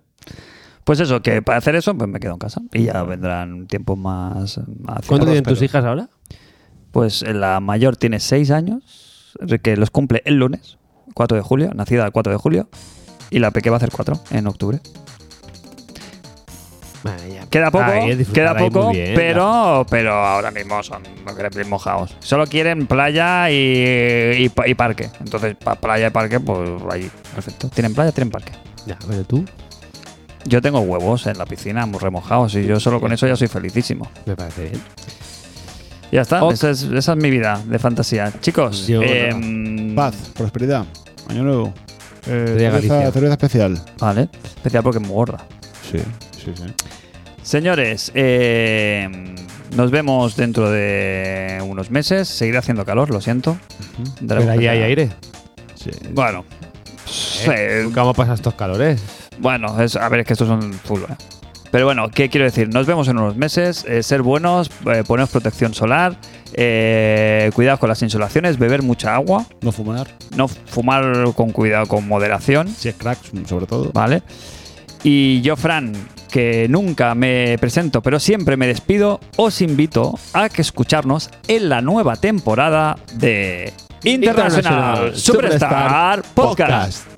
Pues eso, que para hacer eso, pues me quedo en casa. Y ya vendrán tiempos más. eh, hacia-
¿Cuánto tienen
pero-
tus hijas ahora?
Pues la mayor tiene seis años, que los cumple el lunes, 4 de julio, nacida el 4 de julio. Y la peque va a hacer 4 en octubre. Queda poco,
Ah, eh,
queda poco, pero, pero ahora mismo son los gremlins mojados. Solo quieren playa y, y pa- y parque. Entonces, pa- playa y parque, pues ahí, perfecto. Tienen playa, tienen parque.
Ya, pero tú,
Yo tengo huevos en la piscina muy remojados y yo solo con eso ya soy felicísimo.
me parece bien.
Ya está,
Ok.
esa es, esa es mi vida de fantasía. Chicos,
Yo
em,
Paz, prosperidad. Año nuevo. Eh, cerveza,
Día Galicia.
cerveza especial.
Vale, especial porque es muy gorda.
Sí, sí, sí.
Señores, eh, nos vemos dentro de unos meses. Seguirá haciendo calor, lo siento. Daremos
Pero ahí
pena.
hay aire.
sí.
Bueno. eh,
¿eh?
pues sí,
Nunca vamos a pasar estos calores.
bueno, es- a ver, es que estos son full. ¿eh? Pero bueno, ¿qué quiero decir? Nos vemos en unos meses. eh, ser buenos, eh, poneros protección solar, eh, cuidado con las insolaciones, beber mucha agua,
No fumar.
no fumar con cuidado, con moderación,
Si es crack, sobre todo.
¿vale? Y yo, Fran, que nunca me presento, pero siempre me despido, os invito a que escucharnos en la nueva temporada de International,
International
Superstar,
Superstar
Podcast.